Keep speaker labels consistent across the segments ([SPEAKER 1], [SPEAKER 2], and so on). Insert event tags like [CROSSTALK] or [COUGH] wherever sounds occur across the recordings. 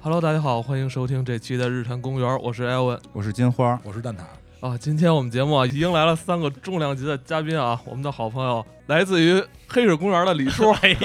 [SPEAKER 1] Hello，大家好，欢迎收听这期的日坛公园，我是艾文
[SPEAKER 2] 我是金花，
[SPEAKER 3] 我是蛋挞，
[SPEAKER 1] 啊。今天我们节目啊，迎来了三个重量级的嘉宾啊，我们的好朋友来自于黑水公园的李
[SPEAKER 4] [LAUGHS]
[SPEAKER 1] 叔，
[SPEAKER 5] 哎呀，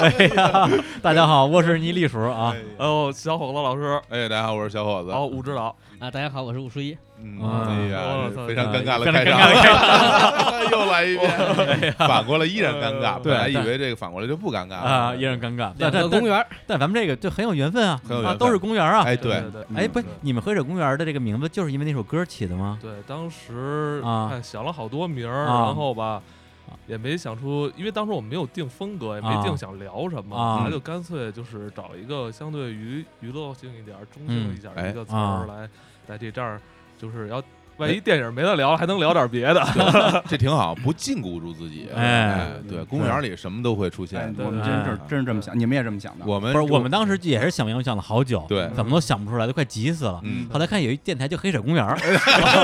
[SPEAKER 5] 哎呀，大家好，我是倪立叔啊。
[SPEAKER 1] 还有小伙子老师，
[SPEAKER 6] 哎，大家好，我是小伙子。
[SPEAKER 1] 还有武指导。
[SPEAKER 4] 啊，大家好，我是武淑一。
[SPEAKER 6] 嗯，
[SPEAKER 5] 啊
[SPEAKER 6] 哎
[SPEAKER 1] 我
[SPEAKER 6] 呀
[SPEAKER 1] 操，
[SPEAKER 6] 非常尴尬的
[SPEAKER 5] 非常
[SPEAKER 6] 开
[SPEAKER 5] 尴尬的开
[SPEAKER 6] 场， [LAUGHS] 又来一 [LAUGHS] 遍，反过来依然尴尬。
[SPEAKER 1] 对
[SPEAKER 6] 本来以为这个反过来就不尴尬了
[SPEAKER 5] 啊，依然。尴尬。
[SPEAKER 4] 两
[SPEAKER 5] 但
[SPEAKER 4] 个
[SPEAKER 5] 但
[SPEAKER 4] 公
[SPEAKER 5] 但
[SPEAKER 4] 园儿，
[SPEAKER 5] 但咱们这个就很有缘分啊，
[SPEAKER 6] 很有缘
[SPEAKER 5] 啊，
[SPEAKER 6] 分
[SPEAKER 5] 都是公园啊。
[SPEAKER 6] 哎，对，
[SPEAKER 1] 对对
[SPEAKER 5] 哎，不
[SPEAKER 6] 嗯，
[SPEAKER 5] 你们黑水公园的这个名字就是因为那首歌起的吗？
[SPEAKER 1] 对，当时
[SPEAKER 5] 啊
[SPEAKER 1] 哎想了好多名儿，
[SPEAKER 5] 啊
[SPEAKER 1] 然后吧
[SPEAKER 5] 啊。
[SPEAKER 1] 也没想出，因为当时我们没有定风格，也没
[SPEAKER 5] 啊
[SPEAKER 1] 定想聊什么，
[SPEAKER 5] 啊
[SPEAKER 1] 后来就干脆就是找一个相对于娱乐性一点儿、中
[SPEAKER 5] 嗯
[SPEAKER 1] 性一点儿
[SPEAKER 6] 哎
[SPEAKER 1] 一个词儿
[SPEAKER 5] 啊
[SPEAKER 1] 来，在这这儿就是
[SPEAKER 5] 哎
[SPEAKER 1] 要万一电影没得聊，还能聊点别
[SPEAKER 5] [LAUGHS]
[SPEAKER 1] 的。，
[SPEAKER 6] [LAUGHS] 这挺好，不禁锢住自己。
[SPEAKER 5] 哎
[SPEAKER 6] 对，公园里什么都会出
[SPEAKER 2] 哎
[SPEAKER 6] 现。
[SPEAKER 2] 我们真是真是这么想，你们也这么想的？
[SPEAKER 6] 我们
[SPEAKER 5] 不是，我们当时也是想洋想了好久，
[SPEAKER 6] 嗯
[SPEAKER 5] [LAUGHS]
[SPEAKER 6] 对
[SPEAKER 5] 怎么都想不出来，都快急死了。
[SPEAKER 6] 嗯，
[SPEAKER 5] 后来看有一电台叫黑水公园儿，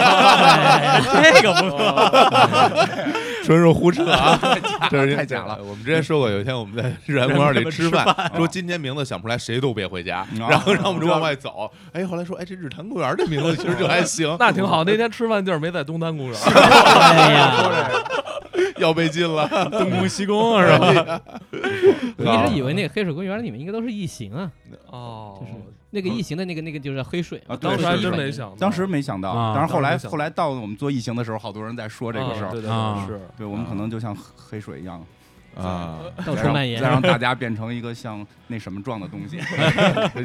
[SPEAKER 5] 哎 [LAUGHS] 这个不错，
[SPEAKER 6] 纯属胡扯啊， [LAUGHS] 这是
[SPEAKER 2] 太假了。
[SPEAKER 6] 我们之前说过，有一天我们在日坛公园里吃饭，说今天名字想不出来，谁都别回家，
[SPEAKER 2] 啊
[SPEAKER 6] 然后让我们就往外走。哎，后来说，哎，这日坛公园这名字其实就还行
[SPEAKER 1] 那挺好。那天吃饭地儿没在东单公园，
[SPEAKER 5] 哎呀，
[SPEAKER 6] [LAUGHS] 要被禁了。
[SPEAKER 5] 东宫西宫是吧？
[SPEAKER 4] 我一直以为那个黑水公园里面应该都是异形啊，
[SPEAKER 1] 哦，
[SPEAKER 4] 就是那个异形的那个那个就是黑 [LAUGHS] 水
[SPEAKER 2] 啊
[SPEAKER 1] 当时还
[SPEAKER 2] 对
[SPEAKER 1] 真
[SPEAKER 2] 对
[SPEAKER 1] 没想到，
[SPEAKER 2] 当时没想到，
[SPEAKER 5] 啊
[SPEAKER 2] 但是后来
[SPEAKER 1] 当时没想到
[SPEAKER 2] 后来到我们做异形的时候，好多人在说这个事
[SPEAKER 1] 啊
[SPEAKER 2] 儿。
[SPEAKER 1] 对对
[SPEAKER 5] 啊
[SPEAKER 1] 对，是
[SPEAKER 2] 对我们可能就像黑黑水一样，
[SPEAKER 6] 啊，
[SPEAKER 4] 到
[SPEAKER 2] 再
[SPEAKER 4] 处
[SPEAKER 2] 让
[SPEAKER 4] 蔓延
[SPEAKER 2] 再。让大家变成一个像那什么状的东
[SPEAKER 1] [LAUGHS]
[SPEAKER 2] 西。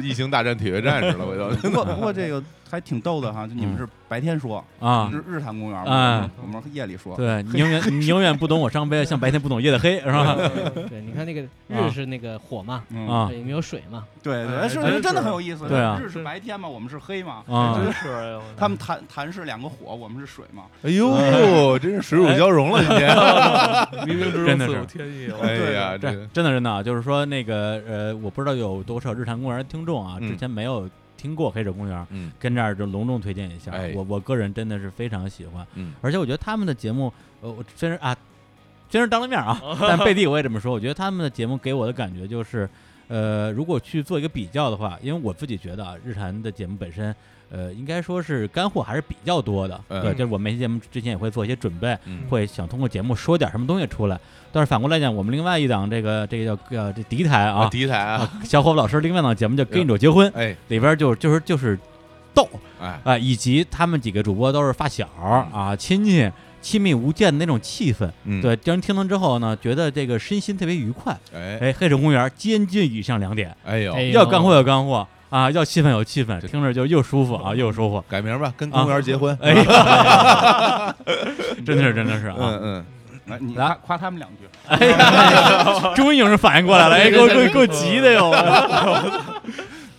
[SPEAKER 6] 异形大战铁血战士
[SPEAKER 2] [LAUGHS]
[SPEAKER 6] 了，回头
[SPEAKER 2] 不过不过这个还挺逗的哈，就你们是白天说
[SPEAKER 5] 嗯啊，
[SPEAKER 2] 日日坛公园嘛
[SPEAKER 5] 哎，
[SPEAKER 2] 我们夜里说
[SPEAKER 5] 对你永远你永远不懂我伤悲，像白天不懂夜的黑是吧？
[SPEAKER 4] 对，你看那个
[SPEAKER 5] 啊
[SPEAKER 4] 日是那个火嘛，
[SPEAKER 2] 嗯
[SPEAKER 5] 啊
[SPEAKER 4] 对，没有水嘛，
[SPEAKER 2] 对
[SPEAKER 1] 哎
[SPEAKER 2] 对，是
[SPEAKER 1] 真是
[SPEAKER 2] 真的很有意思。
[SPEAKER 5] 对啊
[SPEAKER 2] 日是白天嘛，我们是黑嘛，
[SPEAKER 5] 啊，
[SPEAKER 1] 真是哎呦我
[SPEAKER 2] 他们谈谈是两个火，我们是水嘛。
[SPEAKER 6] 哎呦，真是水乳交融了，今天。
[SPEAKER 1] 冥冥之中
[SPEAKER 5] 真的
[SPEAKER 1] 自
[SPEAKER 5] 是
[SPEAKER 1] 有天意，我
[SPEAKER 6] 哎呀，
[SPEAKER 5] 这
[SPEAKER 6] 这个
[SPEAKER 5] 真的真的啊，就是说那个呃，我不知道有多少日坛公园的听众啊，
[SPEAKER 6] 嗯
[SPEAKER 5] 之前没有听过黑水公园，
[SPEAKER 6] 嗯
[SPEAKER 5] 跟这儿就隆重推荐一下。
[SPEAKER 6] 哎
[SPEAKER 5] 我我个人真的是非常喜欢，
[SPEAKER 6] 嗯
[SPEAKER 5] 而且我觉得他们的节目，呃，我真是啊，真是当了面
[SPEAKER 6] [LAUGHS]
[SPEAKER 5] 啊，但背地我也这么说。我觉得他们的节目给我的感觉就是，呃，如果去做一个比较的话，因为我自己觉得啊，日坛的节目本身。呃，应该说是干货还是比较多的，
[SPEAKER 6] 嗯
[SPEAKER 5] 对，就是我每期节目之前也会做一些准备，
[SPEAKER 6] 嗯
[SPEAKER 5] 会想通过节目说点什么东西出来。但是反过来讲，我们另外一档这个这个叫呃这敌台啊，
[SPEAKER 6] 第一台啊，
[SPEAKER 5] 小伙子老师另外一档节目叫《跟你走结婚》，
[SPEAKER 6] 哎
[SPEAKER 5] 里边就就是就是逗
[SPEAKER 6] 哎，
[SPEAKER 5] 啊、以及他们几个主播都是发小啊，亲戚。亲密无间的那种气氛，
[SPEAKER 6] 嗯，
[SPEAKER 5] 对，让人听了之后呢，觉得这个身心特别愉快。
[SPEAKER 6] 哎
[SPEAKER 5] 哎，黑水公园接近以上两点，
[SPEAKER 6] 哎呦，
[SPEAKER 4] 哎呦
[SPEAKER 5] 要干货有干货啊，要气氛有气氛，
[SPEAKER 6] 这
[SPEAKER 5] 听着就又舒服啊，又舒
[SPEAKER 6] [LAUGHS]
[SPEAKER 5] 服。
[SPEAKER 6] 改名吧，跟公园结婚。
[SPEAKER 5] 哎呀， [LAUGHS] 真的是真的是啊，
[SPEAKER 6] 嗯嗯，
[SPEAKER 2] 来，你
[SPEAKER 5] 来
[SPEAKER 2] 夸夸他们两句。
[SPEAKER 5] 哎呀，终于有人反应过来
[SPEAKER 6] [LAUGHS]
[SPEAKER 5] 了，哎，给我给我给我急的哟！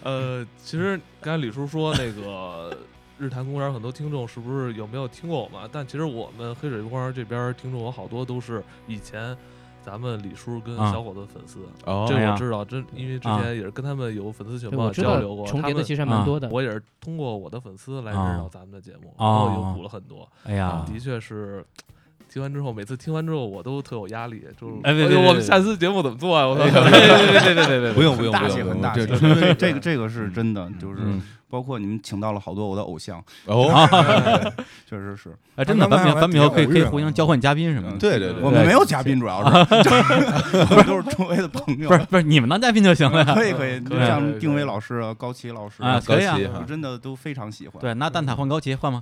[SPEAKER 1] 呃，其实刚才李叔说那个日坛公园，很多听众是不是有没有听过我们啊？但其实我们黑水公园这边听众有好多都是以前咱们李叔跟
[SPEAKER 5] 啊
[SPEAKER 1] 小伙子的粉丝，这
[SPEAKER 6] 哦，
[SPEAKER 1] 个
[SPEAKER 5] 哎呀
[SPEAKER 1] 我知道，真因为之
[SPEAKER 5] 啊
[SPEAKER 1] 前也是跟他们有粉丝群
[SPEAKER 4] 对，
[SPEAKER 1] 嘛
[SPEAKER 4] 我知
[SPEAKER 1] 交
[SPEAKER 4] 道
[SPEAKER 1] 流过，
[SPEAKER 4] 重
[SPEAKER 1] 他
[SPEAKER 4] 叠的
[SPEAKER 1] 们
[SPEAKER 4] 其实还
[SPEAKER 5] 啊
[SPEAKER 4] 蛮多的。
[SPEAKER 1] 我也是通过我的粉丝来认识到咱们的节目，
[SPEAKER 5] 啊
[SPEAKER 1] 然后又补了很多。
[SPEAKER 5] [LAUGHS] 哎呀，
[SPEAKER 1] 的确是，听完之后，每次听完之后我都特有压力，就是
[SPEAKER 5] 哎别
[SPEAKER 1] 呦
[SPEAKER 5] 别别
[SPEAKER 1] 我们下次节目怎么做啊？我操！
[SPEAKER 5] 对对对对对
[SPEAKER 6] 不用不用
[SPEAKER 2] 大
[SPEAKER 6] 不
[SPEAKER 2] 气
[SPEAKER 6] 用，
[SPEAKER 2] 很大气，
[SPEAKER 6] 这
[SPEAKER 2] 因为这个这个是真的，
[SPEAKER 6] 嗯
[SPEAKER 2] 就是
[SPEAKER 5] 嗯
[SPEAKER 2] 包括你们请到了好多我的偶像，
[SPEAKER 5] 啊
[SPEAKER 6] [LAUGHS] 哦，
[SPEAKER 2] 确实是。
[SPEAKER 5] 哎，真的，咱们以后咱们以后可以可以互相交换嘉宾什么
[SPEAKER 2] 嗯
[SPEAKER 5] 的。
[SPEAKER 6] 对对对，
[SPEAKER 2] 我们没有嘉宾，主要是就是 [LAUGHS] 我们都是周围的朋友
[SPEAKER 5] [LAUGHS] 不。是不是，你们当嘉宾就行了
[SPEAKER 6] [LAUGHS]
[SPEAKER 5] 呀。
[SPEAKER 2] 可以可以，就
[SPEAKER 1] 可以可以
[SPEAKER 2] 像丁伟老师啊、高奇老师
[SPEAKER 5] 啊，可以啊。
[SPEAKER 2] 我真的都非常喜欢。
[SPEAKER 5] 对，拿蛋挞换高旗换吗？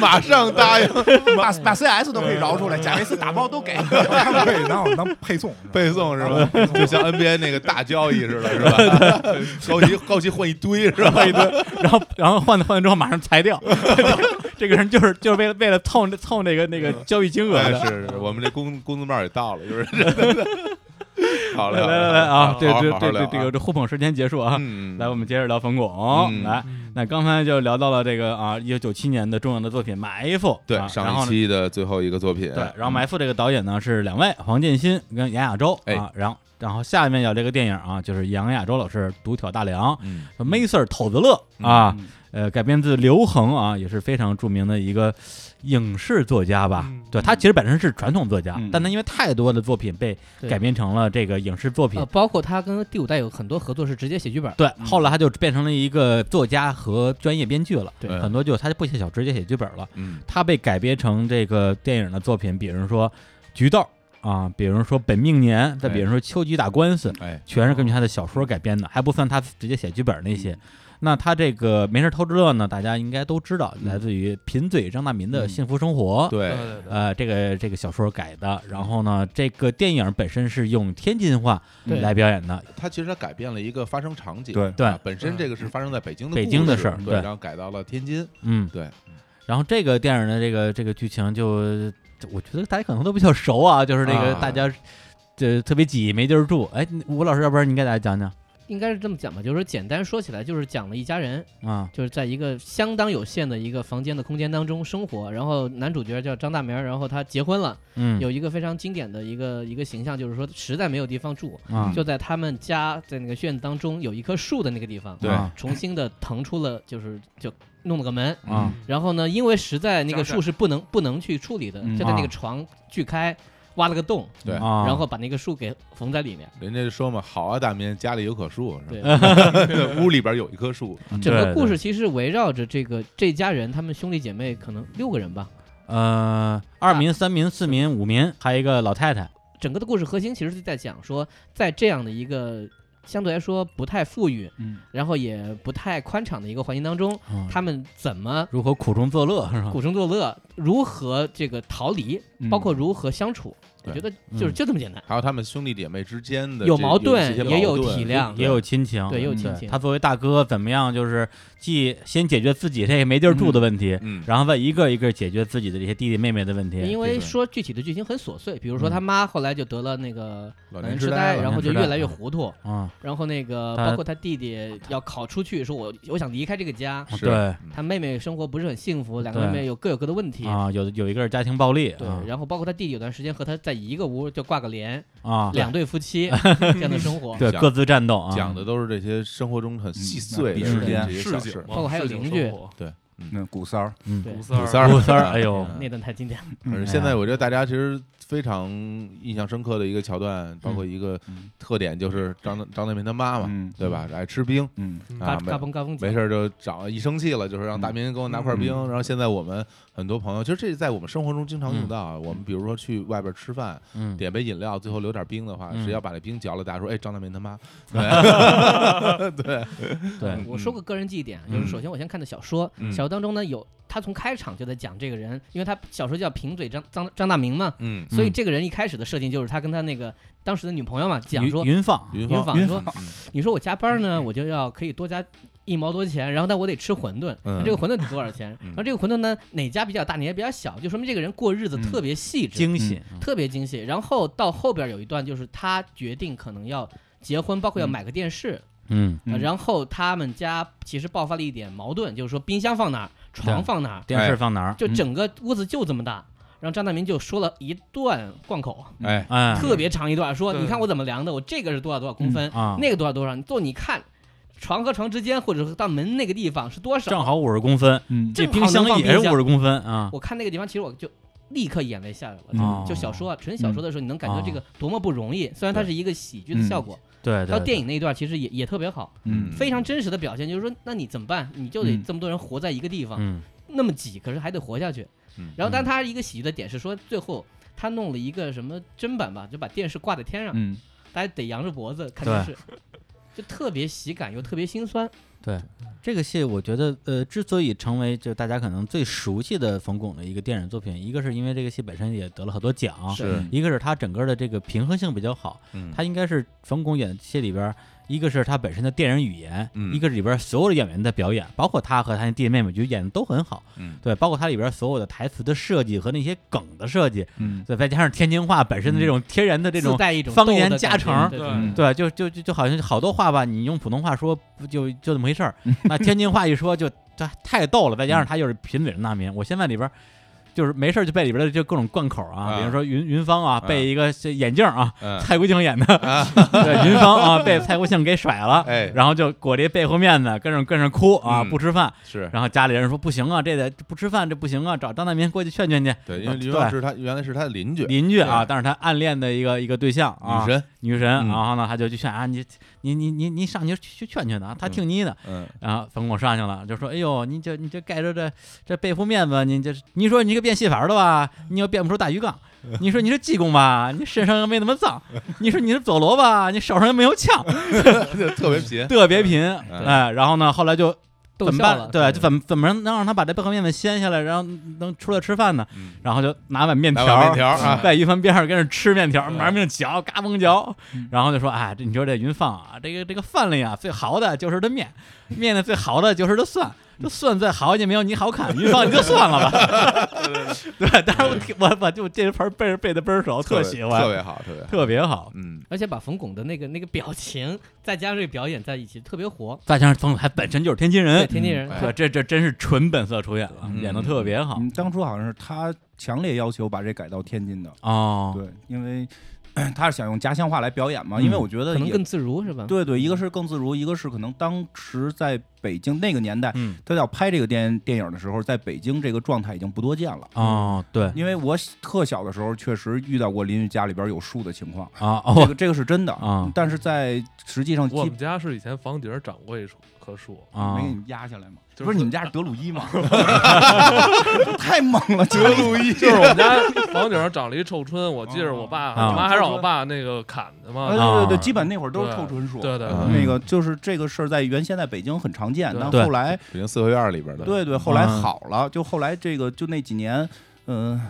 [SPEAKER 6] 马上答应
[SPEAKER 2] 把把 CS 都可以饶出来，贾维斯打包都给。 [LAUGHS]
[SPEAKER 3] 对，拿我们当配送，
[SPEAKER 6] 背诵是吧？就像 NBA 那个大交易似的，是吧？ [LAUGHS] 高级高级换一堆是啊吧？一堆，
[SPEAKER 5] 然后然后换换了之后马上裁掉， [LAUGHS] 这个人就是就是为了为了凑凑那个那个交易金额
[SPEAKER 6] 哎
[SPEAKER 5] 的。
[SPEAKER 6] 是是，我们这公公字帽也到了，就是。好嘞，
[SPEAKER 5] 来
[SPEAKER 6] 好嘞
[SPEAKER 5] 来来啊，
[SPEAKER 6] 好
[SPEAKER 5] 这
[SPEAKER 6] 好
[SPEAKER 5] 这
[SPEAKER 6] 好
[SPEAKER 5] 这
[SPEAKER 6] 聊
[SPEAKER 5] 这
[SPEAKER 6] 啊
[SPEAKER 5] 这个这互捧时间结束啊。
[SPEAKER 6] 嗯，
[SPEAKER 5] 来，我们接着聊冯
[SPEAKER 6] 嗯
[SPEAKER 5] 巩。来，那刚才就聊到了这个啊，一九九七年的重要的作品《埋伏》啊。
[SPEAKER 6] 对、
[SPEAKER 5] 然
[SPEAKER 6] 上
[SPEAKER 5] 后
[SPEAKER 6] 一
[SPEAKER 5] 呢
[SPEAKER 6] 期的最后一个作品，
[SPEAKER 5] 对，然后《埋伏》这个导演呢是两位，黄建新跟杨亚洲
[SPEAKER 6] 哎
[SPEAKER 5] 啊，然后然后下面有这个电影啊，就是杨亚洲老师独挑大梁，
[SPEAKER 6] 嗯，
[SPEAKER 5] 说没事儿，头子乐啊
[SPEAKER 2] 嗯，
[SPEAKER 5] 呃，改编自刘恒啊，也是非常著名的一个影视作家吧，
[SPEAKER 1] 嗯
[SPEAKER 5] 对他其实本身是传统作家，
[SPEAKER 2] 嗯
[SPEAKER 5] 但他因为太多的作品被
[SPEAKER 4] 对
[SPEAKER 5] 改编成了这个影视作品
[SPEAKER 4] 呃，，包括他跟第五代有很多合作是直接写剧本，
[SPEAKER 5] 对，后来他就变成了一个作家和专业编剧了，
[SPEAKER 4] 对
[SPEAKER 5] 很多就他就不写小说，直接写剧本了。
[SPEAKER 6] 嗯
[SPEAKER 5] 他被改编成这个电影的作品，比如说《菊豆》啊，比如说《本命年》，再比如说《秋菊打官司》，
[SPEAKER 6] 哎，
[SPEAKER 5] 全是根据他的小说改编的，还不算他直接写剧本那
[SPEAKER 6] 嗯
[SPEAKER 5] 些。那他这个《没事偷着乐》呢，大家应该都知道，
[SPEAKER 6] 嗯
[SPEAKER 5] 来自于贫嘴张大民的《幸福生活》
[SPEAKER 6] 对，
[SPEAKER 1] 对对，
[SPEAKER 5] 呃，这个这个小说改的，然后呢，这个电影本身是用天津话
[SPEAKER 4] 对
[SPEAKER 5] 来表演的，
[SPEAKER 6] 他其实他改变了一个发生场景，
[SPEAKER 2] 对
[SPEAKER 5] 对
[SPEAKER 6] 啊本身这个是发生在北京的
[SPEAKER 5] 北京的
[SPEAKER 6] 故
[SPEAKER 5] 事儿
[SPEAKER 6] 对，
[SPEAKER 5] 对
[SPEAKER 6] 然后改到了天津，
[SPEAKER 5] 嗯，
[SPEAKER 6] 对。
[SPEAKER 5] 然后这个电影的这个这个剧情就，就我觉得大家可能都比较熟啊，就是这个
[SPEAKER 6] 啊
[SPEAKER 5] 大家这特别挤，没地儿住。哎，你吴老师，要不然你给大家讲讲
[SPEAKER 4] 应该是这么讲吧，就是说简单说起来，就是讲了一家人，
[SPEAKER 5] 啊？
[SPEAKER 4] 就是在一个相当有限的一个房间的空间当中生活，然后男主角叫张大明儿，然后他结婚了，
[SPEAKER 5] 嗯，
[SPEAKER 4] 有一个非常经典的一个一个形象，就是说实在没有地方住，
[SPEAKER 5] 啊，
[SPEAKER 4] 就在他们家在那个院子当中有一棵树的那个地方，
[SPEAKER 6] 对
[SPEAKER 5] 啊
[SPEAKER 4] 重新的腾出了，就是就弄了个门，
[SPEAKER 6] 嗯
[SPEAKER 5] 啊
[SPEAKER 4] [LAUGHS] 然后呢，因为实在那个
[SPEAKER 1] 加
[SPEAKER 4] 树是不能不能去处理的，
[SPEAKER 2] 嗯
[SPEAKER 4] 就在那
[SPEAKER 5] 啊
[SPEAKER 4] 个床锯开，挖了个洞，
[SPEAKER 6] 对
[SPEAKER 5] 啊，
[SPEAKER 4] 然后把那个树给缝在里面。
[SPEAKER 6] 人家就说嘛，好啊，大民家里有棵树，
[SPEAKER 4] 对
[SPEAKER 6] 是，吧屋里边有一棵树，
[SPEAKER 4] 整
[SPEAKER 5] 嗯对
[SPEAKER 4] 个故事其实围绕着这个这家人，他们兄弟姐妹可能六个人吧。
[SPEAKER 5] 呃，二民、三民、四民、五民，还有一个老太太，
[SPEAKER 4] 整个的故事核心其实是在讲说，在这样的一个相对来说不太富裕，
[SPEAKER 2] 嗯
[SPEAKER 4] 然后也不太宽敞的一个环境当中，
[SPEAKER 5] 嗯
[SPEAKER 4] 他们怎么
[SPEAKER 5] 如何苦中作乐是吧？
[SPEAKER 4] 苦中作乐，如何这个逃离，包括如何相处。我
[SPEAKER 6] 对
[SPEAKER 4] 觉得就是
[SPEAKER 5] 嗯
[SPEAKER 4] 就这么简单。
[SPEAKER 6] 还有他们兄弟姐妹之间的
[SPEAKER 4] 有
[SPEAKER 6] 这
[SPEAKER 4] 矛
[SPEAKER 6] 有一
[SPEAKER 4] 盾
[SPEAKER 6] 些
[SPEAKER 4] 也有
[SPEAKER 6] 矛盾
[SPEAKER 4] 体谅
[SPEAKER 5] 也有亲情，
[SPEAKER 4] 对也有亲
[SPEAKER 5] 嗯
[SPEAKER 4] 情
[SPEAKER 5] 他作为大哥，怎么样？就是既先解决自己这个没地儿住的问题，
[SPEAKER 6] 嗯，
[SPEAKER 5] 然后再一个一个解决自己的这些弟弟妹妹的问题。
[SPEAKER 4] 因
[SPEAKER 6] 对
[SPEAKER 4] 为
[SPEAKER 6] 对
[SPEAKER 4] 说具体的剧情很琐碎，比如说
[SPEAKER 5] 嗯
[SPEAKER 4] 他妈后来就得了那个
[SPEAKER 6] 老
[SPEAKER 4] 老
[SPEAKER 6] 年
[SPEAKER 4] 年
[SPEAKER 6] 痴
[SPEAKER 4] 痴呆，
[SPEAKER 6] 了
[SPEAKER 4] 然后就
[SPEAKER 5] 老年痴呆
[SPEAKER 4] 越来越糊涂，
[SPEAKER 5] 啊，
[SPEAKER 4] 然后那个
[SPEAKER 5] 他
[SPEAKER 4] 包括他弟弟要考出去，说我我想离开这个家，
[SPEAKER 6] 是
[SPEAKER 5] 对
[SPEAKER 6] 嗯
[SPEAKER 4] 他妹妹生活不是很幸福，两个
[SPEAKER 5] 对
[SPEAKER 4] 妹妹有各有各的问题。
[SPEAKER 5] 啊，有有一个是家庭暴力，
[SPEAKER 4] 对
[SPEAKER 5] 啊，
[SPEAKER 4] 然后包括他弟弟有段时间和他在一个屋就挂个帘，
[SPEAKER 5] 啊，
[SPEAKER 4] 两对夫妻这样的生
[SPEAKER 5] [LAUGHS]
[SPEAKER 4] 活，
[SPEAKER 5] 对
[SPEAKER 6] 讲
[SPEAKER 5] 各自战斗啊，
[SPEAKER 6] 讲的都是这些生活中很细碎
[SPEAKER 2] 嗯
[SPEAKER 6] 的这些
[SPEAKER 2] 嗯
[SPEAKER 6] 这些
[SPEAKER 1] 市
[SPEAKER 6] 小
[SPEAKER 1] 井
[SPEAKER 6] 事
[SPEAKER 1] 嘛，，
[SPEAKER 4] 包括还有
[SPEAKER 1] 市井
[SPEAKER 4] 邻居
[SPEAKER 1] 生活
[SPEAKER 2] 那古三儿，
[SPEAKER 5] 嗯
[SPEAKER 4] 对
[SPEAKER 1] 古三
[SPEAKER 6] 古
[SPEAKER 1] 儿
[SPEAKER 6] 三儿，
[SPEAKER 5] 古
[SPEAKER 4] [LAUGHS]
[SPEAKER 5] 三儿哎呦
[SPEAKER 4] 那段太经典了。
[SPEAKER 6] 反正
[SPEAKER 2] 嗯
[SPEAKER 6] 现在我觉得大家其实非常印象深刻的一个桥段，包括一个
[SPEAKER 2] 嗯
[SPEAKER 6] 特点就是张张大民他妈妈，
[SPEAKER 2] 嗯
[SPEAKER 6] 啊对吧？爱吃冰
[SPEAKER 2] 嗯
[SPEAKER 1] 嗯
[SPEAKER 6] 啊
[SPEAKER 4] 嘎，
[SPEAKER 6] 没
[SPEAKER 4] 嘎嘣嘎嘣，
[SPEAKER 6] 没事，儿就找一生气了，就是让大民给我拿块
[SPEAKER 2] 嗯
[SPEAKER 6] 冰。然后现在我们很多朋友，其实这在我们生活中经常用到啊。我们比如说去外边吃饭，
[SPEAKER 5] 嗯，
[SPEAKER 6] 点杯饮料，最后留点冰的话，
[SPEAKER 5] 嗯
[SPEAKER 6] 谁要把这冰嚼了，大家说哎张大民他妈，
[SPEAKER 5] 对，
[SPEAKER 4] 我说个个人记忆点啊，就是首先我先看的小说，
[SPEAKER 6] 嗯
[SPEAKER 4] 小说当中呢有他从开场就在讲这个人，因为他小说叫贫嘴张张张大明嘛，
[SPEAKER 6] 嗯，
[SPEAKER 4] 所以
[SPEAKER 5] 嗯
[SPEAKER 4] 这个人一开始的设定就是他跟他那个当时的女朋友嘛讲
[SPEAKER 5] 云
[SPEAKER 4] 说，
[SPEAKER 5] 云放
[SPEAKER 6] 云
[SPEAKER 4] 云
[SPEAKER 6] 芳，
[SPEAKER 4] 坊
[SPEAKER 2] 云
[SPEAKER 4] 说
[SPEAKER 6] 嗯
[SPEAKER 4] 你说我加班呢，我就要可以多加一毛多钱，然后但我得吃馄饨，
[SPEAKER 6] 嗯
[SPEAKER 4] 那这个馄饨得多少钱？
[SPEAKER 6] 嗯
[SPEAKER 4] 然后这个馄饨呢，哪家比较大，哪家比较小，就说明这个人过日子
[SPEAKER 2] 嗯
[SPEAKER 4] 特别细致，
[SPEAKER 5] 惊喜，
[SPEAKER 4] 特别精细。然后到后边有一段就是他决定可能要结婚，包括要
[SPEAKER 2] 嗯
[SPEAKER 4] 买个电视，
[SPEAKER 5] 嗯，
[SPEAKER 4] 呃
[SPEAKER 2] 嗯
[SPEAKER 4] 然后他们家其实爆发了一点矛盾，就是说冰箱放哪儿，床放哪儿，
[SPEAKER 5] 电视放哪儿？
[SPEAKER 4] 就整个屋子就这么大。然后张大民就说了一段贯口，
[SPEAKER 6] 哎，
[SPEAKER 5] 哎
[SPEAKER 4] 特别长一段，说
[SPEAKER 1] 对
[SPEAKER 4] 你看我怎么量的，我这个是多少多少公分，
[SPEAKER 5] 啊，
[SPEAKER 4] 那个多少多少，你做你看，床和床之间或者是到门那个地方是多
[SPEAKER 5] 正
[SPEAKER 4] 少？
[SPEAKER 5] 好五十公分，
[SPEAKER 2] 嗯
[SPEAKER 5] 这
[SPEAKER 4] 正好
[SPEAKER 5] 冰箱
[SPEAKER 4] 能放
[SPEAKER 5] 也是
[SPEAKER 4] 冰箱
[SPEAKER 5] 五十公分啊，
[SPEAKER 4] 我看那个地方，其实我就立刻眼泪下来了。
[SPEAKER 5] 哦嗯
[SPEAKER 4] 就小说啊，纯小说的时候，你能感觉这个多么不容易。虽然它是一个喜剧的效果，
[SPEAKER 5] 对
[SPEAKER 4] 还
[SPEAKER 5] 对，
[SPEAKER 4] 有电影那一段其实也也特别好，
[SPEAKER 2] 嗯
[SPEAKER 4] 非常真实的表现，就是说，那你怎么办？你就得
[SPEAKER 2] 嗯
[SPEAKER 4] 这么多人活在一个地
[SPEAKER 5] 对，
[SPEAKER 4] 方，
[SPEAKER 5] 嗯
[SPEAKER 4] 那么挤，可是还得活下去
[SPEAKER 6] 嗯。
[SPEAKER 4] 然后，但他一个喜剧的点是说，最后他弄了一个什么砧板吧，就把电视挂在天上，
[SPEAKER 2] 嗯
[SPEAKER 4] 大家得扬着脖子看电视，就特别喜感又特别心酸。
[SPEAKER 5] 这个戏我觉得，呃，之所以成为就大家可能最熟悉的冯巩的一个电影作品，一个是因为这个戏本身也得了很多奖，
[SPEAKER 6] 是，
[SPEAKER 5] 一个是它整个的这个平衡性比较好，
[SPEAKER 6] 嗯
[SPEAKER 5] 它应该是冯巩演的戏里边儿，一个是他本身的电影语言，
[SPEAKER 6] 嗯
[SPEAKER 5] 一个是里边儿所有的演员的表演，包括他和他的弟弟妹妹，就演的都很好，
[SPEAKER 6] 嗯
[SPEAKER 5] 对，包括它里边儿所有的台词的设计和那些梗的设计，
[SPEAKER 2] 嗯
[SPEAKER 5] 对，再加上天津话本身的这种天然的这种
[SPEAKER 4] 自，带一种
[SPEAKER 5] 方
[SPEAKER 4] 斗
[SPEAKER 5] 言
[SPEAKER 4] 的
[SPEAKER 5] 加
[SPEAKER 4] 感觉
[SPEAKER 5] 成
[SPEAKER 4] 对
[SPEAKER 2] 嗯
[SPEAKER 5] 对，就就就就好像好多话吧，你用普通话说不就就那么回
[SPEAKER 6] [LAUGHS] 嗯
[SPEAKER 5] 事儿，那天津话一说就这太逗了，再加上他又是贫嘴的难民，我现在里边儿就是没事儿就背里边的就各种贯口啊，
[SPEAKER 6] 啊
[SPEAKER 5] 比如说云云芳啊
[SPEAKER 6] 啊
[SPEAKER 5] 背一个这眼镜啊，
[SPEAKER 6] 嗯，
[SPEAKER 5] 蔡国庆演的， [LAUGHS] 对，云芳啊
[SPEAKER 6] [LAUGHS]
[SPEAKER 5] 被蔡国庆给甩了，
[SPEAKER 6] 哎，
[SPEAKER 5] 然后就裹着一背后面子跟着跟着哭啊，
[SPEAKER 6] 嗯
[SPEAKER 5] 不吃饭，
[SPEAKER 6] 是
[SPEAKER 5] 然后家里人说不行啊，这得不吃饭这不行啊，找张大民过去劝劝去。
[SPEAKER 6] 对，因为
[SPEAKER 5] 对
[SPEAKER 6] 林旺是他原来是他的邻居，
[SPEAKER 5] 邻居啊，
[SPEAKER 6] 对
[SPEAKER 5] 但是他暗恋的一个一个对象啊，
[SPEAKER 6] 女神，
[SPEAKER 5] 女神，
[SPEAKER 6] 嗯
[SPEAKER 5] 然后呢，他就去劝啊，你你你你你上去去去劝劝他，他听你的。
[SPEAKER 6] 嗯，
[SPEAKER 5] 然后冯巩上去了，就说：“哎呦，你这你这盖着这这背负面子，你这你说你这变戏法的吧，你又变不出大鱼缸；你说你这济公吧， [LAUGHS] 你身上又没那么脏；你说你这佐罗吧，你手上又没有枪，
[SPEAKER 6] 特别贫，
[SPEAKER 5] 特别贫。”哎，然后呢，后来就
[SPEAKER 4] 逗
[SPEAKER 5] 怎么
[SPEAKER 4] 笑
[SPEAKER 5] 办？
[SPEAKER 4] 了，
[SPEAKER 5] 对，就怎么怎么能让他把这背后面子掀下来，然后能出来吃饭呢？
[SPEAKER 6] 嗯
[SPEAKER 5] 然后就拿碗
[SPEAKER 6] [LAUGHS]
[SPEAKER 5] 面
[SPEAKER 6] 拿
[SPEAKER 5] 条，
[SPEAKER 6] 碗面条啊，
[SPEAKER 5] 在云帆边上跟着吃面条，
[SPEAKER 6] 嗯
[SPEAKER 5] 玩命嚼，嘎嘣嚼，然后就说：“哎，这你说这云放啊，这个这个饭里啊，最好的就是这面，面呢最好的就是这蒜，这蒜再好也没有你好看，云放你就算了吧。” [LAUGHS] 对，当然我挺我我就这盆背背的倍儿熟，
[SPEAKER 6] 特别
[SPEAKER 5] 喜欢，
[SPEAKER 6] 特
[SPEAKER 5] 特别
[SPEAKER 6] 别好，特别好，
[SPEAKER 5] 好。
[SPEAKER 6] 嗯，
[SPEAKER 4] 而且把冯巩的那个那个表情，再加上这表演在一起，特别活。
[SPEAKER 5] 再加上冯还本身就是天津
[SPEAKER 4] 对，
[SPEAKER 5] 人，
[SPEAKER 4] 天津人，
[SPEAKER 6] 哎
[SPEAKER 5] 对，这这真是纯本色出演了，
[SPEAKER 6] 嗯
[SPEAKER 5] 演的特别好
[SPEAKER 2] 嗯，当初好像是他强烈要求把这改到天津的，
[SPEAKER 5] 哦。
[SPEAKER 2] 对，因为 [CLEARS THROAT] 咳他是想用家乡话来表演嘛，
[SPEAKER 5] 嗯
[SPEAKER 2] 因为我觉得
[SPEAKER 4] 可能
[SPEAKER 2] 也
[SPEAKER 4] 更自如是吧？
[SPEAKER 2] 对对，一个是更自如，一个是可能当时在北京那个年代，
[SPEAKER 5] 嗯，
[SPEAKER 2] 他要拍这个电电影的时候，在北京这个状态已经不多见了。
[SPEAKER 5] 哦，对，
[SPEAKER 2] 因为我特小的时候确实遇到过邻居家里边有树的情况，
[SPEAKER 5] 啊，
[SPEAKER 2] 这
[SPEAKER 5] 哦，
[SPEAKER 2] 个这个是真的
[SPEAKER 5] 啊
[SPEAKER 2] 但是在实际上基
[SPEAKER 1] 我
[SPEAKER 2] 本
[SPEAKER 1] 们家是以前房顶儿长过一树棵树，
[SPEAKER 5] 啊
[SPEAKER 2] 没给，你们压下来吗？
[SPEAKER 1] 就是
[SPEAKER 2] 不是你们家是德鲁伊吗？ [LAUGHS] 太猛了，德鲁伊
[SPEAKER 1] 就是我们家房顶上长了一臭椿，我记着我爸、
[SPEAKER 5] 啊
[SPEAKER 1] 我妈还让我爸那个砍的嘛。
[SPEAKER 2] [LAUGHS] 对对对，基本那会儿都是
[SPEAKER 1] 对
[SPEAKER 2] 臭椿树。
[SPEAKER 1] 对对对，
[SPEAKER 6] 嗯
[SPEAKER 2] 那个就是这个事儿，在原先在北京很常见，
[SPEAKER 1] 对
[SPEAKER 2] 但
[SPEAKER 5] 对
[SPEAKER 2] 后来
[SPEAKER 6] 北京四合院里边的，
[SPEAKER 2] 对对，后来
[SPEAKER 5] 嗯
[SPEAKER 2] 好了，就后来这个就那几年，嗯，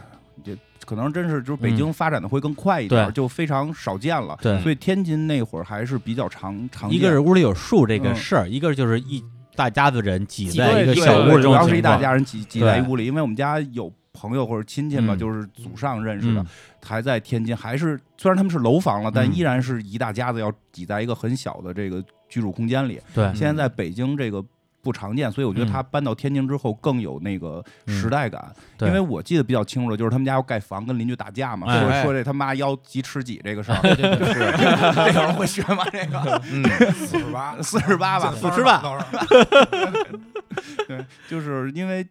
[SPEAKER 2] 也可能真是就是北京发展的会更快一点儿，
[SPEAKER 5] 嗯对
[SPEAKER 2] 就非常少见了。
[SPEAKER 5] 对，
[SPEAKER 2] 所以天津那会儿还是比较常常见。
[SPEAKER 5] 一个是屋里有树这个
[SPEAKER 2] 嗯
[SPEAKER 5] 事儿，一个就是一大家子人挤
[SPEAKER 4] 挤
[SPEAKER 5] 在一个
[SPEAKER 2] 对
[SPEAKER 5] 小屋
[SPEAKER 2] 对
[SPEAKER 5] 里，
[SPEAKER 2] 主要是一大家人挤挤在一
[SPEAKER 5] 对
[SPEAKER 2] 屋里，因为我们家有朋友或者亲戚嘛，
[SPEAKER 5] 嗯
[SPEAKER 2] 就是祖上认识的
[SPEAKER 5] 嗯，，
[SPEAKER 2] 还在天津，还是虽然他们是楼房了，但
[SPEAKER 5] 嗯
[SPEAKER 2] 依然是一大家子要挤在一个很小的这个居住空间里。
[SPEAKER 5] 对，
[SPEAKER 2] 现在在北京这个不常见，所以我觉得
[SPEAKER 5] 嗯
[SPEAKER 2] 他搬到天津之后更有那个时代感。
[SPEAKER 5] 对
[SPEAKER 2] 因为我记得比较清楚的就是他们家要盖房，跟邻居打架嘛，
[SPEAKER 5] 哎啊
[SPEAKER 2] 说
[SPEAKER 6] 哎
[SPEAKER 2] 说这他妈腰几尺几这个事儿， [LAUGHS] 就是这会儿会学吗？这个
[SPEAKER 6] 嗯，
[SPEAKER 3] 四十八，
[SPEAKER 2] 四十八吧，
[SPEAKER 5] 不吃饭
[SPEAKER 3] 到这儿
[SPEAKER 2] [LAUGHS] 对，就是因为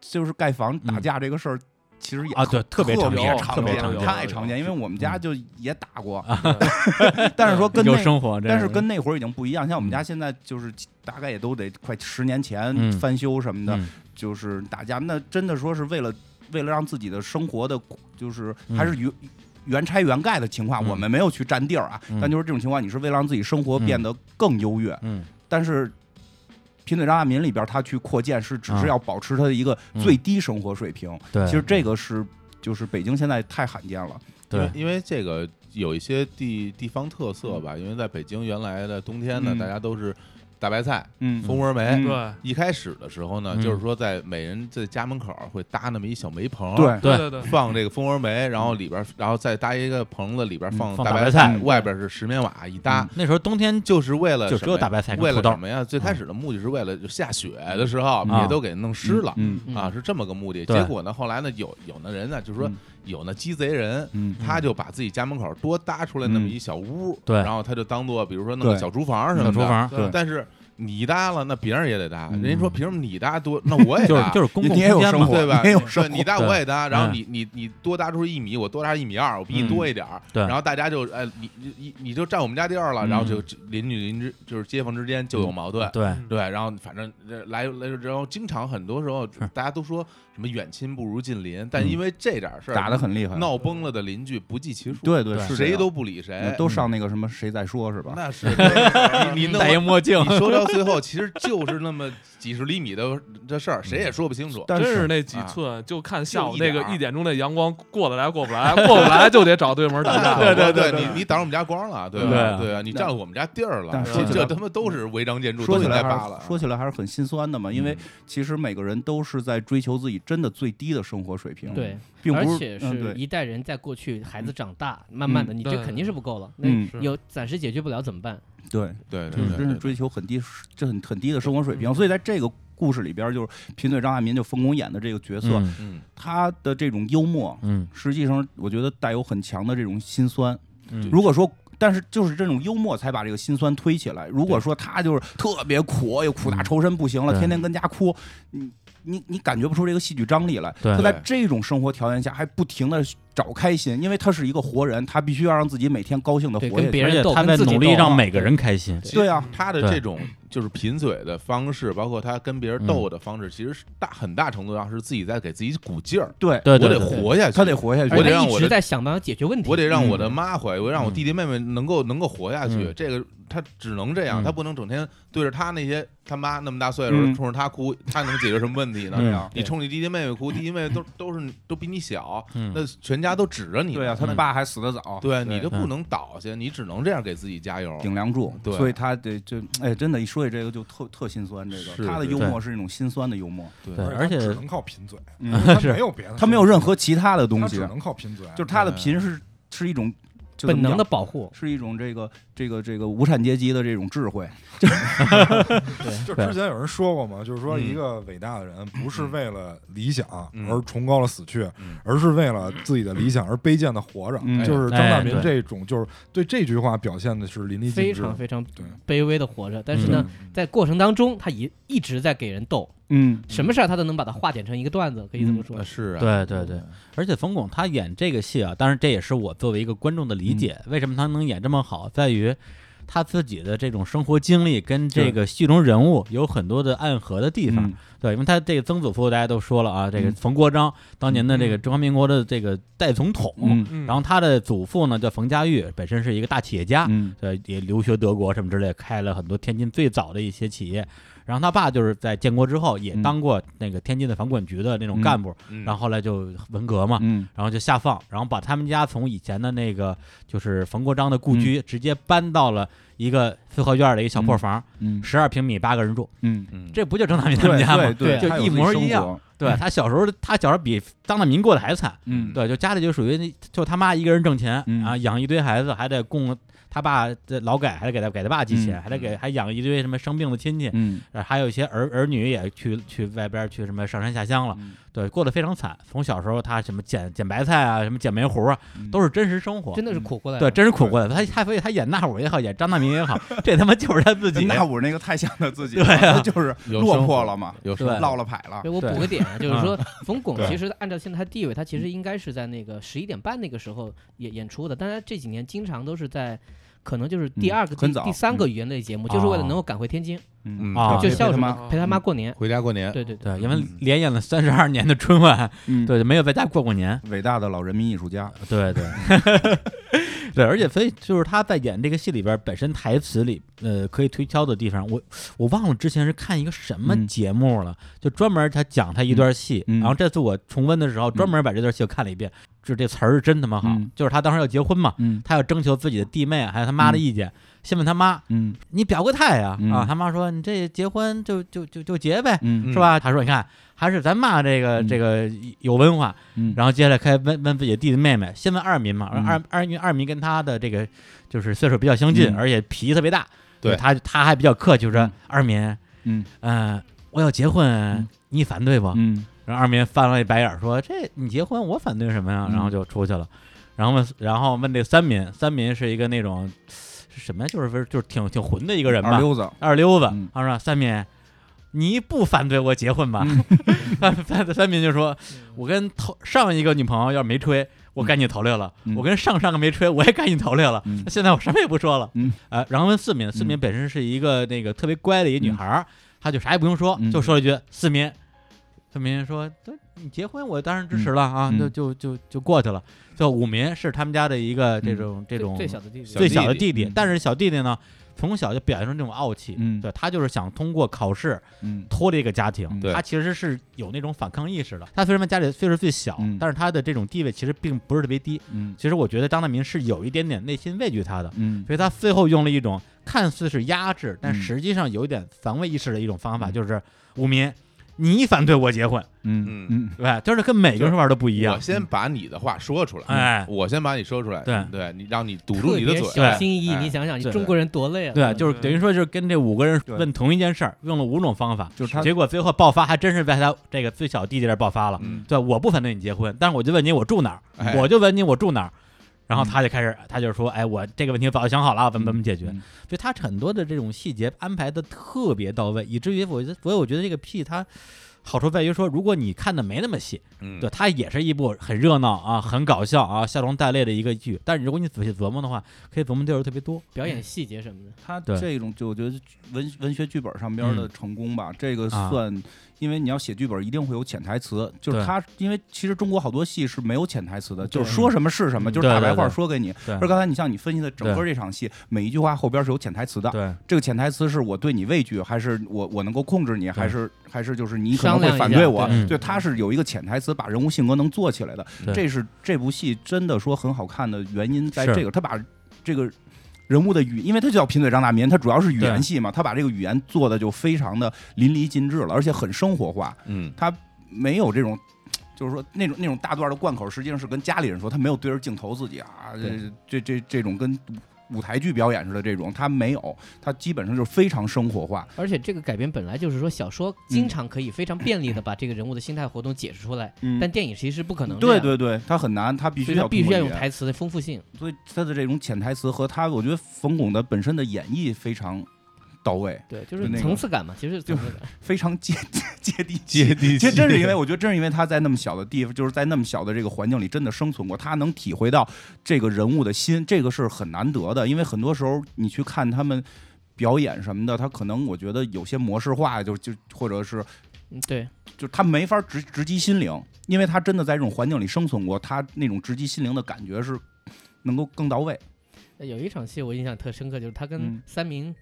[SPEAKER 2] 就是盖房打架这个事儿。其实也
[SPEAKER 5] 嗯啊，对，特别
[SPEAKER 2] 特
[SPEAKER 5] 常
[SPEAKER 2] 别
[SPEAKER 5] 见，
[SPEAKER 2] 常
[SPEAKER 5] 别
[SPEAKER 1] 见
[SPEAKER 5] 常
[SPEAKER 1] 有
[SPEAKER 2] 太常见，因为我们家
[SPEAKER 5] 嗯啊
[SPEAKER 2] 就也打过，
[SPEAKER 1] 对
[SPEAKER 2] 但是说跟那
[SPEAKER 5] 有
[SPEAKER 2] 个
[SPEAKER 5] 生活，这
[SPEAKER 2] 但
[SPEAKER 5] 样
[SPEAKER 2] 是
[SPEAKER 5] 的
[SPEAKER 2] 跟那会儿已经不一样，像我们家现在就是大概也都得快十年前
[SPEAKER 5] 嗯
[SPEAKER 2] 翻修什么的，
[SPEAKER 5] 嗯
[SPEAKER 2] 就是打架，那真的说是为了为了让自己的生活的，就是
[SPEAKER 5] 嗯
[SPEAKER 2] 还是原、原拆原盖的情况，
[SPEAKER 5] 嗯
[SPEAKER 2] 我们没有去占地儿啊，
[SPEAKER 5] 嗯
[SPEAKER 2] 但就是这种情况，你是为了让自己生活
[SPEAKER 5] 嗯
[SPEAKER 2] 变得更优越，
[SPEAKER 5] 嗯
[SPEAKER 2] 但是。贫嘴张大民里边，他去扩建是只
[SPEAKER 5] 啊
[SPEAKER 2] 是要保持他的一个
[SPEAKER 5] 嗯
[SPEAKER 2] 最低生活水平。
[SPEAKER 5] 对，嗯
[SPEAKER 2] 其实这个是就是北京现在太罕见了。
[SPEAKER 6] 因为
[SPEAKER 5] 对
[SPEAKER 6] 因为这个有一些地地方特色吧，因为在北京原来的冬天呢，
[SPEAKER 2] 嗯
[SPEAKER 6] 大家都是大白菜、
[SPEAKER 2] 嗯
[SPEAKER 6] 蜂窝
[SPEAKER 2] 嗯
[SPEAKER 6] 煤。
[SPEAKER 1] 对
[SPEAKER 6] 一开始的时候呢，
[SPEAKER 5] 嗯
[SPEAKER 6] 就是说在每人在家门口会搭那么一小煤棚，，
[SPEAKER 2] 对，
[SPEAKER 1] 对对对，
[SPEAKER 6] 放这个蜂窝煤，然后里边，然后再搭一个棚子，里边
[SPEAKER 2] 嗯
[SPEAKER 5] 放
[SPEAKER 6] 大
[SPEAKER 5] 大白
[SPEAKER 6] 菜，
[SPEAKER 5] 菜
[SPEAKER 6] 外边是石棉瓦一搭，
[SPEAKER 5] 那时候冬天
[SPEAKER 6] 就是为了
[SPEAKER 5] 就
[SPEAKER 6] 什
[SPEAKER 5] 只有
[SPEAKER 6] 么呀
[SPEAKER 5] 大白菜跟
[SPEAKER 6] 为了
[SPEAKER 5] 土豆
[SPEAKER 6] 什么呀？最开始的目的是为了就下雪的时候，
[SPEAKER 5] 嗯
[SPEAKER 6] 也都给弄湿了。
[SPEAKER 2] 嗯
[SPEAKER 4] 嗯
[SPEAKER 6] 啊，，是这么个目的。
[SPEAKER 5] 对
[SPEAKER 6] 结果呢，后来呢，有有的人呢，就是说
[SPEAKER 2] 嗯
[SPEAKER 6] 有那鸡贼人，
[SPEAKER 2] 嗯
[SPEAKER 6] 他就把自己家门口多搭出来那么
[SPEAKER 2] 嗯
[SPEAKER 6] 一小屋，
[SPEAKER 5] 对
[SPEAKER 6] 然后他就当做比如说弄个
[SPEAKER 2] 对
[SPEAKER 6] 嗯小厨房什
[SPEAKER 5] 小
[SPEAKER 6] 么的。
[SPEAKER 5] 厨，房
[SPEAKER 1] 对
[SPEAKER 6] 但是你搭了，那别人也得搭。
[SPEAKER 2] 嗯
[SPEAKER 6] 人家说凭什么你搭多，那我也
[SPEAKER 5] 就是
[SPEAKER 6] 搭，
[SPEAKER 5] 就是公共
[SPEAKER 2] 你也有
[SPEAKER 5] 空间
[SPEAKER 2] 生
[SPEAKER 5] 嘛
[SPEAKER 2] 活，
[SPEAKER 6] 对吧？
[SPEAKER 2] 没有生
[SPEAKER 6] 对
[SPEAKER 2] 活
[SPEAKER 6] 你搭我也搭，然后
[SPEAKER 5] 嗯
[SPEAKER 6] 你你你多搭出一米，我多搭一米二，我比你
[SPEAKER 2] 嗯
[SPEAKER 6] 多一点儿。
[SPEAKER 5] 对
[SPEAKER 6] 然后大家就哎，你你你你就占我们家地儿了，
[SPEAKER 5] 嗯
[SPEAKER 6] 然后就就邻居邻居就是街坊之间就有矛盾。
[SPEAKER 5] 对，
[SPEAKER 1] 嗯
[SPEAKER 6] 对，然后反正呃来来，然后经常很多时候
[SPEAKER 5] 是
[SPEAKER 6] 大家都说什么远亲不如近邻，但
[SPEAKER 5] 嗯
[SPEAKER 6] 因为这点儿事儿
[SPEAKER 2] 打得很厉害，
[SPEAKER 6] 闹崩了的邻居不计其数，
[SPEAKER 2] 对对
[SPEAKER 5] 对
[SPEAKER 2] 是这
[SPEAKER 6] 谁
[SPEAKER 2] 样
[SPEAKER 6] 都不理
[SPEAKER 2] 那
[SPEAKER 6] 谁，
[SPEAKER 2] 都上那个什么谁在说是吧？[LAUGHS]
[SPEAKER 6] 那是你你弄
[SPEAKER 5] 戴一
[SPEAKER 6] 完
[SPEAKER 5] 墨镜，
[SPEAKER 6] 你说到最后，其实就是那么几十厘米的这事儿，谁
[SPEAKER 2] 嗯
[SPEAKER 6] 也说不清楚。
[SPEAKER 2] 但
[SPEAKER 1] 真是
[SPEAKER 2] 是
[SPEAKER 1] 那几寸，就看下午
[SPEAKER 6] 就一
[SPEAKER 1] 那
[SPEAKER 6] 点
[SPEAKER 1] 个
[SPEAKER 6] 儿
[SPEAKER 1] 一点钟那阳光过得来过不来，过不来就得找对门打
[SPEAKER 6] [LAUGHS]
[SPEAKER 1] 架。
[SPEAKER 6] 对
[SPEAKER 5] 对
[SPEAKER 6] 对
[SPEAKER 5] 对对
[SPEAKER 6] 你你挡着我们家光了，对
[SPEAKER 5] 对
[SPEAKER 6] 吧？
[SPEAKER 5] 啊
[SPEAKER 6] 对啊，你占了我们家地儿了
[SPEAKER 2] 但，
[SPEAKER 1] 是
[SPEAKER 6] 这
[SPEAKER 1] 说起
[SPEAKER 6] 这
[SPEAKER 2] 来
[SPEAKER 6] 他妈都是违章建筑，
[SPEAKER 2] 嗯说
[SPEAKER 6] 都
[SPEAKER 2] 起
[SPEAKER 6] 应
[SPEAKER 2] 来
[SPEAKER 6] 该
[SPEAKER 2] 还
[SPEAKER 6] 扒
[SPEAKER 2] 是
[SPEAKER 6] 了。啊嗯
[SPEAKER 2] 说起来还是很心酸的嘛，因为其实每个人都是在追求自己真的最低的生活水平，
[SPEAKER 4] 对，
[SPEAKER 2] 并
[SPEAKER 4] 而
[SPEAKER 2] 不
[SPEAKER 4] 且
[SPEAKER 2] 嗯
[SPEAKER 4] 是
[SPEAKER 2] 对，
[SPEAKER 4] 一代人在过去，孩子长大，慢慢的，你这
[SPEAKER 1] 对
[SPEAKER 4] 肯定是不够了。那
[SPEAKER 2] 嗯
[SPEAKER 1] 是
[SPEAKER 4] 有暂时解决不了怎么办？
[SPEAKER 2] 对，
[SPEAKER 6] 对对
[SPEAKER 2] 就是
[SPEAKER 6] 嗯对
[SPEAKER 2] 真是
[SPEAKER 6] 对对，
[SPEAKER 2] 追求很低，这很很低的生活水平，所以在这个故事里边，就是贫嘴张大民就冯巩演的这个角色，
[SPEAKER 5] 嗯
[SPEAKER 6] 嗯
[SPEAKER 2] 他的这种幽默，
[SPEAKER 5] 嗯
[SPEAKER 2] 实际上我觉得带有很强的这种心酸。
[SPEAKER 5] 嗯，
[SPEAKER 2] 如果说，但是就是这种幽默才把这个心酸推起来。如果说他就是特别苦，又苦大仇深，不行了，
[SPEAKER 5] 对
[SPEAKER 2] 天天跟家哭，你你你感觉不出这个戏剧张力来。
[SPEAKER 5] 对
[SPEAKER 2] 他在这种生活条件下还不停的找开心，因为他是一个活人，他必须要让自己每天高兴的
[SPEAKER 4] 对
[SPEAKER 2] 活
[SPEAKER 4] 跟
[SPEAKER 2] 下去。
[SPEAKER 4] 别
[SPEAKER 5] 而
[SPEAKER 4] 人
[SPEAKER 5] 且
[SPEAKER 4] 斗
[SPEAKER 5] 他
[SPEAKER 4] 跟
[SPEAKER 5] 在
[SPEAKER 4] 自己
[SPEAKER 5] 努力
[SPEAKER 4] 斗
[SPEAKER 5] 让
[SPEAKER 4] 啊
[SPEAKER 5] 每个人开心，
[SPEAKER 6] 其实
[SPEAKER 2] 对啊，
[SPEAKER 6] 他的
[SPEAKER 5] 对
[SPEAKER 6] 这种就是贫嘴的方式，包括他跟别人斗的方式，其实是大很大程度上是自己在给自己鼓劲儿，
[SPEAKER 2] 对，
[SPEAKER 5] 对
[SPEAKER 6] 我
[SPEAKER 5] 对
[SPEAKER 6] 得
[SPEAKER 5] 对，
[SPEAKER 6] 活下去，
[SPEAKER 2] 他得活下去。
[SPEAKER 6] 我
[SPEAKER 4] 而
[SPEAKER 6] 得
[SPEAKER 4] 且
[SPEAKER 6] 让
[SPEAKER 4] 一
[SPEAKER 6] 我
[SPEAKER 4] 直
[SPEAKER 6] 的
[SPEAKER 4] 在想办法解决问题。
[SPEAKER 6] 我得让我的
[SPEAKER 2] 嗯
[SPEAKER 6] 妈怀，我让我弟弟妹妹能够能够活下去
[SPEAKER 5] 嗯。
[SPEAKER 6] 这个他只能这
[SPEAKER 5] 嗯
[SPEAKER 6] 样，他不能整天对着他那些他妈那么大岁数
[SPEAKER 2] 嗯
[SPEAKER 6] 冲着他哭，他能解决什么问题呢？
[SPEAKER 5] 嗯
[SPEAKER 6] 你冲你弟弟妹妹哭，弟弟妹妹都都是都比你小，
[SPEAKER 5] 嗯
[SPEAKER 6] 那全家都指着你。
[SPEAKER 2] 对啊，他
[SPEAKER 5] 嗯
[SPEAKER 2] 爸还死得早，
[SPEAKER 6] 对你就
[SPEAKER 5] 嗯
[SPEAKER 6] 不能倒下，你只能这样给自己加油。
[SPEAKER 2] 顶梁柱，
[SPEAKER 6] 对
[SPEAKER 2] 所以他得就哎，真的，一说起这个就特特心酸。这
[SPEAKER 6] 是
[SPEAKER 2] 个他的幽默是一种心酸的幽默，
[SPEAKER 6] 对
[SPEAKER 5] 对
[SPEAKER 3] 而
[SPEAKER 5] 而
[SPEAKER 3] 他
[SPEAKER 5] 且
[SPEAKER 3] 只能靠贫嘴，
[SPEAKER 2] 嗯
[SPEAKER 3] 因
[SPEAKER 5] [LAUGHS]
[SPEAKER 3] 为他
[SPEAKER 5] 是
[SPEAKER 3] 没有别的，
[SPEAKER 2] 他没有，任何其他的东
[SPEAKER 3] 他
[SPEAKER 2] 西，
[SPEAKER 3] 只
[SPEAKER 2] 就
[SPEAKER 3] 能靠贫嘴，
[SPEAKER 2] 是他的贫是是一种就怎
[SPEAKER 4] 本
[SPEAKER 2] 么
[SPEAKER 4] 能
[SPEAKER 2] 讲
[SPEAKER 4] 的保护，
[SPEAKER 2] 是一种这个这个这个无产阶级的这种智慧，
[SPEAKER 3] 就
[SPEAKER 5] 对
[SPEAKER 3] 之前有人说过嘛，就是说
[SPEAKER 6] 嗯
[SPEAKER 3] 一个伟大的人不
[SPEAKER 5] 嗯
[SPEAKER 3] 是为了理想
[SPEAKER 6] 嗯
[SPEAKER 3] 而崇高了死去
[SPEAKER 6] 嗯，
[SPEAKER 3] 而是为了自己的理想而卑贱的活着
[SPEAKER 2] 嗯。
[SPEAKER 3] 就是张大民
[SPEAKER 5] 哎对
[SPEAKER 3] 这种，就是对这句话表现的是淋漓
[SPEAKER 4] 非
[SPEAKER 3] 尽致。
[SPEAKER 4] 常非常
[SPEAKER 3] 对
[SPEAKER 4] 卑微的活着。但是呢，在过程当中，他一一直在给人逗，
[SPEAKER 2] 嗯，
[SPEAKER 4] 什么事儿他都能把它化解成一个段子，可以这么说
[SPEAKER 6] 啊。是啊，
[SPEAKER 5] 对
[SPEAKER 2] 嗯
[SPEAKER 5] 对对，而且冯巩他演这个戏啊，当然这也是我作为一个观众的理
[SPEAKER 2] 嗯
[SPEAKER 5] 解，为什么他能演这么好，在于他自己的这种生活经历跟这
[SPEAKER 2] 对
[SPEAKER 5] 个戏中人物有很多的暗合的地方。
[SPEAKER 2] 嗯
[SPEAKER 5] 对，因为他这个曾祖父大家都说了啊，这个
[SPEAKER 2] 嗯
[SPEAKER 5] 冯国璋当年的这个中华民国的这个代总统，
[SPEAKER 2] 嗯
[SPEAKER 1] 嗯
[SPEAKER 5] 然后他的祖父呢叫冯家玉，本身是一个大企业家，
[SPEAKER 2] 嗯
[SPEAKER 5] 对，也留学德国什么之类，开了很多天津最早的一些企业。然后他爸就是在建国之后也
[SPEAKER 2] 嗯
[SPEAKER 5] 当过那个天津的房管局的那种
[SPEAKER 2] 嗯
[SPEAKER 5] 干部，
[SPEAKER 6] 嗯
[SPEAKER 5] 然后后来就文革嘛，
[SPEAKER 2] 嗯
[SPEAKER 5] 然后就下放，然后把他们家从以前的那个就是冯国璋的故
[SPEAKER 2] 嗯
[SPEAKER 5] 居，直接搬到了一个四合院的一个小破房，
[SPEAKER 2] 嗯
[SPEAKER 5] 十二平米，八个人住，
[SPEAKER 2] 嗯，
[SPEAKER 6] 嗯
[SPEAKER 5] 这不就张大民啊 [LAUGHS] 他们家吗？
[SPEAKER 2] 对
[SPEAKER 5] 就一模一样。，对他小时候，他小时候比张大民过得还惨，
[SPEAKER 2] 嗯
[SPEAKER 5] 对，就家里就属于那就他妈一个人挣钱
[SPEAKER 2] 嗯
[SPEAKER 5] 啊，养一堆孩子，还得供他爸这劳改，还得给他给他爸寄钱，
[SPEAKER 2] 嗯
[SPEAKER 5] 还得给
[SPEAKER 6] 嗯
[SPEAKER 5] 还养一堆什么生病的亲戚，
[SPEAKER 2] 嗯
[SPEAKER 5] 呃还有一些儿儿女也去去外边去什么上山下乡了。
[SPEAKER 2] 嗯
[SPEAKER 5] 对，过得非常惨。从小时候他什么捡捡白菜啊，什么捡煤糊啊，都
[SPEAKER 2] 是
[SPEAKER 5] 是真实生活
[SPEAKER 4] 真。的是苦过来
[SPEAKER 5] 对，
[SPEAKER 4] 了。
[SPEAKER 5] 真是苦过来的。他他所以他演那会儿也好，演张大民也好，这他妈就是他自己。
[SPEAKER 2] [LAUGHS]
[SPEAKER 5] 啊
[SPEAKER 2] 那我那个太像他自己，了，就是
[SPEAKER 6] 有
[SPEAKER 2] 落
[SPEAKER 6] 生
[SPEAKER 2] 魄
[SPEAKER 6] 活
[SPEAKER 2] 了嘛，
[SPEAKER 6] 有
[SPEAKER 5] 对
[SPEAKER 6] 生活
[SPEAKER 2] 落了牌了
[SPEAKER 4] 对，，我
[SPEAKER 5] 对
[SPEAKER 4] 补个点啊，就是说冯巩
[SPEAKER 3] 对
[SPEAKER 4] 其实按照现在他地位，他其实应该是在那个十一点半那个时候演演出的，但他这几年经常都是在。可能就是第
[SPEAKER 2] 嗯
[SPEAKER 4] 二个、
[SPEAKER 2] 很
[SPEAKER 4] 第
[SPEAKER 2] 早
[SPEAKER 4] 第三个语言类节目，就是为了能够赶回天津，
[SPEAKER 6] 嗯
[SPEAKER 5] 啊
[SPEAKER 4] 就
[SPEAKER 2] 陪
[SPEAKER 4] 孝
[SPEAKER 2] 他
[SPEAKER 4] 顺
[SPEAKER 2] 妈
[SPEAKER 4] 陪他妈过年。
[SPEAKER 6] 回家过年，
[SPEAKER 4] 对对对，
[SPEAKER 5] 对，因为连演了三十二年的春晚，
[SPEAKER 2] 嗯，
[SPEAKER 5] 对，没有在家过过年。
[SPEAKER 2] 伟大的老人民艺术家，
[SPEAKER 5] 对对， [LAUGHS] 对，而且所以就是他在演这个戏里边，本身台词里呃可以推敲的地方，我我忘了之前是看一个什么
[SPEAKER 2] 嗯
[SPEAKER 5] 节目了，就专门他讲他一段戏，
[SPEAKER 2] 嗯嗯
[SPEAKER 5] 然后这次我重温的时候，专门把这段戏又看了一遍，就这词儿是真他妈好，
[SPEAKER 2] 嗯
[SPEAKER 5] 就是他当时要结婚嘛。
[SPEAKER 2] 嗯
[SPEAKER 5] 他要征求自己的弟妹还有他妈的意见，先问他妈
[SPEAKER 2] 嗯：“
[SPEAKER 5] 你表个态呀、啊？”
[SPEAKER 2] 嗯
[SPEAKER 5] 他妈说：“你这结婚就就就就结呗，
[SPEAKER 2] 嗯
[SPEAKER 5] 是吧？”他说：“你看，还是咱妈这个、
[SPEAKER 2] 嗯
[SPEAKER 5] 这个有文化，
[SPEAKER 2] 嗯，
[SPEAKER 5] 然后接下来开始问问自己的弟弟妹妹，先问二民嘛，
[SPEAKER 2] 嗯
[SPEAKER 5] 二二因为二民跟他的这个就是岁数比较相近，
[SPEAKER 2] 嗯
[SPEAKER 5] 而且脾气特别大，
[SPEAKER 6] 对
[SPEAKER 5] 他他还比较客气，就说、
[SPEAKER 2] 嗯
[SPEAKER 5] 二民，
[SPEAKER 2] 嗯
[SPEAKER 5] 呃，我要结婚，你反对不？
[SPEAKER 2] 嗯
[SPEAKER 5] 然后二民翻了一白眼儿说：“这你结婚，我反对什么呀？”
[SPEAKER 2] 嗯
[SPEAKER 5] 然后就出去了。然后问，然后问这三民，三民是一个那种是什么呀？就是就是挺挺混的一个人吧，
[SPEAKER 2] 二溜子，
[SPEAKER 5] 二溜子
[SPEAKER 2] 嗯，
[SPEAKER 5] 他说三民，你不反对我结婚吧？
[SPEAKER 2] 嗯
[SPEAKER 5] [LAUGHS] 三三民就说，我跟头上一个女朋友要是没吹，我赶紧逃离了；
[SPEAKER 2] 嗯
[SPEAKER 5] 我跟上上个没吹，我也赶紧逃离了。
[SPEAKER 2] 嗯
[SPEAKER 5] [LAUGHS] 现在我什么也不说了。
[SPEAKER 2] 嗯
[SPEAKER 5] 呃，然后问四民，四民本身是一个那个特别乖的一个女孩儿，她就啥也不用说，
[SPEAKER 2] 嗯
[SPEAKER 5] 就说了一句四民。四民说：“对，你结婚我当然支持了啊，
[SPEAKER 2] 嗯
[SPEAKER 5] 就就就就过去了。”就五民是他们家的一个这种、这
[SPEAKER 4] 最
[SPEAKER 5] 种
[SPEAKER 4] 最小的弟弟，
[SPEAKER 6] 小
[SPEAKER 5] 最
[SPEAKER 6] 弟
[SPEAKER 5] 小的
[SPEAKER 6] 弟
[SPEAKER 5] 弟弟，
[SPEAKER 2] 嗯
[SPEAKER 5] 但是小弟弟呢，从小就表现出这种傲气，
[SPEAKER 2] 嗯
[SPEAKER 5] 对他就是想通过考试
[SPEAKER 2] 嗯
[SPEAKER 5] 脱离一个家庭，
[SPEAKER 2] 嗯
[SPEAKER 6] 对
[SPEAKER 5] 他其实是有那种反抗意识的。他虽然家里岁数最小，
[SPEAKER 2] 嗯
[SPEAKER 5] 但是他的这种地位其实并不是特别低。
[SPEAKER 2] 嗯
[SPEAKER 5] 其实我觉得张大民是有一点点内心畏惧他的，
[SPEAKER 2] 嗯
[SPEAKER 5] 所以他最后用了一种看似是压制，但
[SPEAKER 2] 嗯
[SPEAKER 5] 实际上有一点防卫意识的一种方法，
[SPEAKER 2] 嗯
[SPEAKER 5] 就是武民，你反对我结婚，
[SPEAKER 2] 嗯嗯
[SPEAKER 5] 对吧？就是跟每个人说法都不一样嗯
[SPEAKER 6] 我。先把你的话说出来，嗯
[SPEAKER 5] 哎
[SPEAKER 6] 我先把你说出来，嗯
[SPEAKER 5] 对
[SPEAKER 6] 对你让你堵住
[SPEAKER 4] 特
[SPEAKER 6] 你的
[SPEAKER 4] 别
[SPEAKER 6] 嘴，
[SPEAKER 4] 小心翼翼。
[SPEAKER 6] 哎
[SPEAKER 4] 你想想，
[SPEAKER 5] 对
[SPEAKER 4] 中国人多累啊！
[SPEAKER 5] 对，就是等于说，就是跟这五个人
[SPEAKER 2] 嗯对
[SPEAKER 5] 问同一件事儿，用了五种方法，
[SPEAKER 2] 就是他
[SPEAKER 5] 结果最后爆发还真是在他这个最小弟弟这儿爆发了。
[SPEAKER 6] 嗯，
[SPEAKER 5] 对，我不反对你结婚，但是我就问你我住哪儿，
[SPEAKER 6] 哎
[SPEAKER 5] 我就问你我住哪儿，然后他就开始，他就说，哎，我这个问题我早就想好了，怎么怎么解决。
[SPEAKER 2] 嗯嗯
[SPEAKER 5] 所以他很多的这种细节安排的特别到位，以至于我觉得，所以我觉得这个 P 它好处在于说，如果你看的没那么细，
[SPEAKER 6] 嗯
[SPEAKER 5] 对，，它也是一部很热闹啊、很搞笑啊、笑中带泪的一个剧。但是如果你仔细琢磨的话，可以琢磨地儿特别多。
[SPEAKER 4] 表演细节什么的，
[SPEAKER 2] 他
[SPEAKER 5] 嗯对嗯
[SPEAKER 2] 这种就我觉得文文学剧本上边的成功吧，这个
[SPEAKER 5] 啊
[SPEAKER 2] 算，因为你要写剧本一定会有潜台词，就是
[SPEAKER 5] 对
[SPEAKER 2] 他，因为其实中国好多戏是没有潜台词的，就是
[SPEAKER 4] 对
[SPEAKER 2] 说什么是什么，
[SPEAKER 5] 嗯
[SPEAKER 2] 就是大白
[SPEAKER 5] 对
[SPEAKER 2] 话
[SPEAKER 5] 对对
[SPEAKER 2] 说给你。
[SPEAKER 5] 对
[SPEAKER 2] 而刚才你像你分析的整个
[SPEAKER 5] 对
[SPEAKER 2] 这场戏，每一句话后边是有潜台词的， [LAUGHS]
[SPEAKER 5] 对
[SPEAKER 2] 这个潜台词是我对你畏惧，还是我我能够控制你，还是还是就是你可能
[SPEAKER 4] 商量
[SPEAKER 2] 会
[SPEAKER 4] 一
[SPEAKER 2] 反
[SPEAKER 4] 下
[SPEAKER 2] 对我？
[SPEAKER 5] 对
[SPEAKER 2] 对，他是有一个潜台词，把人物性格能做起来的。
[SPEAKER 5] 对
[SPEAKER 2] 这是这部戏真的说很好看的原因在
[SPEAKER 5] 是
[SPEAKER 2] 这个，他把这个人物的语，因为他就叫贫嘴张大民，他主要是语
[SPEAKER 5] 对
[SPEAKER 2] 言戏嘛，他把这个语言做的就非常的淋漓尽致了，而且很生活化，
[SPEAKER 6] 嗯，
[SPEAKER 2] 没有这种。就是说，那种那种大段的贯口，实际上是跟家里人说，他没有对着镜头自己啊，这这这这种跟舞台剧表演似的这种，他没有，他基本上就是非常生活化。
[SPEAKER 4] 而且这个改编本来就是说小说经常可以非常便利的把这个人物的心态活动解释出来，
[SPEAKER 2] 嗯
[SPEAKER 4] 但电影其实是不可能的
[SPEAKER 2] 对
[SPEAKER 4] 呀。
[SPEAKER 2] 对对，他很难，他必
[SPEAKER 4] 所
[SPEAKER 2] 须
[SPEAKER 4] 以它
[SPEAKER 2] 要
[SPEAKER 4] 必须
[SPEAKER 2] 通过
[SPEAKER 4] 要用
[SPEAKER 2] 语言
[SPEAKER 4] 台词的丰富性。
[SPEAKER 2] 所以他的这种潜台词和他，我觉得冯巩的本身的演绎非常到位，
[SPEAKER 4] 对，就
[SPEAKER 2] 就是那个
[SPEAKER 4] 层次感嘛，其实是层次感。
[SPEAKER 2] 非常接 [LAUGHS] 接地气。
[SPEAKER 6] 接地气，
[SPEAKER 2] 其实真是因为，我觉得真是因为他在那么小的地方，就是在那么小的这个环境里，真的生存过，他能体会到这个人物的心，这个是很难得的。因为很多时候你去看他们表演什么的，他可能我觉得有些模式化，就就或者是
[SPEAKER 4] 嗯，对，
[SPEAKER 2] 就是他没法直直击心灵，因为他真的在这种环境里生存过，他那种直击心灵的感觉是能够更到位。
[SPEAKER 4] 哎有一场戏我印象特深刻，就是他跟
[SPEAKER 2] 嗯
[SPEAKER 4] 三明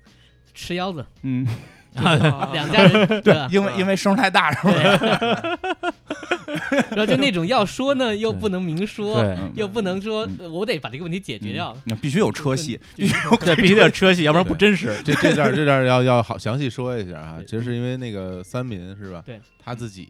[SPEAKER 4] 吃腰子，
[SPEAKER 2] 嗯，
[SPEAKER 1] 啊
[SPEAKER 2] 啊
[SPEAKER 4] 两家人对吧？
[SPEAKER 2] [LAUGHS] 因为因为声太大是吧？
[SPEAKER 4] [LAUGHS] 然后就那种要说呢，又不能明说，
[SPEAKER 5] 对
[SPEAKER 2] 嗯
[SPEAKER 4] 又不能说呃我得把这个问题解决掉。
[SPEAKER 2] 那必须有车戏，必须
[SPEAKER 5] 对，必须得有车戏，要不然不真实。
[SPEAKER 6] 这这段这段要要好详细说一下啊，其实是因为那个三民是吧？
[SPEAKER 4] 对，
[SPEAKER 6] 他自己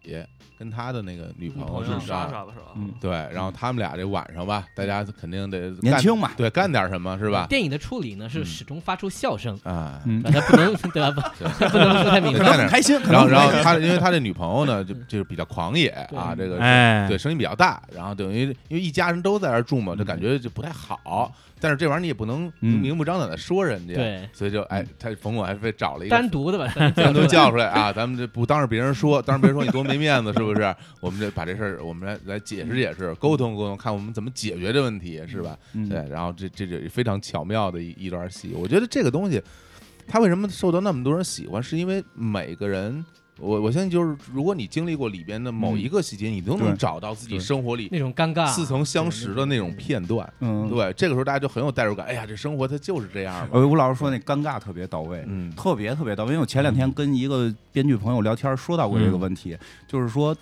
[SPEAKER 6] 跟他的那个女朋
[SPEAKER 1] 好
[SPEAKER 6] 友
[SPEAKER 1] 像
[SPEAKER 6] 是
[SPEAKER 1] 是莎
[SPEAKER 6] 啊吧
[SPEAKER 1] 莎吧，是吧？
[SPEAKER 2] 嗯
[SPEAKER 6] 对，然后他们俩这晚上吧，大家肯定得干
[SPEAKER 2] 年轻嘛
[SPEAKER 6] 对，干点什么是吧？
[SPEAKER 4] 电影的处理呢是
[SPEAKER 2] 嗯
[SPEAKER 4] 始终发出笑声，
[SPEAKER 6] 啊，
[SPEAKER 2] 嗯
[SPEAKER 4] 对吧他不能 [LAUGHS] 对吧？不
[SPEAKER 6] 对
[SPEAKER 4] 他不能说太明
[SPEAKER 6] 对
[SPEAKER 2] 可能
[SPEAKER 6] 干
[SPEAKER 4] 白。
[SPEAKER 6] 点
[SPEAKER 2] 很开心，可
[SPEAKER 6] 然
[SPEAKER 2] 能 [LAUGHS]
[SPEAKER 6] 后
[SPEAKER 2] 很
[SPEAKER 6] 然后
[SPEAKER 2] 开心
[SPEAKER 6] 他因为他这女朋友呢，就就是比较狂野啊，
[SPEAKER 4] 对
[SPEAKER 6] 这个
[SPEAKER 5] 哎，
[SPEAKER 6] 对，声音比较大，然后等于因为一家人都在这儿住嘛，就感觉就不太好。但是这玩意儿你也不能
[SPEAKER 2] 嗯
[SPEAKER 6] 明目张胆的说人家，，
[SPEAKER 4] 对，
[SPEAKER 6] 所以就哎，他冯巩还非找了一个
[SPEAKER 4] 单独的把三明
[SPEAKER 6] 单独
[SPEAKER 4] 出来
[SPEAKER 6] 叫出来啊，咱们这不当着别人说，当着别人说你多没面子，是不是？ [LAUGHS] 我们这把这事儿我们来来解释解释，沟通沟通，看我们怎么解决这问题，是吧？
[SPEAKER 2] 嗯
[SPEAKER 6] 对，然后这这就非常巧妙的一一段戏，我觉得这个东西，它为什么受到那么多人喜欢，是因为每个人。我我相信，就是如果你经历过里边的某一个细节，你都能
[SPEAKER 2] 对
[SPEAKER 6] 找到自己
[SPEAKER 2] 对
[SPEAKER 6] 生活里
[SPEAKER 4] 那种尴尬，
[SPEAKER 6] 似曾相识的那种片段。
[SPEAKER 2] 嗯，
[SPEAKER 6] 对，这个时候大家就很有代入感。哎呀，这生活它就是这样嘛。
[SPEAKER 2] 呃，吴老师说那尴尬特别到位，
[SPEAKER 6] 嗯
[SPEAKER 2] 特别特别到位。因为我前两天跟一个编剧朋友聊天，说到过
[SPEAKER 6] 嗯
[SPEAKER 2] 这个问题，就是说。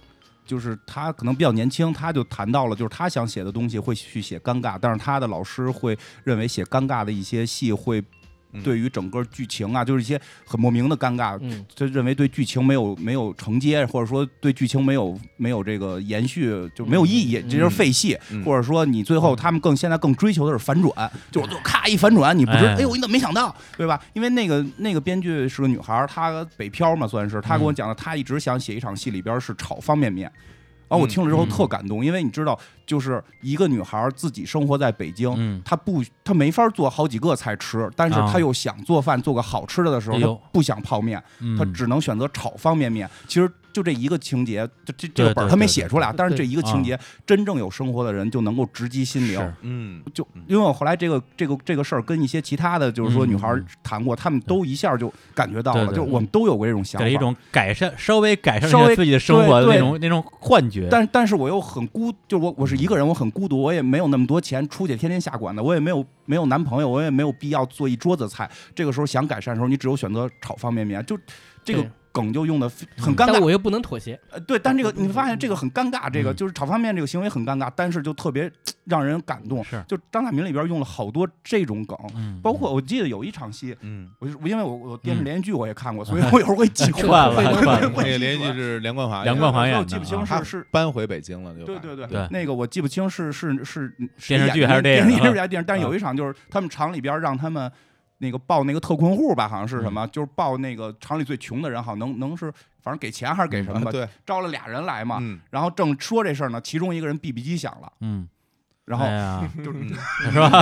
[SPEAKER 2] 就是他可能比较年轻，他就谈到了，就是他想写的东西会去写尴尬，但是他的老师会认为写尴尬的一些戏会
[SPEAKER 6] 嗯
[SPEAKER 2] 对于整个剧情啊，就是一些很莫名的尴尬，
[SPEAKER 4] 嗯，
[SPEAKER 2] 就认为对剧情没有没有承接，或者说对剧情没有没有这个延续，就没有意义，
[SPEAKER 4] 嗯
[SPEAKER 2] 这就是废戏。
[SPEAKER 6] 嗯
[SPEAKER 2] 或者说你最后他们更现在更追求的是反转，就我就咔一反转，你不知
[SPEAKER 5] 嗯哎
[SPEAKER 2] 哎呦你怎么没想到，对吧？因为那个那个编剧是个女孩儿，她北漂嘛算是，她
[SPEAKER 5] 嗯
[SPEAKER 2] 跟我讲的，她一直想写一场戏里边是炒方便面。然后我听了之后
[SPEAKER 5] 嗯
[SPEAKER 2] 特感动，因为你知道，就是一个女孩儿自己生活在北京，
[SPEAKER 5] 嗯，
[SPEAKER 2] 他不，他没法做好几个菜吃，但是
[SPEAKER 5] 啊
[SPEAKER 2] 他又想做饭，做个好吃的的时候，
[SPEAKER 5] 哎
[SPEAKER 2] 他
[SPEAKER 5] 呦
[SPEAKER 2] 不想泡面，
[SPEAKER 5] 嗯
[SPEAKER 2] 他只能选择炒方便面。其实就这一个情节，这这这
[SPEAKER 5] 对
[SPEAKER 2] 个本
[SPEAKER 5] 对
[SPEAKER 2] 儿他没
[SPEAKER 5] 对
[SPEAKER 2] 写出来，但是这一个
[SPEAKER 5] 啊
[SPEAKER 2] 情节，真正有生活的人就能够直击心灵。
[SPEAKER 5] 是
[SPEAKER 6] 嗯，
[SPEAKER 2] 就因为我后来这个这个这个事儿跟一些其他的就是说
[SPEAKER 5] 嗯
[SPEAKER 2] 女孩儿
[SPEAKER 5] 嗯
[SPEAKER 2] 谈过，她们都一下就感觉到
[SPEAKER 5] 对
[SPEAKER 2] 了，
[SPEAKER 5] 对
[SPEAKER 2] 就是
[SPEAKER 5] 对
[SPEAKER 2] 我们都有过这种想
[SPEAKER 5] 给了一
[SPEAKER 2] 法。
[SPEAKER 5] 种改善，稍微改善
[SPEAKER 2] 稍
[SPEAKER 5] 一下
[SPEAKER 2] 微
[SPEAKER 5] 自己的生活的
[SPEAKER 2] 对对
[SPEAKER 5] 那种那种幻觉。
[SPEAKER 2] 但但是我又很孤，就我我是一个人，我很孤独，我也没有那么多钱，出去天天下馆子，我也没有没有男朋友，我也没有必要做一桌子菜。这个时候想改善的时候，你只有选择炒方便面，就这个
[SPEAKER 4] 对嗯
[SPEAKER 2] 梗就用的很尴
[SPEAKER 4] 但
[SPEAKER 2] 尬。
[SPEAKER 4] 我又不能妥协。
[SPEAKER 5] [LAUGHS]
[SPEAKER 2] 呃对，但这个你会发现这个很尴尬，这个
[SPEAKER 5] 嗯
[SPEAKER 2] 就是炒方便面这个行为很尴尬，但是就特别让人感动。
[SPEAKER 5] 是
[SPEAKER 2] 就张大民里边用了好多这种梗，
[SPEAKER 5] 嗯，
[SPEAKER 2] 包括我记得有一场戏，
[SPEAKER 6] 嗯，
[SPEAKER 2] 我就我因为我我电视
[SPEAKER 5] 嗯
[SPEAKER 2] 连续剧我也看过，所以我有时候会
[SPEAKER 5] [LAUGHS]
[SPEAKER 2] 记混
[SPEAKER 5] 串了
[SPEAKER 2] 会
[SPEAKER 5] 串了
[SPEAKER 2] 会
[SPEAKER 6] 那
[SPEAKER 2] 会
[SPEAKER 6] 个
[SPEAKER 2] 记
[SPEAKER 6] 连续
[SPEAKER 2] 住
[SPEAKER 6] 剧是梁冠华演的，
[SPEAKER 5] 梁冠华
[SPEAKER 2] 我
[SPEAKER 5] 演的，
[SPEAKER 2] 记不清
[SPEAKER 5] 啊
[SPEAKER 6] 他
[SPEAKER 2] 是是
[SPEAKER 6] 搬回北京了，就
[SPEAKER 2] 对对对
[SPEAKER 5] 对
[SPEAKER 2] 那个我记不清是是是是
[SPEAKER 5] 电视剧
[SPEAKER 2] 演
[SPEAKER 5] 还是电
[SPEAKER 2] 电
[SPEAKER 5] 影
[SPEAKER 2] 视电视
[SPEAKER 5] 啊
[SPEAKER 2] 剧还是电影，但是有一场就是他们厂里边让他们那个报那个特困户吧，好像是什
[SPEAKER 5] 嗯
[SPEAKER 2] 么，就是报那个厂里最穷的人，好像能能是反正给钱还是给
[SPEAKER 5] 嗯
[SPEAKER 2] 什么
[SPEAKER 6] 啊
[SPEAKER 2] 吧，
[SPEAKER 6] 对，
[SPEAKER 2] 招了俩人来嘛，
[SPEAKER 6] 嗯，
[SPEAKER 2] 然后正说这事儿呢，其中一个人 BB 机响了，
[SPEAKER 5] 嗯，
[SPEAKER 2] 然后
[SPEAKER 5] 哎呀
[SPEAKER 2] 就是
[SPEAKER 6] 嗯
[SPEAKER 5] 是吧？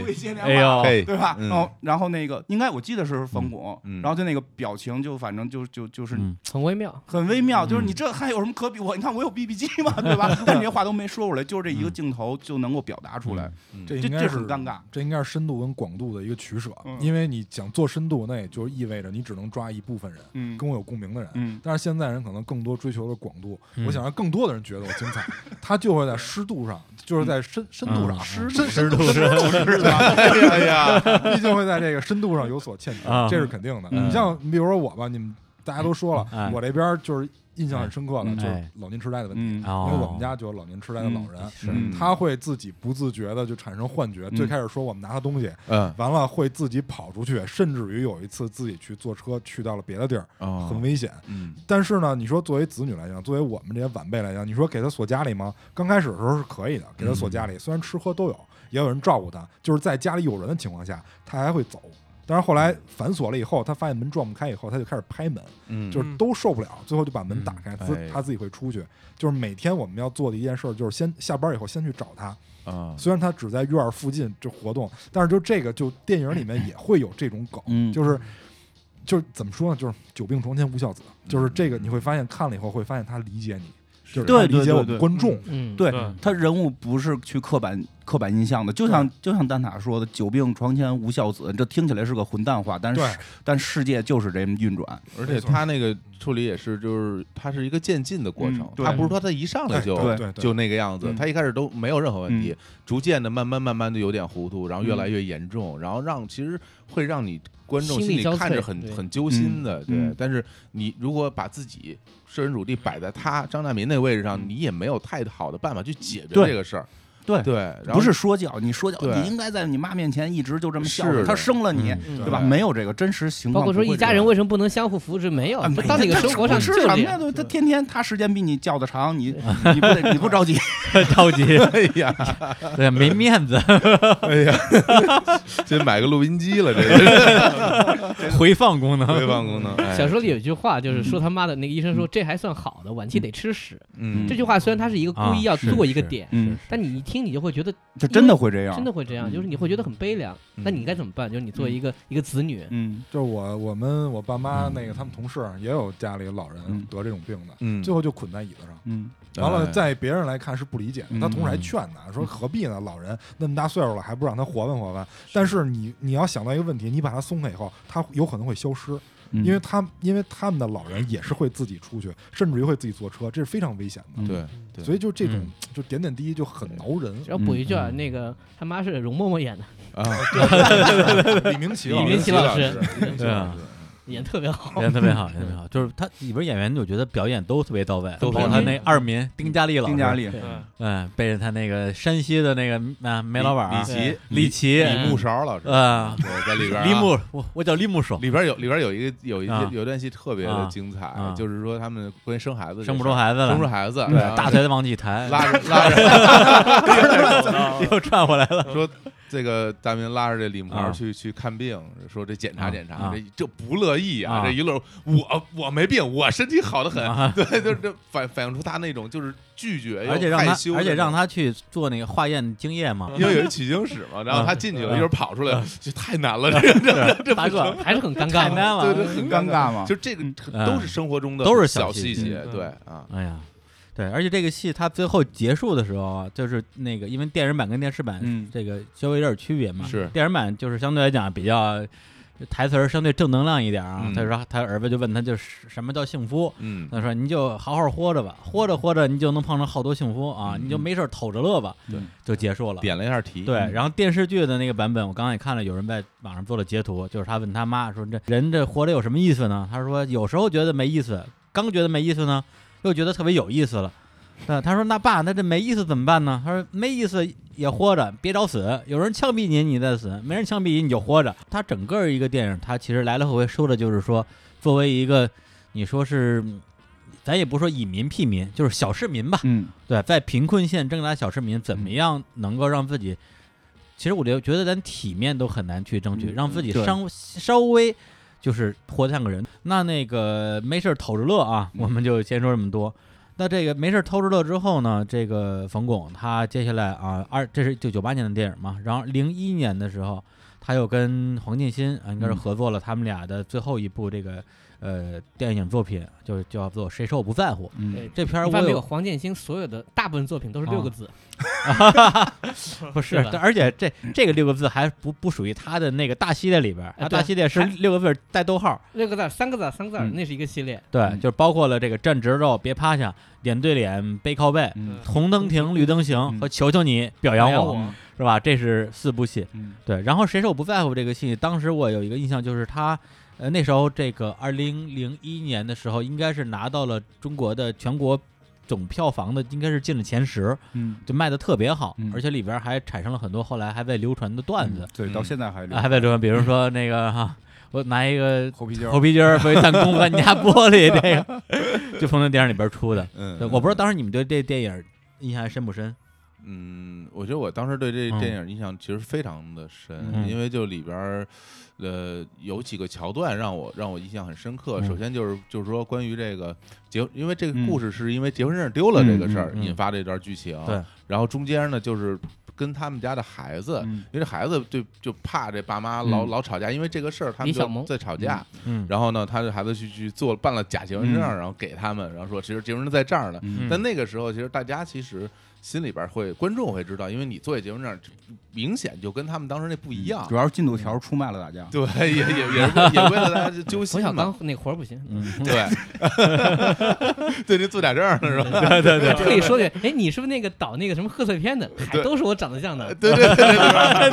[SPEAKER 2] [LAUGHS] 会接电
[SPEAKER 5] 哎
[SPEAKER 2] 话。
[SPEAKER 5] 呦，
[SPEAKER 6] 哎，
[SPEAKER 2] 对吧？
[SPEAKER 6] 嗯
[SPEAKER 2] 然后，然后那个应该我记得是冯巩，
[SPEAKER 6] 嗯嗯
[SPEAKER 2] 然后就那个表情就反正就就就是
[SPEAKER 5] 嗯
[SPEAKER 4] 很微妙。
[SPEAKER 2] 很微妙，就是
[SPEAKER 5] 嗯
[SPEAKER 2] 你这还有什么可比我？你看我有 BB 机嘛，对吧？但是这话都没说出来，就这一个镜头就能够表达出来。
[SPEAKER 5] 嗯
[SPEAKER 3] 这
[SPEAKER 2] 这
[SPEAKER 3] 应
[SPEAKER 2] 这
[SPEAKER 3] 该是
[SPEAKER 2] 很尴尬，
[SPEAKER 3] 这应该是深度跟广度的一个取舍，
[SPEAKER 2] 嗯
[SPEAKER 3] 因为你想做深度，那也就意味着你只能抓一部分人，
[SPEAKER 2] 嗯
[SPEAKER 3] 跟我有共鸣的人。
[SPEAKER 2] 嗯
[SPEAKER 3] 但是现在人可能更多追求的广度，
[SPEAKER 5] 嗯
[SPEAKER 3] 我想让更多的人觉得我精
[SPEAKER 2] [LAUGHS]
[SPEAKER 3] 彩，他就会在湿度上，就是在深深度上，
[SPEAKER 5] 嗯
[SPEAKER 3] 深
[SPEAKER 5] 湿度
[SPEAKER 3] 深度是吧？
[SPEAKER 6] 哎呀，
[SPEAKER 3] 毕竟会在这个深度上有所欠缺
[SPEAKER 5] 啊，
[SPEAKER 3] 这是肯定的。
[SPEAKER 5] 嗯
[SPEAKER 3] 你像你比如说我吧，你们大家都说
[SPEAKER 5] 哎
[SPEAKER 3] 了，我这边就是印象很深刻的，
[SPEAKER 5] 嗯
[SPEAKER 3] 就是
[SPEAKER 5] 哎
[SPEAKER 3] 老年痴呆的问题，
[SPEAKER 2] 嗯
[SPEAKER 5] 哦
[SPEAKER 3] 因为我们家就有老年痴呆的老人。
[SPEAKER 5] 是
[SPEAKER 2] 嗯
[SPEAKER 3] 他会自己不自觉的就产生幻觉，
[SPEAKER 2] 嗯
[SPEAKER 3] 最开始说我们拿他东西，
[SPEAKER 6] [LAUGHS] 嗯，
[SPEAKER 3] 完了会自己跑出去，甚至于有一次自己去坐车去到了别的地儿，很
[SPEAKER 6] 哦，
[SPEAKER 3] 危险。
[SPEAKER 6] 嗯，
[SPEAKER 3] 但是呢，你说作为子女来讲，作为我们这些晚辈来讲，你说给他锁家里吗？刚开始的时候是可以的，给他锁家
[SPEAKER 6] 嗯
[SPEAKER 3] 里，虽然吃喝都有，也有人照顾他，就是在家里有人的情况下，他还会走。但是后来反锁了以后，他发现门撞不开以后，他就开始拍门，
[SPEAKER 6] 嗯，
[SPEAKER 3] 就是是都受不了，最后就把门打开，
[SPEAKER 6] 嗯
[SPEAKER 3] 自
[SPEAKER 6] 哎
[SPEAKER 3] 他自己会出去。就是每天我们要做的一件事，就是先下班以后先去找他，
[SPEAKER 6] 啊，
[SPEAKER 3] 虽然他只在院儿附近这活动，但是就这个就电影里面也会有这种梗，
[SPEAKER 2] 嗯
[SPEAKER 3] 就是就是怎么说呢，就是久病床前无孝子，
[SPEAKER 2] 嗯
[SPEAKER 3] 就是这个你会发现看了以后会发现他理解你，就是
[SPEAKER 2] 对
[SPEAKER 3] 他理
[SPEAKER 2] 对
[SPEAKER 3] 解
[SPEAKER 2] 对
[SPEAKER 3] 我
[SPEAKER 2] 对
[SPEAKER 3] 们观众，
[SPEAKER 4] 嗯，
[SPEAKER 2] 对
[SPEAKER 1] 嗯
[SPEAKER 2] 他人物不是去刻板刻板印象的，就像就像蛋塔说的“久病床前无孝子”，这听起来是个混蛋话，但是
[SPEAKER 3] 对
[SPEAKER 2] 但世界就是这么运转。
[SPEAKER 6] 而且他那个处理也是，就是他是一个渐进的过程
[SPEAKER 2] 嗯，对
[SPEAKER 6] 他不是说他一上来就
[SPEAKER 3] 对对对对
[SPEAKER 6] 就那个样子
[SPEAKER 2] 嗯，
[SPEAKER 6] 他一开始都没有任何问题，逐渐的慢慢慢慢的有点糊涂，然后越来越严重，然后让其实会让你观众
[SPEAKER 4] 心
[SPEAKER 6] 心
[SPEAKER 4] 力
[SPEAKER 6] 里
[SPEAKER 4] 交瘁
[SPEAKER 6] 看着很
[SPEAKER 4] 对
[SPEAKER 6] 很揪心的，
[SPEAKER 2] 嗯
[SPEAKER 6] 对
[SPEAKER 2] 嗯。
[SPEAKER 6] 但是你如果把自己设身处地摆在他张大民那位置上，你也没有太好的办法去解决
[SPEAKER 2] 对
[SPEAKER 6] 这个事儿，
[SPEAKER 2] 对
[SPEAKER 6] 对，然后
[SPEAKER 2] 不是说教，你说教，
[SPEAKER 6] 对
[SPEAKER 2] 你应该在你妈面前一直就这么孝
[SPEAKER 6] 是
[SPEAKER 2] 顺，
[SPEAKER 6] 的
[SPEAKER 2] 她生了你，
[SPEAKER 5] 嗯
[SPEAKER 4] 嗯
[SPEAKER 2] 对吧？没有这个真实情
[SPEAKER 4] 包
[SPEAKER 2] 况，
[SPEAKER 4] 括说
[SPEAKER 2] 不会
[SPEAKER 4] 一家
[SPEAKER 2] 这样
[SPEAKER 4] 人为什么不能相互扶持？没有
[SPEAKER 2] 啊，，
[SPEAKER 4] 这到那个生活上
[SPEAKER 2] 是
[SPEAKER 4] 就这
[SPEAKER 2] 什么呀？
[SPEAKER 4] 样。
[SPEAKER 2] 对他
[SPEAKER 4] 对
[SPEAKER 2] 天天他时间比你叫的长，
[SPEAKER 4] [LAUGHS]
[SPEAKER 2] 你你不得你不着急？
[SPEAKER 5] 着
[SPEAKER 3] [LAUGHS]
[SPEAKER 5] 急，
[SPEAKER 6] [LAUGHS] 哎呀，
[SPEAKER 5] 对，没面子，
[SPEAKER 6] 哎呀， [LAUGHS] 这买个录音机了，这个
[SPEAKER 5] 回放功能，
[SPEAKER 6] 回放功能。哎
[SPEAKER 4] 小说里有一句话，就是说他妈的那个医生说这还算好的，晚期得吃屎。
[SPEAKER 6] 嗯
[SPEAKER 4] 这句话虽然他是一个故意要
[SPEAKER 5] 啊是
[SPEAKER 4] 做一个
[SPEAKER 5] 是
[SPEAKER 4] 点，
[SPEAKER 2] [LAUGHS] 嗯，
[SPEAKER 4] 但你一听你就会觉得
[SPEAKER 2] 这真的会这样，
[SPEAKER 4] 真的会这样，
[SPEAKER 2] 嗯
[SPEAKER 4] 就是你会觉得很悲凉。那你该怎么办？就是你作为一个一个子女，
[SPEAKER 2] 嗯，
[SPEAKER 3] 就是我我们我爸妈那个他们同事也有家里老人
[SPEAKER 2] 嗯
[SPEAKER 3] 得这种病的，
[SPEAKER 6] 嗯
[SPEAKER 3] 最后就捆在椅子上。
[SPEAKER 2] 嗯
[SPEAKER 3] 完了，
[SPEAKER 6] 哎
[SPEAKER 3] 在别人来看是不理解的，
[SPEAKER 2] 嗯
[SPEAKER 3] 他同事还劝他说：“何必呢？老人那么大岁数了，还不让他活问活
[SPEAKER 2] 嗯
[SPEAKER 3] 问？”但是你你要想到一个问题，你把他松开以后，他有可能会消失。
[SPEAKER 2] 嗯
[SPEAKER 3] 因为他因为他们的老人也是会自己出去，甚至于会自己坐车，这是非常危险的。
[SPEAKER 2] 嗯
[SPEAKER 6] 对，对
[SPEAKER 3] 所以就这种
[SPEAKER 5] 嗯
[SPEAKER 3] 就点点滴滴就很挠人。
[SPEAKER 4] 只要补一句啊，
[SPEAKER 5] 嗯
[SPEAKER 4] 那个他妈是容嬷嬷演的，
[SPEAKER 6] 啊，
[SPEAKER 3] 李明启
[SPEAKER 4] 李明启老师
[SPEAKER 3] 李明启老师，
[SPEAKER 4] [LAUGHS] 演得特
[SPEAKER 5] [LAUGHS]
[SPEAKER 4] 别好。
[SPEAKER 5] 啊演得特别好，演得特别好，就是他里边演员，我觉得表演都特别到位，
[SPEAKER 6] 都
[SPEAKER 5] 包括
[SPEAKER 6] 表
[SPEAKER 5] 他
[SPEAKER 6] 演
[SPEAKER 5] 那二民丁嘉丽老师，
[SPEAKER 2] 丁佳丽，
[SPEAKER 4] 对
[SPEAKER 1] 嗯
[SPEAKER 5] 嗯，背着他那个山西的那个啊煤老板
[SPEAKER 6] 李
[SPEAKER 5] 儿
[SPEAKER 6] 琦、
[SPEAKER 5] 李琦，
[SPEAKER 6] 李木勺老师，
[SPEAKER 5] 啊，
[SPEAKER 6] 对，在里边啊
[SPEAKER 5] 李木，我我叫李木爽，
[SPEAKER 6] 里边有里边有一个有一
[SPEAKER 5] 啊
[SPEAKER 6] 有一段戏特别的精彩
[SPEAKER 5] 啊，
[SPEAKER 6] 就是说他们关于生孩子这事儿，
[SPEAKER 5] 生不出孩子
[SPEAKER 6] 生不出
[SPEAKER 5] 了，
[SPEAKER 6] 孩子，
[SPEAKER 5] 对啊
[SPEAKER 6] 然后
[SPEAKER 5] 大腿都往起抬，
[SPEAKER 6] 拉着拉
[SPEAKER 5] [LAUGHS]
[SPEAKER 6] 着
[SPEAKER 5] 又转回来了，
[SPEAKER 6] 说。这个大明拉着这李木
[SPEAKER 5] 啊
[SPEAKER 6] 勺去去看病，说这检查
[SPEAKER 5] 啊
[SPEAKER 6] 检查，
[SPEAKER 5] 啊
[SPEAKER 6] 这这不乐意啊！
[SPEAKER 5] 啊
[SPEAKER 6] 这一路我我没病，我身体好的很，
[SPEAKER 5] 啊
[SPEAKER 6] 对，就是这反反映出他那种就是拒绝又
[SPEAKER 5] 而且让他
[SPEAKER 6] 害羞的那种，嗯
[SPEAKER 5] 而且让他去做那个化验精液 [LAUGHS]
[SPEAKER 6] [LAUGHS]
[SPEAKER 5] 嘛，
[SPEAKER 6] 因为有一取经史
[SPEAKER 5] [LAUGHS]
[SPEAKER 6] 嘛，然后他进
[SPEAKER 5] 嗯
[SPEAKER 6] 去了，一会儿跑出来，这太难了，这这这
[SPEAKER 5] 大个
[SPEAKER 4] 还是很尴
[SPEAKER 5] 太
[SPEAKER 4] 尬的。
[SPEAKER 5] 难
[SPEAKER 2] [LAUGHS]
[SPEAKER 5] 了，
[SPEAKER 6] 对对，很
[SPEAKER 2] 尴尬嘛
[SPEAKER 6] [LAUGHS] 就这个
[SPEAKER 5] 嗯
[SPEAKER 6] 都是生活中的
[SPEAKER 5] 都是小
[SPEAKER 6] 小
[SPEAKER 5] 细
[SPEAKER 6] 节，
[SPEAKER 1] 节
[SPEAKER 6] 对啊，
[SPEAKER 5] 哎呀。对，而且这个戏它最后结束的时候啊，就是那个，因为电影版跟电视版
[SPEAKER 2] 嗯
[SPEAKER 5] 这个稍微有点区别嘛。
[SPEAKER 6] 是
[SPEAKER 5] 电影版就是相对来讲比较台词儿相对正能量一点啊。
[SPEAKER 6] 嗯
[SPEAKER 5] 他说他儿子就问他就是什么叫幸福，
[SPEAKER 6] 嗯
[SPEAKER 5] 他说：“您就好好活着吧，活着活着您就能碰上好多幸福啊，
[SPEAKER 6] 嗯
[SPEAKER 5] 你就没事儿瞅着乐吧。”
[SPEAKER 2] 对，
[SPEAKER 5] 就结束了。
[SPEAKER 6] 点了一下题，嗯
[SPEAKER 5] 对，然后电视剧的那个版本，我刚刚也看了，有人在网上做了截图，就是他问他妈说：“这人这活着有什么意思呢？”他说：“有时候觉得没意思，刚觉得没意思呢，又觉得特别有意思了。那他说：“那爸，那这没意思怎么办呢？”他说：“没意思也活着，别找死。有人枪毙你，你再死；没人枪毙你，你就活着。”他整个一个电影，他其实来来回回说的就是说，作为一个你说是，嗯咱也不说以民辟民，就是小市民吧，
[SPEAKER 2] 嗯，
[SPEAKER 5] 对，在贫困县挣扎的小市民，怎么样能够让自己？其实我觉觉得连体面都很难去争取，
[SPEAKER 2] 嗯
[SPEAKER 5] 让自己
[SPEAKER 2] 对
[SPEAKER 5] 稍稍微就是活得像个人。那那个没事儿偷着乐啊，
[SPEAKER 2] 嗯
[SPEAKER 5] 我们就先说这么多。那这个没事儿偷着乐之后呢，这个冯巩他接下来啊，二这是就九八年的电影嘛，然后零一年的时候，他又跟黄建新啊应该是
[SPEAKER 2] 嗯
[SPEAKER 5] 合作了他们俩的最后一部这个呃电影作品，就叫做《谁说我不在乎》。
[SPEAKER 2] 嗯
[SPEAKER 4] 对
[SPEAKER 5] 这片儿我
[SPEAKER 4] 你发没
[SPEAKER 5] 有哦
[SPEAKER 4] 有黄建新所有的大部分作品都是六个字，
[SPEAKER 5] 不是
[SPEAKER 4] 对，吧
[SPEAKER 5] 但而且这这个六个字还不不属于他的那个大系列里边儿，
[SPEAKER 4] 啊
[SPEAKER 5] 他
[SPEAKER 4] 对
[SPEAKER 5] 大系列是
[SPEAKER 4] 还
[SPEAKER 5] 六个字儿带逗号，
[SPEAKER 4] 六个字儿、三个字儿、三个字儿，
[SPEAKER 2] 嗯
[SPEAKER 4] 那是一个系列。
[SPEAKER 5] 对，
[SPEAKER 2] 嗯
[SPEAKER 5] 就是包括了这个站直着、别趴下、脸对脸、背靠背、
[SPEAKER 2] 嗯
[SPEAKER 5] 红灯停、绿灯行
[SPEAKER 2] 嗯
[SPEAKER 5] 和求求你表扬
[SPEAKER 4] 表扬
[SPEAKER 5] 我，
[SPEAKER 4] 我
[SPEAKER 5] 是吧？这是四部戏。
[SPEAKER 2] 嗯
[SPEAKER 5] 对，然后谁说我不在乎这个戏？当时我有一个印象就是他，呃，那时候这个二零零一年的时候，应该是拿到了中国的全国总票房的，应该是进了前十，
[SPEAKER 2] 嗯，
[SPEAKER 5] 就卖的特别好，
[SPEAKER 2] 嗯
[SPEAKER 5] 而且里边还产生了很多后来还在流传的段子。
[SPEAKER 2] 对，到现在嗯还留
[SPEAKER 5] 啊，还在说，比如说那个哈、我拿一个
[SPEAKER 2] 猴皮筋儿
[SPEAKER 5] 猴皮筋儿回弹弓把你
[SPEAKER 6] [LAUGHS]
[SPEAKER 5] 家玻璃，这个就从那电影里边出的。
[SPEAKER 2] 嗯
[SPEAKER 5] 对，我不知道当时你们对这电影印象还深不深？
[SPEAKER 6] 嗯，我觉得我当时对这
[SPEAKER 5] 嗯
[SPEAKER 6] 电影印象其实非常的深，
[SPEAKER 5] 嗯
[SPEAKER 6] 因为就里边儿，呃，有几个桥段让我让我印象很深刻。
[SPEAKER 5] 嗯
[SPEAKER 6] 首先就是就是说关于这个结，因为这个
[SPEAKER 2] 嗯
[SPEAKER 6] 故事是因为结婚证丢了这个事儿、
[SPEAKER 5] 嗯嗯嗯
[SPEAKER 6] 引发这段剧情，
[SPEAKER 5] 对，
[SPEAKER 6] 然后中间呢就是跟他们家的孩子。
[SPEAKER 2] 嗯
[SPEAKER 6] 因为这孩子就就怕这爸妈老、
[SPEAKER 2] 嗯
[SPEAKER 6] 老吵架，因为这个事儿他
[SPEAKER 4] 李
[SPEAKER 6] 们
[SPEAKER 4] 小
[SPEAKER 6] 就
[SPEAKER 4] 萌
[SPEAKER 6] 在吵架。
[SPEAKER 5] 嗯，
[SPEAKER 6] 然后呢，他的孩子去去做办了假结婚证，
[SPEAKER 2] 嗯
[SPEAKER 6] 然后给他们，然后说其实结婚证在这儿呢。
[SPEAKER 2] 嗯
[SPEAKER 6] 但那个时候，其实大家其实心里边会，观众会知道，因为你做一结婚证，明显就跟他们当时那不一样
[SPEAKER 2] 主。要是嗯进度条出卖了大家，
[SPEAKER 6] 对，也也也是为也为了大家揪
[SPEAKER 4] 冯
[SPEAKER 6] 心
[SPEAKER 4] 小
[SPEAKER 6] 嘛。
[SPEAKER 4] 刚那活儿不行，
[SPEAKER 5] 嗯，
[SPEAKER 6] 对，对，这做假证儿是吧？
[SPEAKER 5] 对对啊对，
[SPEAKER 4] 这里说的，哎，你是不是那个导那个什么贺岁片的？嗨，
[SPEAKER 6] 对
[SPEAKER 4] 都是我长得像
[SPEAKER 5] 呃
[SPEAKER 4] 的。
[SPEAKER 6] 对对对对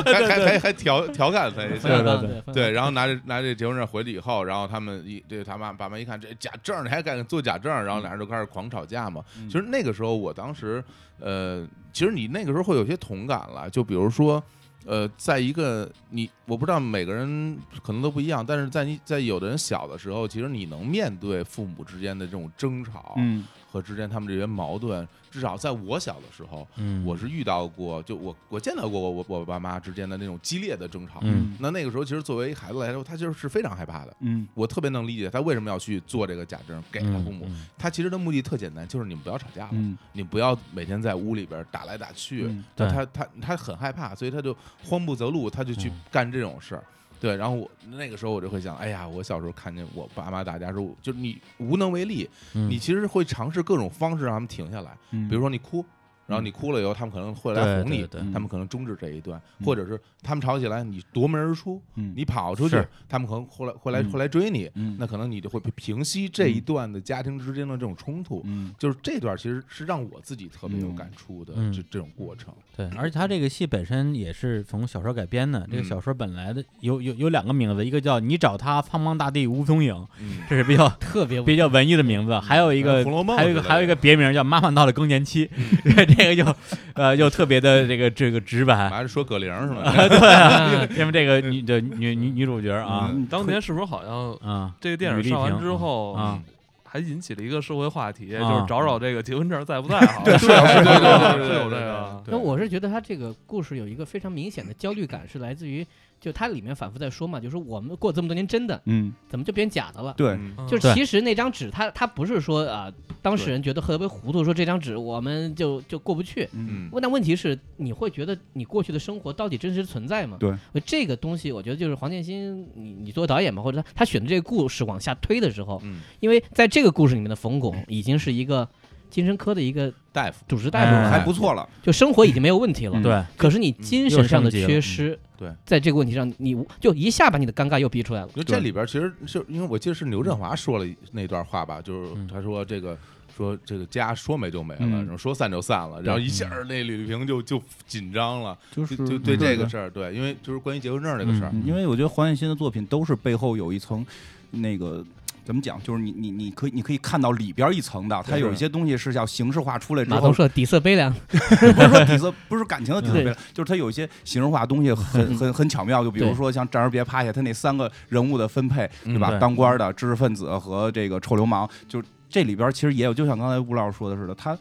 [SPEAKER 6] 对，还还还还调调侃他一
[SPEAKER 4] 冯小
[SPEAKER 6] 下。
[SPEAKER 4] 刚
[SPEAKER 5] 对
[SPEAKER 4] [LAUGHS] 对
[SPEAKER 6] 对，然后拿着拿着结婚证回去以后，然后他们一这他妈爸妈一看这假证儿，你还敢做假证儿，然后俩人就开始狂吵架嘛。其实那个时候，我当时，呃，其实你那个时候会有些同感了，就比如说，呃，在一个你，我不知道每个人可能都不一样，但是在你在有的人小的时候，其实你能面对父母之间的这种争吵
[SPEAKER 2] 嗯
[SPEAKER 6] 和之间他们这些矛盾，至少在我小的时候，
[SPEAKER 5] 嗯，
[SPEAKER 6] 我是遇到过，就我我见到过我我我爸妈之间的那种激烈的争吵。
[SPEAKER 5] 嗯
[SPEAKER 6] 那那个时候，其实作为孩子来说，他其实是非常害怕的。
[SPEAKER 2] 嗯
[SPEAKER 6] 我特别能理解他为什么要去做这个假证给他父母。
[SPEAKER 5] 嗯
[SPEAKER 6] 他其实的目的特简单，就是你们不要吵架了。
[SPEAKER 2] 嗯，
[SPEAKER 6] 你不要每天在屋里边打来打去。
[SPEAKER 2] 嗯
[SPEAKER 5] 对
[SPEAKER 6] 他他他很害怕，所以他就慌不择路，他就去
[SPEAKER 5] 嗯
[SPEAKER 6] 干这种事儿。对，然后我那个时候我就会想，哎呀，我小时候看见我爸妈打架时候，就是你无能为力，
[SPEAKER 5] 嗯
[SPEAKER 6] 你其实会尝试各种方式让他们停下来，
[SPEAKER 2] 嗯
[SPEAKER 6] 比如说你哭。然后你哭了以后，他们可能会
[SPEAKER 5] 对
[SPEAKER 6] 来哄
[SPEAKER 5] 对
[SPEAKER 6] 你，
[SPEAKER 5] 对
[SPEAKER 6] 他们可能终止这一段，
[SPEAKER 2] 嗯
[SPEAKER 6] 或者是他们吵起来，你夺门而出，
[SPEAKER 2] 嗯
[SPEAKER 6] 你跑出去
[SPEAKER 5] 是，
[SPEAKER 6] 他们可能会来会来
[SPEAKER 2] 嗯
[SPEAKER 6] 会来追你，
[SPEAKER 2] 嗯
[SPEAKER 6] 那可能你就会平息这一段的家庭之间的这种冲突。
[SPEAKER 2] 嗯
[SPEAKER 6] 就是这段其实是让我自己特别有感触的，
[SPEAKER 5] 嗯
[SPEAKER 6] 这这种过程。
[SPEAKER 5] 对，而且他这个戏本身也是从小说改编的。这个
[SPEAKER 6] 嗯
[SPEAKER 5] 小说本来的有有有两个名字，一个叫你找他苍茫大地无踪影，
[SPEAKER 6] 嗯，
[SPEAKER 5] 这是比较
[SPEAKER 4] 特别
[SPEAKER 5] 比较文艺的名字，还有一个
[SPEAKER 6] 《红楼梦》
[SPEAKER 5] 还有一个还有一个别名叫“妈妈到了更年期”，
[SPEAKER 6] 嗯
[SPEAKER 5] [LAUGHS] 这个就呃又特别的这个这个直白，
[SPEAKER 6] 还是说葛玲是吗？
[SPEAKER 5] 对啊，因为这个女的女女女主角啊
[SPEAKER 2] 嗯
[SPEAKER 1] 当年是不是好像
[SPEAKER 5] 啊
[SPEAKER 1] 这个电影
[SPEAKER 5] 吕丽
[SPEAKER 1] 上完
[SPEAKER 5] 萍
[SPEAKER 1] 之后
[SPEAKER 5] 啊，
[SPEAKER 1] 还引起了一个社会话题，
[SPEAKER 5] 啊
[SPEAKER 1] 就是找找这个结婚证在不在？好像
[SPEAKER 6] 对对对对，
[SPEAKER 1] 是有这个。
[SPEAKER 6] 对
[SPEAKER 4] 那我是觉得他这个故事有一个非常明显的焦虑感，是来自于就它里面反复在说嘛，就是我们过这么多年真的，
[SPEAKER 2] 嗯
[SPEAKER 4] 怎么就变假的了？
[SPEAKER 2] 对，
[SPEAKER 1] 嗯
[SPEAKER 4] 就是
[SPEAKER 5] 对
[SPEAKER 4] 其实那张纸，他他不是说啊，当事人觉得特别糊涂，说这张纸我们就就过不去。
[SPEAKER 2] 嗯
[SPEAKER 6] 嗯
[SPEAKER 4] 问但问题是，你会觉得你过去的生活到底真实存在吗？
[SPEAKER 2] 对，
[SPEAKER 4] 这个东西我觉得就是黄建新，你你作为导演嘛，或者他他选的这个故事往下推的时候，
[SPEAKER 6] 嗯，
[SPEAKER 4] 因为在这个故事里面的冯巩已经是一个精神科的一个
[SPEAKER 6] 大夫，
[SPEAKER 4] 主治大夫
[SPEAKER 5] 哎
[SPEAKER 4] 了，
[SPEAKER 2] 还不错了，
[SPEAKER 4] 就生活已经没有问题了。
[SPEAKER 2] 嗯
[SPEAKER 5] 对，
[SPEAKER 4] 可是你精神上的缺失，
[SPEAKER 6] 嗯对，
[SPEAKER 4] 在这个问题上，你就一下把你的尴尬又逼出来了。
[SPEAKER 6] 因为这里边其实是因为我记得是刘振华说了那段话吧，就是他说这个。说这个家说没就没了，
[SPEAKER 2] 嗯
[SPEAKER 6] 然后说散就散了，然后一下儿那吕丽萍就就紧张了，
[SPEAKER 2] 就嗯
[SPEAKER 6] 就就对这个事儿，对，因为就是关于结婚证这个事儿，
[SPEAKER 2] 因为我觉得黄建新的作品都是背后有一层那个怎么讲，就是你你你可以你可以看到里边一层的，它
[SPEAKER 3] 是
[SPEAKER 2] 有一些东西是要形式化出来之
[SPEAKER 4] 马头
[SPEAKER 2] 后，
[SPEAKER 4] 社底色悲凉，
[SPEAKER 2] [LAUGHS] 不是说底色，不是感情的底色
[SPEAKER 4] 对
[SPEAKER 2] 悲凉，就是它有一些形式化的东西很很很巧妙。就比如
[SPEAKER 4] 对
[SPEAKER 2] 说像《战而别趴下》，它那三个人物的分配，对
[SPEAKER 6] 嗯
[SPEAKER 2] 吧？
[SPEAKER 5] 对
[SPEAKER 2] 当官的、知识分子和这个臭流氓，就这里边其实也有，就像刚才吴老师说的似的，他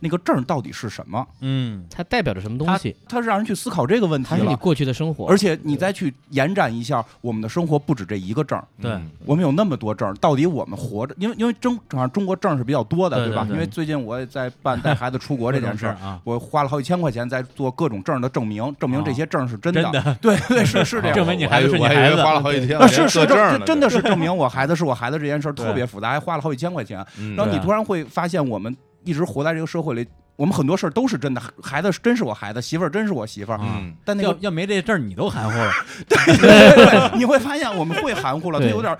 [SPEAKER 2] 那个证到底是什么？
[SPEAKER 5] 嗯，
[SPEAKER 4] 它代表着什么东西？
[SPEAKER 2] 他是让人去思考这个问题
[SPEAKER 4] 还是你
[SPEAKER 2] 了。
[SPEAKER 4] 过去的生活？
[SPEAKER 2] 而且你再去延展一下，我们的生活不止这一个证儿，
[SPEAKER 5] 对
[SPEAKER 6] 嗯
[SPEAKER 2] 我们有那么多证儿，到底我们活着，因为因为中好像中国证儿是比较多的，
[SPEAKER 5] 对
[SPEAKER 2] 对吧？
[SPEAKER 5] 对对
[SPEAKER 2] 因为最近我也在办带孩子出国这件
[SPEAKER 5] 种
[SPEAKER 2] 事
[SPEAKER 5] 事
[SPEAKER 2] 儿
[SPEAKER 5] 儿，啊，
[SPEAKER 2] 我花了好几千块钱在做各种证儿的证明，证明这些证儿是真的。
[SPEAKER 5] 哦真的
[SPEAKER 2] [LAUGHS] 对对是是这样。
[SPEAKER 5] 证明你孩子是你
[SPEAKER 6] 我还以为
[SPEAKER 5] 孩子
[SPEAKER 6] 花了好几千，
[SPEAKER 2] 啊，是是
[SPEAKER 6] 这
[SPEAKER 2] 证，
[SPEAKER 6] 儿
[SPEAKER 2] 这
[SPEAKER 6] 呢，
[SPEAKER 2] 真的是证明我孩子是我孩子这件事儿
[SPEAKER 5] 对
[SPEAKER 2] 特别复杂，还花了好几千块钱。
[SPEAKER 6] 嗯
[SPEAKER 2] 然后你
[SPEAKER 5] 对
[SPEAKER 2] 突然会发现，我们一直活在这个社会里，我们很多事儿都是真的，孩子真是我孩子，媳妇儿真是我媳妇儿。
[SPEAKER 6] 嗯，
[SPEAKER 2] 但那
[SPEAKER 5] 要 [LAUGHS]
[SPEAKER 2] 个
[SPEAKER 5] 要没这证儿你都含糊了，
[SPEAKER 2] 对 [LAUGHS] 对，你会发现我们会含糊了，它
[SPEAKER 4] 对
[SPEAKER 2] 有点儿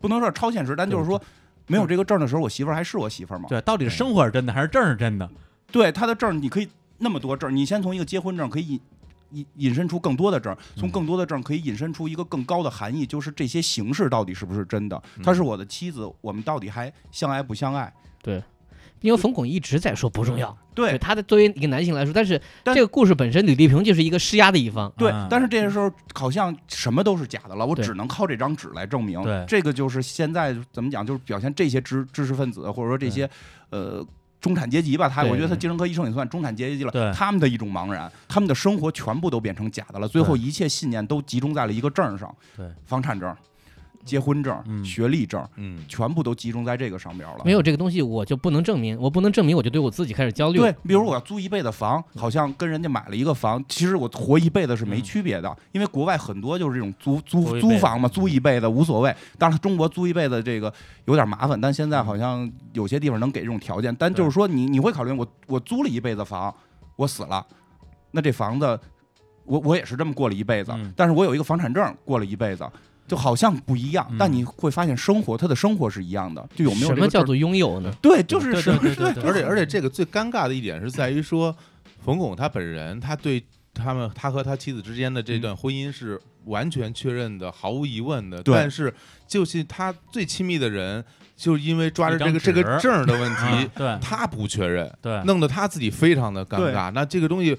[SPEAKER 2] 不能说超现实，但就是说。没有这个证儿的时候，我媳妇儿还是我媳妇儿吗？
[SPEAKER 5] 对，到底是生活是真的还是证儿是真的？
[SPEAKER 2] 对他的证儿，你可以那么多证儿，你先从一个结婚证儿可以引引引申出更多的证儿，从更多的证儿可以引申出一个更高的含义，就是这些形式到底是不是真的？
[SPEAKER 6] 嗯
[SPEAKER 2] 她是我的妻子，我们到底还相爱不相爱？
[SPEAKER 4] 因为冯巩一直在说不重要，
[SPEAKER 2] 对
[SPEAKER 4] 他的作为一个男性来说，但是
[SPEAKER 2] 但
[SPEAKER 4] 这个故事本身，李丽萍就是一个施压的一方。
[SPEAKER 2] 对
[SPEAKER 5] 啊，
[SPEAKER 2] 但是这个时候好像什么都是假的了，我
[SPEAKER 4] 嗯对
[SPEAKER 2] 只能靠这张纸来证明。
[SPEAKER 5] 对
[SPEAKER 2] 这个就是现在怎么讲，就是表现这些知知识分子或者说这些呃。中产阶级吧，他
[SPEAKER 4] 对
[SPEAKER 2] 我觉得他精神科医生也算中产阶级了
[SPEAKER 5] 对。
[SPEAKER 2] 他们的一种茫然，他们的生活全部都变成假的了，最后一切信念都集中在了一个证儿上，
[SPEAKER 5] 对，
[SPEAKER 2] 房产证、结婚证、
[SPEAKER 5] 嗯
[SPEAKER 2] 学历证，
[SPEAKER 6] 嗯
[SPEAKER 2] 全部都集中在这个上边了。
[SPEAKER 4] 没有这个东西，我就不能证明，我不能证明，我就对我自己开始焦虑。
[SPEAKER 2] 对，
[SPEAKER 5] 嗯
[SPEAKER 2] 比如我要租一辈子房，好像跟人家买了一个房，其实我活一辈子是没区别的，因为国外很多就是这种租租
[SPEAKER 5] 嗯租一辈
[SPEAKER 2] 租
[SPEAKER 5] 子嗯
[SPEAKER 2] 房嘛，租一辈子无所谓。当然，中国租一辈子这个有点麻烦，但现在
[SPEAKER 5] 嗯
[SPEAKER 2] 好像有些地方能给这种条件。但就是说你，你会考虑我我租了一辈子房，我死了，那这房子我我也是这么过了一辈子，
[SPEAKER 5] 嗯
[SPEAKER 2] 但是我有一个房产证过了一辈子。就好像不一样，
[SPEAKER 5] 嗯
[SPEAKER 2] 但你会发现生活，他的生活是一样的，就有没有
[SPEAKER 4] 什
[SPEAKER 2] 这
[SPEAKER 4] 么
[SPEAKER 2] 个
[SPEAKER 4] 叫
[SPEAKER 2] 证
[SPEAKER 4] 做拥有呢？
[SPEAKER 2] 对，就是
[SPEAKER 5] 对
[SPEAKER 2] 什
[SPEAKER 5] 对
[SPEAKER 2] 么
[SPEAKER 5] 对对对，
[SPEAKER 6] [LAUGHS] 而且而且这个最尴尬的一点是在于说，冯巩他本人他对他们他和他妻子之间的
[SPEAKER 5] 嗯
[SPEAKER 6] 这段婚姻是完全确认的，毫无疑问的。
[SPEAKER 2] 对
[SPEAKER 6] 但是就是他最亲密的人，就因为抓着这个
[SPEAKER 5] 一张纸
[SPEAKER 6] 这个证儿的问
[SPEAKER 5] 啊嗯
[SPEAKER 6] 题，
[SPEAKER 5] 对
[SPEAKER 6] 他不确认。
[SPEAKER 5] 对，
[SPEAKER 6] 弄得他自己非常的尴
[SPEAKER 2] 对
[SPEAKER 6] 尬。那这个东西，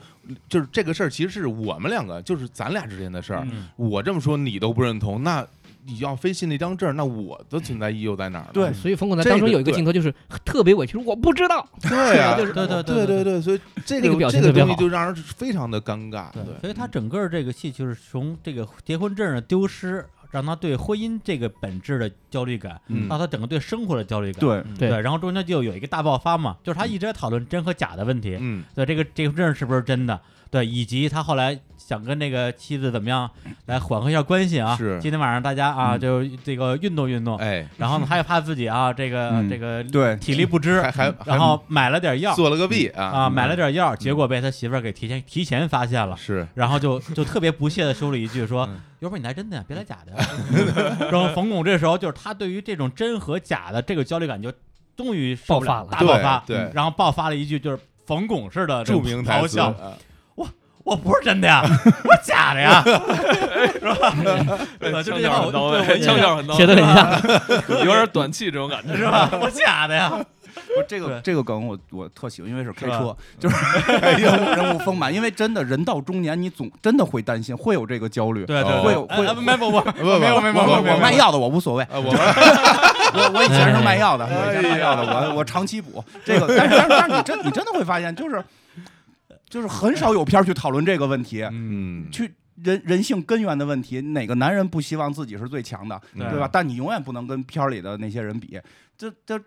[SPEAKER 6] 就是这个事儿，其实是我们两个，就是咱俩之间的事儿。
[SPEAKER 5] 嗯
[SPEAKER 6] 我这么说你都不认同，那你要非信那张证儿，那我的存在意义又在哪儿呢？
[SPEAKER 5] [LAUGHS]
[SPEAKER 2] 对
[SPEAKER 4] 所以冯巩在
[SPEAKER 6] 这
[SPEAKER 4] 当中
[SPEAKER 6] 个
[SPEAKER 4] 有一个
[SPEAKER 6] 对
[SPEAKER 4] 镜头就是特别委屈，我不知道。
[SPEAKER 6] 对啊，
[SPEAKER 5] 就是对对
[SPEAKER 6] 对
[SPEAKER 5] 对
[SPEAKER 6] 对对，所以这
[SPEAKER 4] 那个表
[SPEAKER 6] 这
[SPEAKER 4] 情
[SPEAKER 6] 个
[SPEAKER 4] 特别
[SPEAKER 6] 东西
[SPEAKER 4] 好
[SPEAKER 6] 就让人非常的尴尬。
[SPEAKER 5] 对，所以他整个这个戏就是从这个结婚证的丢失，让他对婚姻这个本质的焦虑感，
[SPEAKER 6] 嗯
[SPEAKER 5] 到他整个对生活的焦虑感。
[SPEAKER 2] 对，
[SPEAKER 6] 嗯
[SPEAKER 4] 对
[SPEAKER 5] 然后中间就有一个大爆发嘛，就是他一直在讨论真和假的问题，
[SPEAKER 6] 嗯，
[SPEAKER 5] 对这个这个证是不是真的，对，以及他后来想跟那个妻子怎么样来缓和一下关系啊。
[SPEAKER 6] 是
[SPEAKER 5] 今天晚上大家啊，
[SPEAKER 2] 嗯
[SPEAKER 5] 就这个运动运动，
[SPEAKER 6] 哎，
[SPEAKER 5] 然后呢，他也怕自己啊，这个、
[SPEAKER 2] 嗯
[SPEAKER 5] 这个
[SPEAKER 2] 对
[SPEAKER 5] 体力不支，
[SPEAKER 6] 还还
[SPEAKER 5] 然后买了点药
[SPEAKER 6] 还做嗯了个弊啊
[SPEAKER 5] 啊，买了点药，结果被他媳妇儿给提前提前发现了。
[SPEAKER 6] 是
[SPEAKER 5] 然后就就特别不屑的说了一句说
[SPEAKER 6] 嗯：“
[SPEAKER 5] 要不你来真的呀，别来假的。”呀。 [LAUGHS] 然后冯巩这时候就是他对于这种真和假的这个焦虑感就终于受不
[SPEAKER 4] 爆发了
[SPEAKER 5] 大爆发，嗯
[SPEAKER 6] 对对
[SPEAKER 5] 然后爆发了一句就是冯巩式的这
[SPEAKER 6] 著
[SPEAKER 5] 种
[SPEAKER 6] 名台
[SPEAKER 5] 咆
[SPEAKER 6] 词，
[SPEAKER 5] 哮
[SPEAKER 6] 啊：“
[SPEAKER 5] 我不是真的呀，我假的呀， [LAUGHS] 是吧？”就
[SPEAKER 1] 腔
[SPEAKER 5] 这句
[SPEAKER 1] 调
[SPEAKER 5] 话
[SPEAKER 1] 很
[SPEAKER 5] 我
[SPEAKER 1] 到位，
[SPEAKER 5] 对
[SPEAKER 1] 腔
[SPEAKER 5] 我
[SPEAKER 1] 调很到
[SPEAKER 4] 写的
[SPEAKER 1] 位，
[SPEAKER 4] 很
[SPEAKER 1] 有
[SPEAKER 4] 像，
[SPEAKER 1] 点短气这种感觉。
[SPEAKER 5] 是吧？我假的呀，
[SPEAKER 2] 不是这个
[SPEAKER 5] 对
[SPEAKER 2] 这个梗我我特喜欢，因为是开
[SPEAKER 5] 是吧嗯
[SPEAKER 2] 车，就是 [LAUGHS] 人物人物丰满。因为真的人到中年，你总真的会担心，会有这个焦虑。
[SPEAKER 5] [LAUGHS] 对对，
[SPEAKER 2] 会有
[SPEAKER 5] 对
[SPEAKER 2] 会
[SPEAKER 5] 哎哎没不不
[SPEAKER 6] 不不
[SPEAKER 5] 没有没有
[SPEAKER 2] 我
[SPEAKER 5] 没有没哎
[SPEAKER 2] 我
[SPEAKER 5] 有
[SPEAKER 2] 我卖药的我无所谓，
[SPEAKER 6] 啊，我们
[SPEAKER 2] 我我以前是
[SPEAKER 4] 哎
[SPEAKER 2] 卖药的，我以前是卖药的，
[SPEAKER 6] 哎呀
[SPEAKER 2] 我我长期补这个。但是但是但是你真你真的会发现，就是就是很少有片儿去讨论这个问题，
[SPEAKER 6] 嗯
[SPEAKER 2] 去人人性根源的问题。哪个男人不希望自己是最强的？
[SPEAKER 5] 对
[SPEAKER 6] 哎嗯
[SPEAKER 2] 对吧？？但你永远不能跟片儿里的那些人比，这这。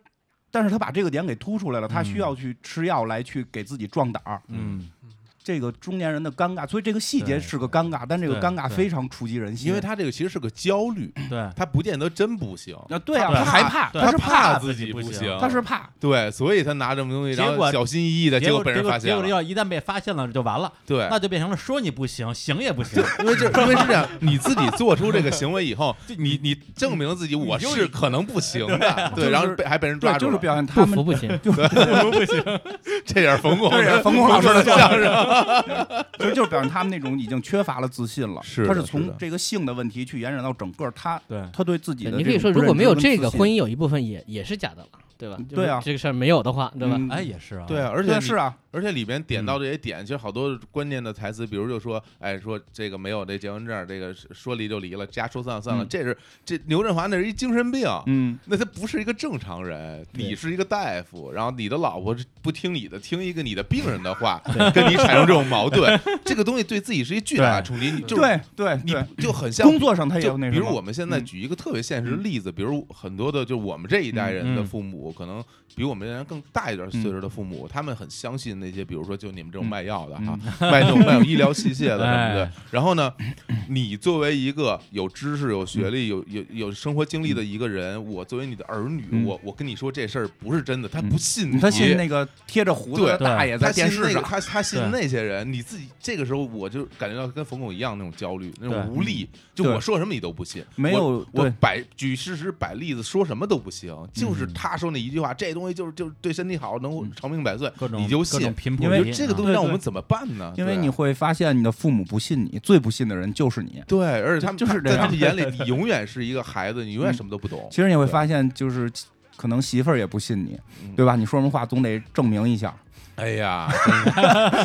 [SPEAKER 2] 但是他把这个点给突出来了，他
[SPEAKER 6] 嗯
[SPEAKER 2] 需要去吃药来去给自己壮胆儿，
[SPEAKER 5] 嗯，
[SPEAKER 2] 这个中年人的尴尬，所以这个细节
[SPEAKER 5] 对
[SPEAKER 2] 是个尴尬，但这个
[SPEAKER 5] 对
[SPEAKER 2] 尴尬
[SPEAKER 5] 对
[SPEAKER 2] 非常触及人心，
[SPEAKER 6] 因为他这个其实是个焦虑，
[SPEAKER 5] 对
[SPEAKER 6] 他不见得真不行，
[SPEAKER 2] 啊，对啊，他
[SPEAKER 5] 他
[SPEAKER 2] 害怕，
[SPEAKER 5] 对
[SPEAKER 2] 他是
[SPEAKER 6] 怕
[SPEAKER 2] 怕，
[SPEAKER 6] 自己
[SPEAKER 5] 不行
[SPEAKER 6] 行，
[SPEAKER 2] 他是怕，
[SPEAKER 6] 对，所以他拿这么东西，然
[SPEAKER 5] 结
[SPEAKER 6] 后
[SPEAKER 5] 果
[SPEAKER 6] 小心翼翼的，结
[SPEAKER 5] 果
[SPEAKER 6] 被人发
[SPEAKER 5] 结
[SPEAKER 6] 现
[SPEAKER 5] 果这
[SPEAKER 6] 了，哎
[SPEAKER 5] 药一旦被发现了就完了，
[SPEAKER 6] 对。
[SPEAKER 5] 那就变成了说你不行，行也不行，
[SPEAKER 6] 因为这，因为是这样，你自己做出这个行为以后，
[SPEAKER 5] 这
[SPEAKER 6] 你你证明了自己我
[SPEAKER 5] 你就是
[SPEAKER 6] 可能不行的，
[SPEAKER 2] 就
[SPEAKER 6] 对，
[SPEAKER 2] 是
[SPEAKER 6] 然后被还被人
[SPEAKER 2] 对
[SPEAKER 6] 抓，
[SPEAKER 2] 就
[SPEAKER 6] 住
[SPEAKER 2] 是
[SPEAKER 6] 了，
[SPEAKER 2] 表现
[SPEAKER 4] 不
[SPEAKER 2] 他
[SPEAKER 4] 服
[SPEAKER 2] 们，
[SPEAKER 4] 不行。
[SPEAKER 6] 这也是冯
[SPEAKER 2] [LAUGHS]
[SPEAKER 6] 巩
[SPEAKER 2] 这也是冯巩老师
[SPEAKER 6] 的
[SPEAKER 2] 的
[SPEAKER 6] 相声，
[SPEAKER 2] 就就是表现他们那种已经缺乏了自信了。
[SPEAKER 6] 是的
[SPEAKER 2] 他是
[SPEAKER 6] 是的
[SPEAKER 2] 从这个性的问题去延展到整个他
[SPEAKER 5] 对，
[SPEAKER 2] 他对自己的
[SPEAKER 4] 你
[SPEAKER 2] 这
[SPEAKER 4] 可以
[SPEAKER 2] 种
[SPEAKER 4] 说，
[SPEAKER 2] 不
[SPEAKER 4] 如果
[SPEAKER 2] 认
[SPEAKER 4] 没
[SPEAKER 2] 知
[SPEAKER 4] 有
[SPEAKER 2] 跟
[SPEAKER 4] 这
[SPEAKER 2] 自
[SPEAKER 4] 个
[SPEAKER 2] 信
[SPEAKER 4] 婚姻，有一部分也也是假的了，对吧？就是
[SPEAKER 2] 对啊
[SPEAKER 4] 这个事儿没有的话，对吧？
[SPEAKER 2] 嗯
[SPEAKER 5] 哎，也是啊，
[SPEAKER 2] 对啊，而
[SPEAKER 6] 且
[SPEAKER 2] 且
[SPEAKER 6] 你
[SPEAKER 2] 是啊，
[SPEAKER 6] 而且里边点到这些点，其实好多关键的台词，比如就说，哎，说这个没有这结婚证，这个是说离就离了，家说散就散了，
[SPEAKER 2] 嗯
[SPEAKER 6] 这是这牛振华那是一精神病，
[SPEAKER 2] 嗯，
[SPEAKER 6] 那他不是一个正常人，
[SPEAKER 5] 对
[SPEAKER 6] 你是一个大夫，然后你的老婆是不听你的，听一个你的病人的话，跟你产生这种矛
[SPEAKER 2] [LAUGHS]
[SPEAKER 6] 盾，这个东西对自己是一巨大的冲击，你就是
[SPEAKER 2] 对对
[SPEAKER 6] 你
[SPEAKER 2] 对，
[SPEAKER 6] 就很像
[SPEAKER 2] 工作上他也
[SPEAKER 6] 就
[SPEAKER 2] 有哎那什么，
[SPEAKER 6] 比如我们现在
[SPEAKER 2] 嗯嗯
[SPEAKER 6] 举一个特别现实的例子，比如很多的就我们这一代人的父母，可能比我们这代人更大一点岁数的父母，他们很相信那些，比如说就你们这种
[SPEAKER 2] 嗯
[SPEAKER 6] 卖药的哈，
[SPEAKER 2] [LAUGHS]
[SPEAKER 6] 卖这种卖有医疗器械的什么的
[SPEAKER 5] 哎。
[SPEAKER 6] [LAUGHS] 然后呢，你作为一个有知识、有学历、有有有生活经历的一个人，我作为你的儿女，
[SPEAKER 2] 嗯
[SPEAKER 6] 我我跟你说这事儿不是真的，他不信你，
[SPEAKER 2] 他信嗯那个贴着胡子的
[SPEAKER 6] 对
[SPEAKER 2] 大爷在
[SPEAKER 6] 他
[SPEAKER 2] 电
[SPEAKER 6] 信
[SPEAKER 2] 视
[SPEAKER 6] 那个，
[SPEAKER 2] 上，
[SPEAKER 6] 他他信
[SPEAKER 5] 对
[SPEAKER 6] 那些人，你自己这个时候我就感觉到跟冯巩一样那种焦虑、那
[SPEAKER 5] 对
[SPEAKER 6] 种无力，就
[SPEAKER 2] 对
[SPEAKER 6] 我说什么你都不信，
[SPEAKER 2] 没
[SPEAKER 6] 我
[SPEAKER 2] 有
[SPEAKER 6] 我
[SPEAKER 2] 对
[SPEAKER 6] 摆举事实摆例子说什么都不行，就是他说那一句话，这东西就是就是对身体好，能
[SPEAKER 2] 嗯
[SPEAKER 6] 长命百岁，
[SPEAKER 5] 各种
[SPEAKER 6] 你就
[SPEAKER 5] 各
[SPEAKER 6] 信
[SPEAKER 5] 种。频谱
[SPEAKER 2] 因
[SPEAKER 6] 我
[SPEAKER 2] 为
[SPEAKER 6] 觉
[SPEAKER 5] 仪
[SPEAKER 6] 得这个
[SPEAKER 5] 啊
[SPEAKER 6] 东西让我们怎么办呢？
[SPEAKER 2] 因为
[SPEAKER 6] 对
[SPEAKER 2] 你会发现你的父母不信你，最不信的人就是你。
[SPEAKER 6] 对，而且他们
[SPEAKER 2] 就是
[SPEAKER 6] 他
[SPEAKER 2] 这
[SPEAKER 6] 在
[SPEAKER 2] 样
[SPEAKER 6] 他
[SPEAKER 2] [LAUGHS]
[SPEAKER 6] 们眼里，你永远是一个孩子，你永远什么都不懂。
[SPEAKER 2] 其实你会
[SPEAKER 6] 对
[SPEAKER 2] 发现，就是可能媳妇儿也不信你，
[SPEAKER 6] 嗯
[SPEAKER 2] 对吧？你说什么话总得证明一
[SPEAKER 6] [LAUGHS]
[SPEAKER 2] 下，
[SPEAKER 6] 哎
[SPEAKER 2] [LAUGHS]
[SPEAKER 6] 呀，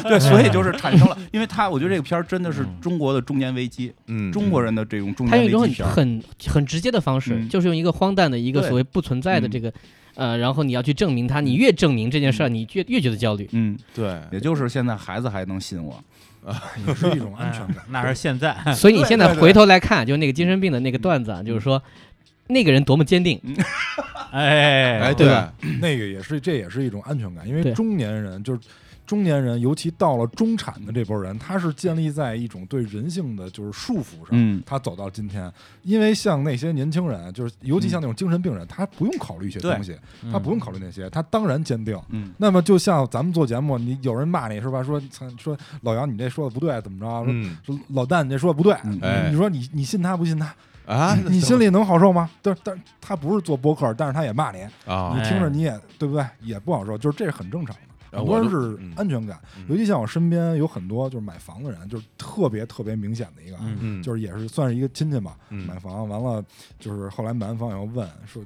[SPEAKER 2] 对，所以就是产生了，因为他我觉得这个片儿真的是
[SPEAKER 5] 嗯
[SPEAKER 2] 中国的中年危机，
[SPEAKER 6] 嗯，
[SPEAKER 2] 中国人的这种中
[SPEAKER 4] 他
[SPEAKER 2] 年
[SPEAKER 4] 用一种
[SPEAKER 2] 危
[SPEAKER 4] 很
[SPEAKER 2] 机片儿。
[SPEAKER 4] 很很直接的方式，
[SPEAKER 2] 嗯
[SPEAKER 4] 就是用一个荒诞的一个
[SPEAKER 2] 对
[SPEAKER 4] 所谓不存在的
[SPEAKER 2] 嗯
[SPEAKER 4] 这个，呃，然后你要去证明它，你越证明这件事儿，你越越觉得焦虑。
[SPEAKER 2] 嗯，
[SPEAKER 6] 对，
[SPEAKER 2] 也就是现在孩子还能信我，
[SPEAKER 3] 也是一种安全
[SPEAKER 5] 哎
[SPEAKER 3] 感。
[SPEAKER 5] 那是现在，
[SPEAKER 2] [LAUGHS]
[SPEAKER 4] 所以你
[SPEAKER 2] 对
[SPEAKER 4] 现在
[SPEAKER 2] 对对嗯
[SPEAKER 4] 回头来看，就是那个精神病的那个段子啊，就是说那个人多么坚定，
[SPEAKER 5] 哎
[SPEAKER 6] 哎，对，
[SPEAKER 4] 对吧
[SPEAKER 3] 那个也是，这也是一种安全感，因
[SPEAKER 4] 对
[SPEAKER 3] 为中年人就是中年人，尤其到了中产的这波人，他是建立在一种对人性的就是束缚上。
[SPEAKER 2] 嗯，
[SPEAKER 3] 他走到今天，因为像那些年轻人，就是尤其像那种精神病人，他不用考虑一些
[SPEAKER 2] 对
[SPEAKER 3] 东西，
[SPEAKER 5] 嗯
[SPEAKER 3] 他不用考虑那些，他当然坚定。
[SPEAKER 2] 嗯，
[SPEAKER 3] 那么就像咱们做节目，你有人骂你是吧？说操说老杨你这说的不对，怎么着？说
[SPEAKER 6] 嗯
[SPEAKER 3] 说老旦你这说的不对，
[SPEAKER 2] 嗯
[SPEAKER 6] 哎
[SPEAKER 3] 你说你你信他不信他？
[SPEAKER 6] 啊，那
[SPEAKER 3] 你
[SPEAKER 6] 怎
[SPEAKER 3] 心
[SPEAKER 6] 么
[SPEAKER 3] 里能好受吗？但但他不是做播客，但是他也骂你，
[SPEAKER 6] 啊
[SPEAKER 3] 你听
[SPEAKER 5] 哎
[SPEAKER 3] 着你也对不对？也不好受，就是这是很正常的。
[SPEAKER 6] 啊
[SPEAKER 3] 很
[SPEAKER 6] 我
[SPEAKER 3] 多人
[SPEAKER 6] 都
[SPEAKER 3] 是
[SPEAKER 6] 嗯
[SPEAKER 3] 安全感，
[SPEAKER 6] 嗯
[SPEAKER 3] 尤其像我身边有很多就是买房的人，就是特别特别明显的一个啊，
[SPEAKER 5] 嗯
[SPEAKER 6] 嗯，
[SPEAKER 3] 就是也是算是一个亲戚吧，
[SPEAKER 6] 嗯
[SPEAKER 3] 买房完了，就是后来买完房以后问说，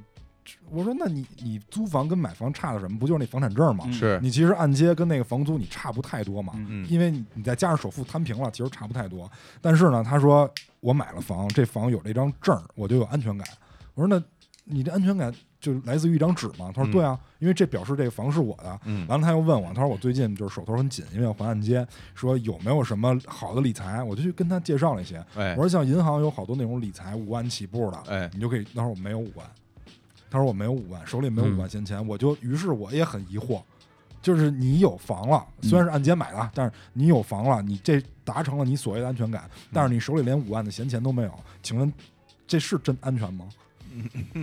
[SPEAKER 3] 我说那你你租房跟买房差的什么？不就是那房产证吗？
[SPEAKER 2] 嗯
[SPEAKER 6] 是，
[SPEAKER 3] 你其实按揭跟那个房租你差不太多嘛，
[SPEAKER 6] 嗯
[SPEAKER 3] 因为你你再加上首付摊平了，其实差不太多。但是呢，他说我买了房，这房有这张证儿，我就有安全感。我说那你这安全感就来自于一张纸吗？他说
[SPEAKER 6] 嗯
[SPEAKER 3] 对啊，因为这表示这个房是我的。
[SPEAKER 6] 嗯
[SPEAKER 3] 完了，他又问我，他说我最近就是手头很紧，因为要还按揭，说有没有什么好的理财？我就去跟他介绍了一些。
[SPEAKER 6] 哎
[SPEAKER 3] 我说像银行有好多那种理财五万起步的，
[SPEAKER 6] 哎
[SPEAKER 3] 你就可以。那时候我没有五万，他说我没有五万，手里没有
[SPEAKER 5] 嗯
[SPEAKER 3] 五万闲钱，我就于是我也很疑惑，就是你有房了，虽然是按揭买的，但是你有房了，你这达成了你所谓的安全感，但是你手里连五万的闲钱都没有，请问这是真安全吗？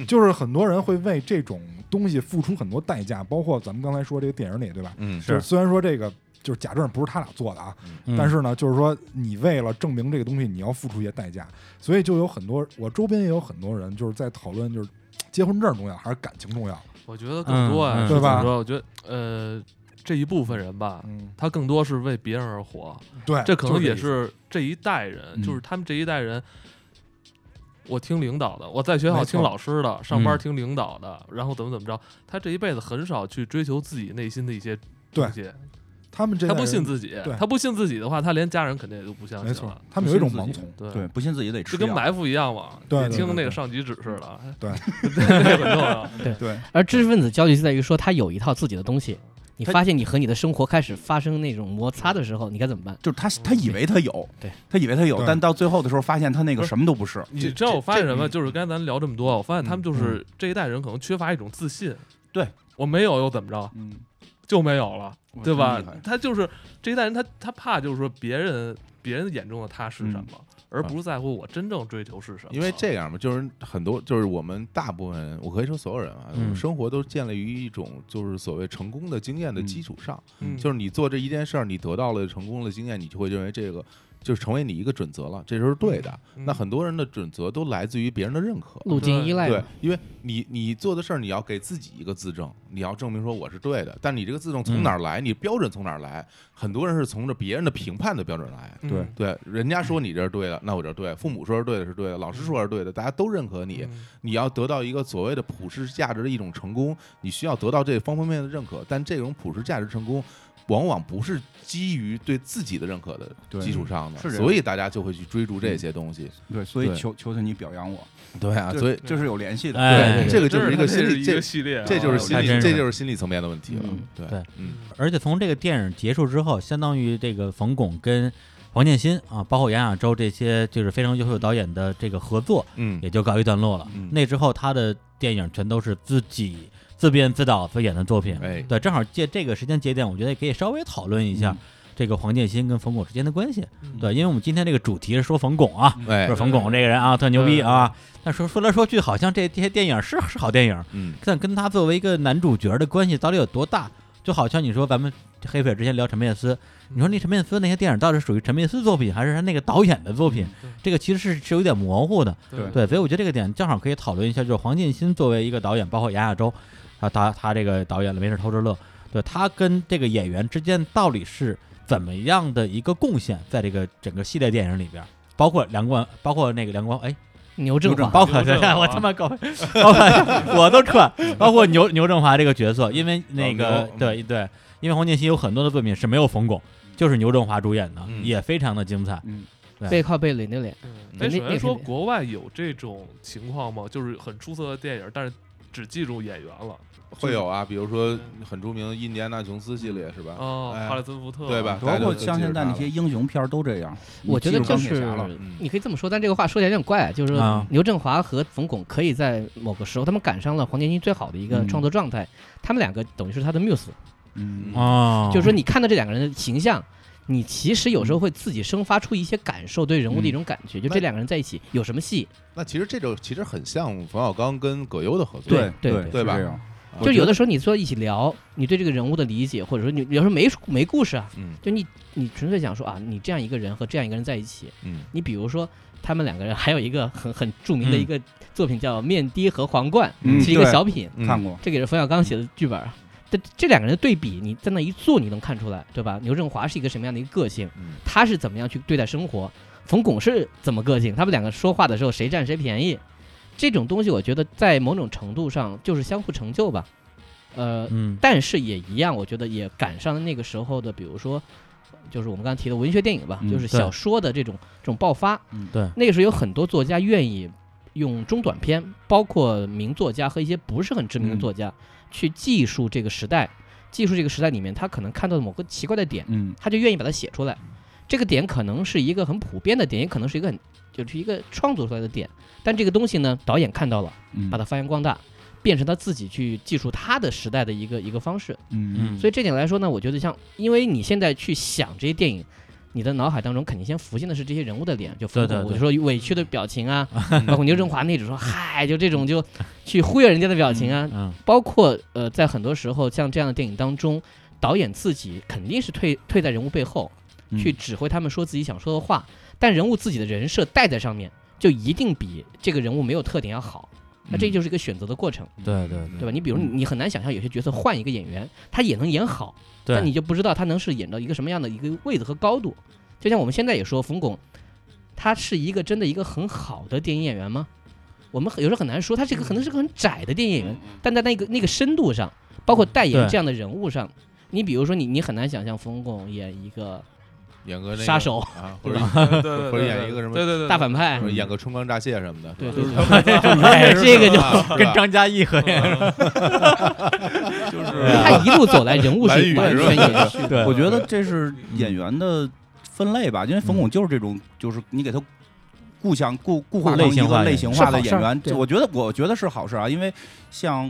[SPEAKER 3] 就是很多人会为这种东西付出很多代价，包括咱们刚才说这个电影里，对吧？
[SPEAKER 6] 嗯
[SPEAKER 3] 就是虽然说这个就是假证不是他俩做的啊，
[SPEAKER 5] 嗯
[SPEAKER 3] 但是呢，就是说你为了证明这个东西，你要付出一些代价，所以就有很多我周边也有很多人就是在讨论，就是结婚证重要还是感情重要？
[SPEAKER 1] 我觉得更多
[SPEAKER 5] 嗯
[SPEAKER 1] 啊，
[SPEAKER 5] 嗯
[SPEAKER 1] 是怎
[SPEAKER 3] 对吧
[SPEAKER 1] 么说？我觉得呃，这一部分人吧，
[SPEAKER 3] 嗯，
[SPEAKER 1] 他更多是为别人而活，
[SPEAKER 3] 对，
[SPEAKER 1] 这可能也
[SPEAKER 3] 就是
[SPEAKER 1] 是这一代人，
[SPEAKER 2] 嗯
[SPEAKER 1] 就是他们这一代人。我听领导的，我在学校
[SPEAKER 3] 没
[SPEAKER 1] 听
[SPEAKER 3] 错
[SPEAKER 1] 老师的，上班
[SPEAKER 5] 嗯
[SPEAKER 1] 听领导的，然后怎么怎么着，他这一辈子很少去追求自己内心的一些
[SPEAKER 3] 对
[SPEAKER 1] 东西，
[SPEAKER 3] 这他们这
[SPEAKER 1] 他
[SPEAKER 3] 代
[SPEAKER 1] 不
[SPEAKER 3] 人
[SPEAKER 1] 信自己
[SPEAKER 3] 对，
[SPEAKER 1] 他不信自己的话，他连家人肯定也就不相
[SPEAKER 3] 没
[SPEAKER 1] 信
[SPEAKER 3] 错
[SPEAKER 1] 了，，
[SPEAKER 3] 他们有一种
[SPEAKER 2] 不信
[SPEAKER 3] 盲
[SPEAKER 2] 自己
[SPEAKER 3] 从，
[SPEAKER 1] 对
[SPEAKER 2] 对，不信自己得
[SPEAKER 1] 这
[SPEAKER 2] 吃
[SPEAKER 1] 跟
[SPEAKER 6] 啊
[SPEAKER 2] 药
[SPEAKER 1] 埋伏一样嘛，
[SPEAKER 3] 对
[SPEAKER 1] 你
[SPEAKER 3] 对
[SPEAKER 1] 听
[SPEAKER 3] 对
[SPEAKER 1] 那个
[SPEAKER 3] 对
[SPEAKER 1] 上级指示了，
[SPEAKER 6] 嗯
[SPEAKER 1] [LAUGHS]
[SPEAKER 3] 对
[SPEAKER 1] 这很重
[SPEAKER 5] [LAUGHS]
[SPEAKER 1] 要。
[SPEAKER 2] 对，
[SPEAKER 4] 而知识分子焦虑就在于说他有一套自己的东西，你
[SPEAKER 2] 他
[SPEAKER 4] 发现你和你的生活开始发生那种摩擦的时候，你该怎么办？
[SPEAKER 2] 就是他他以为他有，
[SPEAKER 4] 对，
[SPEAKER 2] 他以为他有，
[SPEAKER 3] 对
[SPEAKER 2] 但到最后的时候发现他那
[SPEAKER 1] 不
[SPEAKER 2] 个
[SPEAKER 1] 是
[SPEAKER 2] 什么都不是，
[SPEAKER 1] 你
[SPEAKER 6] 这
[SPEAKER 1] 知道
[SPEAKER 6] 这
[SPEAKER 1] 我发现
[SPEAKER 6] 这
[SPEAKER 1] 什么？
[SPEAKER 6] 嗯
[SPEAKER 1] 就是刚才咱聊这么多，我发现他们就是这一代人可能缺乏一种自信。
[SPEAKER 2] 对，
[SPEAKER 1] 我没有又怎么着，
[SPEAKER 2] 嗯，
[SPEAKER 1] 就没有了，对吧
[SPEAKER 6] 真厉害？
[SPEAKER 1] 他就是这一代人，他他怕就是说别人别人眼中的他是什么，而不是在乎我真正追求是什么。
[SPEAKER 6] 嗯因为这样嘛，就是很多，就是我们大部分人，我可以说所有人啊，我
[SPEAKER 5] 嗯
[SPEAKER 6] 们生活都建立于一种就是所谓成功的经验的基础上，
[SPEAKER 1] 嗯
[SPEAKER 6] 就是你做这一件事儿，你得到了成功的经验，你就会认为这个就成为你一个准则了，这就是对的。
[SPEAKER 1] 嗯
[SPEAKER 6] 那很多人的准则都来自于别人的认可。
[SPEAKER 4] 路径依赖
[SPEAKER 6] 对
[SPEAKER 4] 嘛，，
[SPEAKER 6] 因为你你做的事儿，你要给自己一个自证，你要证明说我是对的。但你这个自证
[SPEAKER 1] 嗯
[SPEAKER 6] 从哪儿来？你标准从哪儿来？很多人是从着别人的评判的标准来。
[SPEAKER 1] 嗯
[SPEAKER 2] 对
[SPEAKER 6] 对，人家说你这是对的，那我这是对；父母说是对的，是对的；老师说是对的，大家都认可你。
[SPEAKER 1] 嗯
[SPEAKER 6] 你要得到一个所谓的普世价值的一种成功，你需要得到这方方面面的认可。但这种普世价值成功，往往不是基于对自己的认可的
[SPEAKER 2] 对
[SPEAKER 6] 基础上的，
[SPEAKER 2] 是这样
[SPEAKER 6] 所以大家就会去追逐这些东西。
[SPEAKER 2] 对，所以
[SPEAKER 6] 对
[SPEAKER 2] 求求求你表扬我，
[SPEAKER 6] 对啊，
[SPEAKER 2] 这
[SPEAKER 6] 所以
[SPEAKER 2] 这是有联系的。
[SPEAKER 5] 哎
[SPEAKER 6] 对这个就
[SPEAKER 1] 嗯真
[SPEAKER 6] 是
[SPEAKER 1] 是
[SPEAKER 6] 一个
[SPEAKER 1] 它这
[SPEAKER 6] 心理
[SPEAKER 1] 是一
[SPEAKER 6] 这
[SPEAKER 1] 个系列啊，
[SPEAKER 6] 这就是心理，
[SPEAKER 5] 还真是
[SPEAKER 6] 这就是心理层面的问题了。
[SPEAKER 2] 嗯
[SPEAKER 6] 对
[SPEAKER 5] 对
[SPEAKER 6] 嗯，
[SPEAKER 5] 而且从这个电影结束之后，相当于这个冯巩跟黄建新啊，包括杨亚洲这些就是非常优秀的导演的这个合作，
[SPEAKER 6] 嗯
[SPEAKER 5] 也就告一段落了。
[SPEAKER 6] 嗯
[SPEAKER 5] 那之后，他的电影全都是自己自编自导自演的作品。
[SPEAKER 6] 哎，
[SPEAKER 5] 对，正好借这个时间节点，我觉得也可以稍微讨论一下
[SPEAKER 2] 嗯
[SPEAKER 5] 这个黄建新跟冯巩之间的关系。
[SPEAKER 1] 嗯
[SPEAKER 5] 对，因为我们今天这个主题是说冯巩啊，
[SPEAKER 2] 嗯
[SPEAKER 6] 哎
[SPEAKER 5] 说，冯巩这个人啊特牛逼
[SPEAKER 1] 对
[SPEAKER 5] 啊，但说说来说去，好像这这些电影是是好电影，
[SPEAKER 6] 嗯，
[SPEAKER 5] 但跟他作为一个男主角的关系到底有多大？就好像你说咱们黑粉之前聊陈佩斯，你说那陈佩斯那些电影到底是属于陈佩斯作品，还是他那个导演的作品？这个其实是是有点模糊的。
[SPEAKER 1] 对
[SPEAKER 5] 对，所以我觉得这个点正好可以讨论一下，就是黄建新作为一个导演，包括杨亚洲，他他他这个导演了，没事偷着乐，对他跟这个演员之间到底是怎么样的一个贡献，在这个整个系列电影里边，包括梁冠，包括那个梁冠，哎，
[SPEAKER 4] 牛振
[SPEAKER 5] [LAUGHS]
[SPEAKER 4] 华，
[SPEAKER 5] 包括
[SPEAKER 1] 牛振华
[SPEAKER 5] 我他妈搞，包括我都串，包括牛牛振华这个角色，因为那
[SPEAKER 6] 老
[SPEAKER 5] 个
[SPEAKER 6] 牛
[SPEAKER 5] 对对，因为黄建新有很多的作品是没有冯巩，就是牛振华主演的，
[SPEAKER 6] 嗯
[SPEAKER 5] 也非常的精彩。
[SPEAKER 2] 嗯，
[SPEAKER 4] 背靠背垒那垒，
[SPEAKER 1] 嗯
[SPEAKER 4] 对
[SPEAKER 1] 哎，
[SPEAKER 4] 那
[SPEAKER 1] 首
[SPEAKER 4] 那
[SPEAKER 1] 先说
[SPEAKER 4] 肯定
[SPEAKER 1] 国外有这种情况吗？就是很出色的电影，但是只记住演员了。
[SPEAKER 6] 会有啊，比如说很著名的印第安纳琼斯系列是吧？
[SPEAKER 1] 哦，
[SPEAKER 6] 哎
[SPEAKER 1] 哈里森福特
[SPEAKER 6] 对吧
[SPEAKER 2] 包
[SPEAKER 6] 大家
[SPEAKER 2] 括
[SPEAKER 6] 都
[SPEAKER 2] 像
[SPEAKER 6] 记
[SPEAKER 2] 现
[SPEAKER 6] 着
[SPEAKER 2] 在
[SPEAKER 6] 他
[SPEAKER 2] 那
[SPEAKER 6] 了
[SPEAKER 2] 些英雄片儿都这样。
[SPEAKER 4] 我觉得
[SPEAKER 2] 你记住钢
[SPEAKER 4] 就
[SPEAKER 2] 铁
[SPEAKER 4] 是
[SPEAKER 2] 侠了
[SPEAKER 6] 嗯
[SPEAKER 4] 你可以这么说，但这个话说起来有点怪啊，就是
[SPEAKER 5] 啊
[SPEAKER 4] 说牛振华和冯巩可以在某个时候，他们赶上了黄建新最好的一个
[SPEAKER 2] 嗯
[SPEAKER 4] 创作状态，他们两个等于是他的 muse，
[SPEAKER 2] 嗯
[SPEAKER 6] 嗯
[SPEAKER 5] 哦，
[SPEAKER 4] 就是说你看到这两个人的形象。你其实有时候会自己生发出一些感受，对人物的一种感觉。就这两个人在一起有什么戏？
[SPEAKER 6] 那其实这种其实很像冯小刚跟葛优的合作，
[SPEAKER 4] 对
[SPEAKER 2] 对
[SPEAKER 4] 对
[SPEAKER 6] 对吧
[SPEAKER 2] 是这样
[SPEAKER 6] 啊
[SPEAKER 4] 就有的时候你坐一起聊，你对这个人物的理解，或者说你有时候没没故事啊，
[SPEAKER 6] 嗯
[SPEAKER 4] 就你你纯粹想说啊，你这样一个人和这样一个人在一起，
[SPEAKER 6] 嗯
[SPEAKER 4] 你比如说他们两个人还有一个很很著名的
[SPEAKER 5] 嗯
[SPEAKER 4] 一个作品叫《面的和皇冠》，
[SPEAKER 2] 嗯
[SPEAKER 4] 是一个
[SPEAKER 2] 对
[SPEAKER 4] 小品，
[SPEAKER 6] 嗯
[SPEAKER 2] 看过。
[SPEAKER 4] 这个也是冯小刚写的剧本啊。这这两个人的对比，你在那一坐你能看出来，对吧？牛振华是一个什么样的一个个性，
[SPEAKER 6] 嗯
[SPEAKER 4] 他是怎么样去对待生活，冯巩是怎么个性，他们两个说话的时候谁占谁便宜，这种东西我觉得在某种程度上就是相互成就吧。呃，
[SPEAKER 5] 嗯
[SPEAKER 4] 但是也一样，我觉得也赶上了那个时候的，比如说，就是我们刚才提的文学电影吧，
[SPEAKER 2] 嗯
[SPEAKER 4] 就是
[SPEAKER 5] 对
[SPEAKER 4] 小说的这种这种爆发。
[SPEAKER 2] 嗯
[SPEAKER 5] 对
[SPEAKER 4] 那个时候有很多作家愿意用中短篇，包括名作家和一些不是很知名的
[SPEAKER 2] 嗯
[SPEAKER 4] 作家，去记述这个时代，记述这个时代里面他可能看到的某个奇怪的点，
[SPEAKER 2] 嗯，
[SPEAKER 4] 他就愿意把它写出来。这个点可能是一个很普遍的点，也可能是一个很就是一个创作出来的点，但这个东西呢，导演看到了，
[SPEAKER 2] 嗯
[SPEAKER 4] 把它发扬光大。变成他自己去记述他的时代的一个一个方式，
[SPEAKER 2] 嗯
[SPEAKER 5] 嗯，
[SPEAKER 4] 所以这点来说呢，我觉得像，因为你现在去想这些电影，你的脑海当中肯定先浮现的是这些人物的脸，就冯
[SPEAKER 5] 对对
[SPEAKER 4] 巩，
[SPEAKER 5] 对
[SPEAKER 4] 我就说委屈的表
[SPEAKER 5] [LAUGHS]
[SPEAKER 4] 情啊，
[SPEAKER 3] [LAUGHS]
[SPEAKER 4] 包括牛振华那种说嗨，就这种就去忽悠人家的表情啊，
[SPEAKER 5] 嗯
[SPEAKER 4] 包括呃，在很多时候像这样的电影当中，导演自己肯定是退退在人物背后
[SPEAKER 2] 嗯
[SPEAKER 4] 去指挥他们说自己想说的话，但人物自己的人设带在上面，就一定比这个人物没有特点要好。那
[SPEAKER 5] 嗯
[SPEAKER 4] 这就是一个选择的过程，
[SPEAKER 5] 对对
[SPEAKER 4] 对吧？你比
[SPEAKER 5] 嗯
[SPEAKER 4] 如你你很难想象有些角色换一个演员，他也能演好，
[SPEAKER 5] 对，
[SPEAKER 4] 但你就不知道他能是演到一个什么样的一个位置和高度。就像我们现在也说，冯巩，他是一个真的一个很好的电影演员吗？我们很有时候很难说，他这个可能是个很窄的电影演员，但在那个那个深度上，包括代言
[SPEAKER 5] 嗯对
[SPEAKER 4] 这样的人物上，你比如说你你很难想象冯巩演一个
[SPEAKER 6] 演个那个
[SPEAKER 4] 杀手 [LAUGHS]
[SPEAKER 6] 啊，或者
[SPEAKER 1] 对对
[SPEAKER 6] 或
[SPEAKER 1] 对，
[SPEAKER 6] 者演一个什么
[SPEAKER 1] 对对对，
[SPEAKER 4] 大反派，
[SPEAKER 6] 或者演个春光乍泄什么的，啊
[SPEAKER 4] 对
[SPEAKER 6] 是吧
[SPEAKER 4] 对哎
[SPEAKER 6] [LAUGHS]
[SPEAKER 4] 这个就 [LAUGHS]
[SPEAKER 6] 就
[SPEAKER 5] 跟张嘉译合演，
[SPEAKER 1] 就是
[SPEAKER 5] 对
[SPEAKER 6] 啊
[SPEAKER 4] 他一路走来人物
[SPEAKER 6] 蓝
[SPEAKER 4] 是
[SPEAKER 6] 宇
[SPEAKER 4] 完
[SPEAKER 6] 是
[SPEAKER 4] 全
[SPEAKER 6] 吧
[SPEAKER 4] 延续的。 [LAUGHS]
[SPEAKER 2] 我觉得这是演员的分类吧，因为冯巩就是这种，就是你给他故乡固固化成一个类型化的演
[SPEAKER 4] 是好事
[SPEAKER 2] 员
[SPEAKER 4] 儿，对
[SPEAKER 2] 这我觉得我觉得是好事啊，因为像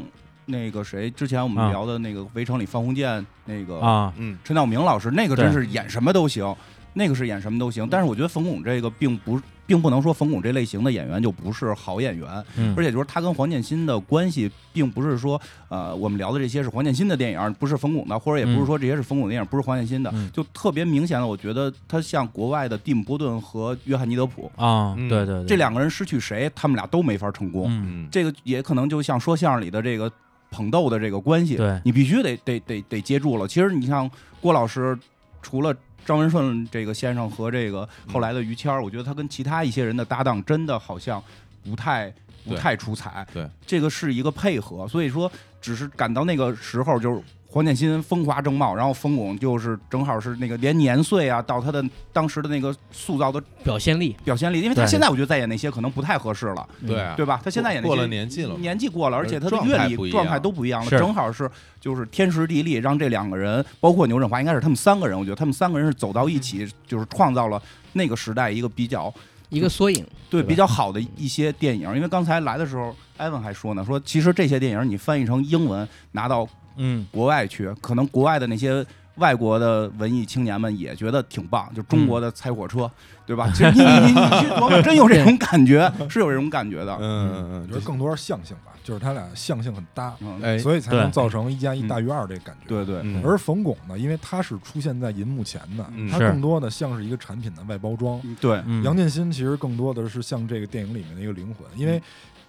[SPEAKER 2] 那个谁，之前我们
[SPEAKER 5] 啊
[SPEAKER 2] 聊的那个《围城》里范鸿渐那个
[SPEAKER 5] 啊，
[SPEAKER 6] 嗯，
[SPEAKER 2] 陈道明老师，那个真是演什么都行。那个是演什么都行。但是我觉得冯巩这个并不并不能说冯巩这类型的演员就不是好演员，
[SPEAKER 5] 嗯
[SPEAKER 2] 而且就是他跟黄建新的关系，并不是说呃我们聊的这些是黄建新的电影，不是冯巩的，或者也不是说这些是冯巩的电影，不是黄建新的，
[SPEAKER 5] 嗯
[SPEAKER 2] 就特别明显了。我觉得他像国外的蒂姆·波顿和约翰尼·德普
[SPEAKER 5] 啊，
[SPEAKER 6] 嗯
[SPEAKER 5] 对对对，
[SPEAKER 2] 这两个人失去谁，他们俩都没法成功。
[SPEAKER 5] 嗯，
[SPEAKER 6] 嗯，
[SPEAKER 2] 这个也可能就像说相声里的这个捧逗的这个关系，
[SPEAKER 5] 对
[SPEAKER 2] 你必须得得得得接住了。其实你像郭老师，除了张文顺这个先生和这个
[SPEAKER 6] 嗯
[SPEAKER 2] 后来的于谦儿，我觉得他跟其他一些人的搭档真的好像不太。不
[SPEAKER 6] 对
[SPEAKER 2] 太出彩，
[SPEAKER 6] 对
[SPEAKER 2] 这个是一个配合，所以说只是赶到那个时候，就是黄建新风华正茂，然后冯巩就是正好是那个连年岁啊，到他的当时的那个塑造的
[SPEAKER 4] 表现力，
[SPEAKER 2] 表现力，因为他
[SPEAKER 5] 对
[SPEAKER 2] 现在我觉得再演那些可能不太合适了，
[SPEAKER 6] 对啊
[SPEAKER 2] 对吧？他现在演那
[SPEAKER 6] 过
[SPEAKER 2] 些
[SPEAKER 6] 了年纪了嘛，
[SPEAKER 2] 年纪过了，而且他的
[SPEAKER 6] 状
[SPEAKER 2] 阅
[SPEAKER 6] 态不
[SPEAKER 2] 历
[SPEAKER 6] 一样
[SPEAKER 2] 状态都不一样了，
[SPEAKER 5] 是
[SPEAKER 2] 正好是就是天时地利，让这两个人，包括牛振华，应该是他们三个人，我觉得他们三个人是走到一
[SPEAKER 6] 嗯
[SPEAKER 2] 起，就是创造了那个时代一个比较
[SPEAKER 4] 一个缩影。
[SPEAKER 2] 对
[SPEAKER 5] 对吧
[SPEAKER 2] 比较好的一些电影。因为刚才来的时候，艾文还说呢，说其实这些电影你翻译成英文拿到
[SPEAKER 5] 嗯
[SPEAKER 2] 国外去，可能国外的那些。外国的文艺青年们也觉得挺棒，就中国的拆火
[SPEAKER 6] 嗯
[SPEAKER 2] 车，对吧？其实你你你你去琢磨，真有这种感觉，是有这种感觉的。
[SPEAKER 6] 嗯嗯
[SPEAKER 3] 我
[SPEAKER 6] 嗯，
[SPEAKER 3] 觉得
[SPEAKER 6] 就是
[SPEAKER 3] 更多是象性吧，就是他俩象性很搭，
[SPEAKER 2] 嗯，
[SPEAKER 6] 哎，
[SPEAKER 3] 所以才能
[SPEAKER 5] 对
[SPEAKER 3] 造成一加一大于二这个感觉。
[SPEAKER 2] 对对，
[SPEAKER 6] 嗯
[SPEAKER 3] 而冯巩呢，因为他是出现在银幕前的
[SPEAKER 6] 嗯，
[SPEAKER 3] 他
[SPEAKER 5] 是
[SPEAKER 3] 更多的像是一个产品的外包装。
[SPEAKER 2] 对，
[SPEAKER 5] 嗯，
[SPEAKER 3] 杨建新其实更多的是像这个电影里面的一个灵魂，因
[SPEAKER 6] 嗯
[SPEAKER 3] 为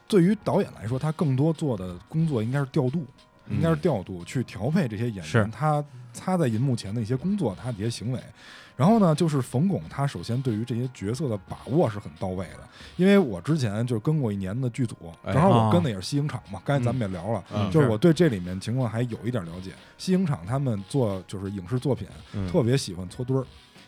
[SPEAKER 3] 对于导演来说，他更多做的工作应该是调度，
[SPEAKER 6] 嗯
[SPEAKER 3] 应该是调度去调配这些演
[SPEAKER 5] 是
[SPEAKER 3] 员，他他在银幕前的一些工作，他的一些行为。然后呢，就是冯巩，他首先对于这些角色的把握是很到位的，因为我之前就是跟过一年的剧组，
[SPEAKER 6] 哎
[SPEAKER 3] 正好
[SPEAKER 5] 啊
[SPEAKER 3] 我跟的也是西影厂嘛，刚才咱们也聊了，
[SPEAKER 6] 嗯
[SPEAKER 3] 就是我对这里面情况还有一点了解。西影厂他们做就是影视作品，
[SPEAKER 6] 嗯
[SPEAKER 3] 特别喜欢搓堆儿，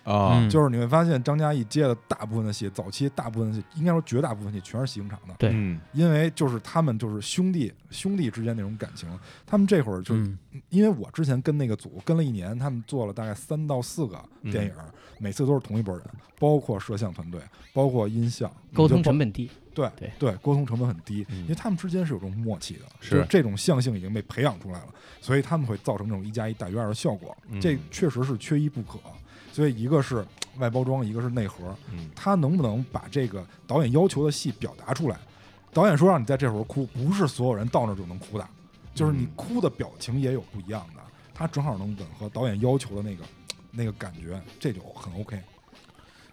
[SPEAKER 6] 啊，
[SPEAKER 5] 嗯
[SPEAKER 3] 就是你会发现张嘉译接的大部分的戏，早期大部分的戏，应该说绝大部分戏全是西影厂的，
[SPEAKER 4] 对
[SPEAKER 6] 嗯
[SPEAKER 3] 因为就是他们就是兄弟兄弟之间那种感情。他们这会儿就是、
[SPEAKER 5] 嗯
[SPEAKER 3] 因为我之前跟那个组跟了一年，他们做了大概三到四个电影，每次都是同一拨人，包括摄像团队，包括音效，
[SPEAKER 4] 沟通
[SPEAKER 3] 就包
[SPEAKER 4] 成本低，
[SPEAKER 3] 对
[SPEAKER 4] 对
[SPEAKER 3] 对，沟通成本很低，
[SPEAKER 6] 嗯
[SPEAKER 3] 因为他们之间是有这种默契的，
[SPEAKER 6] 是
[SPEAKER 3] 就这种象性已经被培养出来了，所以他们会造成这种一加一大于二的效果，
[SPEAKER 6] 嗯
[SPEAKER 3] 这确实是缺一不可。所以一个是外包装，一个是内核，
[SPEAKER 6] 嗯
[SPEAKER 3] 他能不能把这个导演要求的戏表达出来？导演说让你在这会儿哭，不是所有人到那儿就能哭的，就是你
[SPEAKER 6] 嗯
[SPEAKER 3] 哭的表情也有不一样的，他正好能吻合导演要求的那个那个感觉，这就很 OK。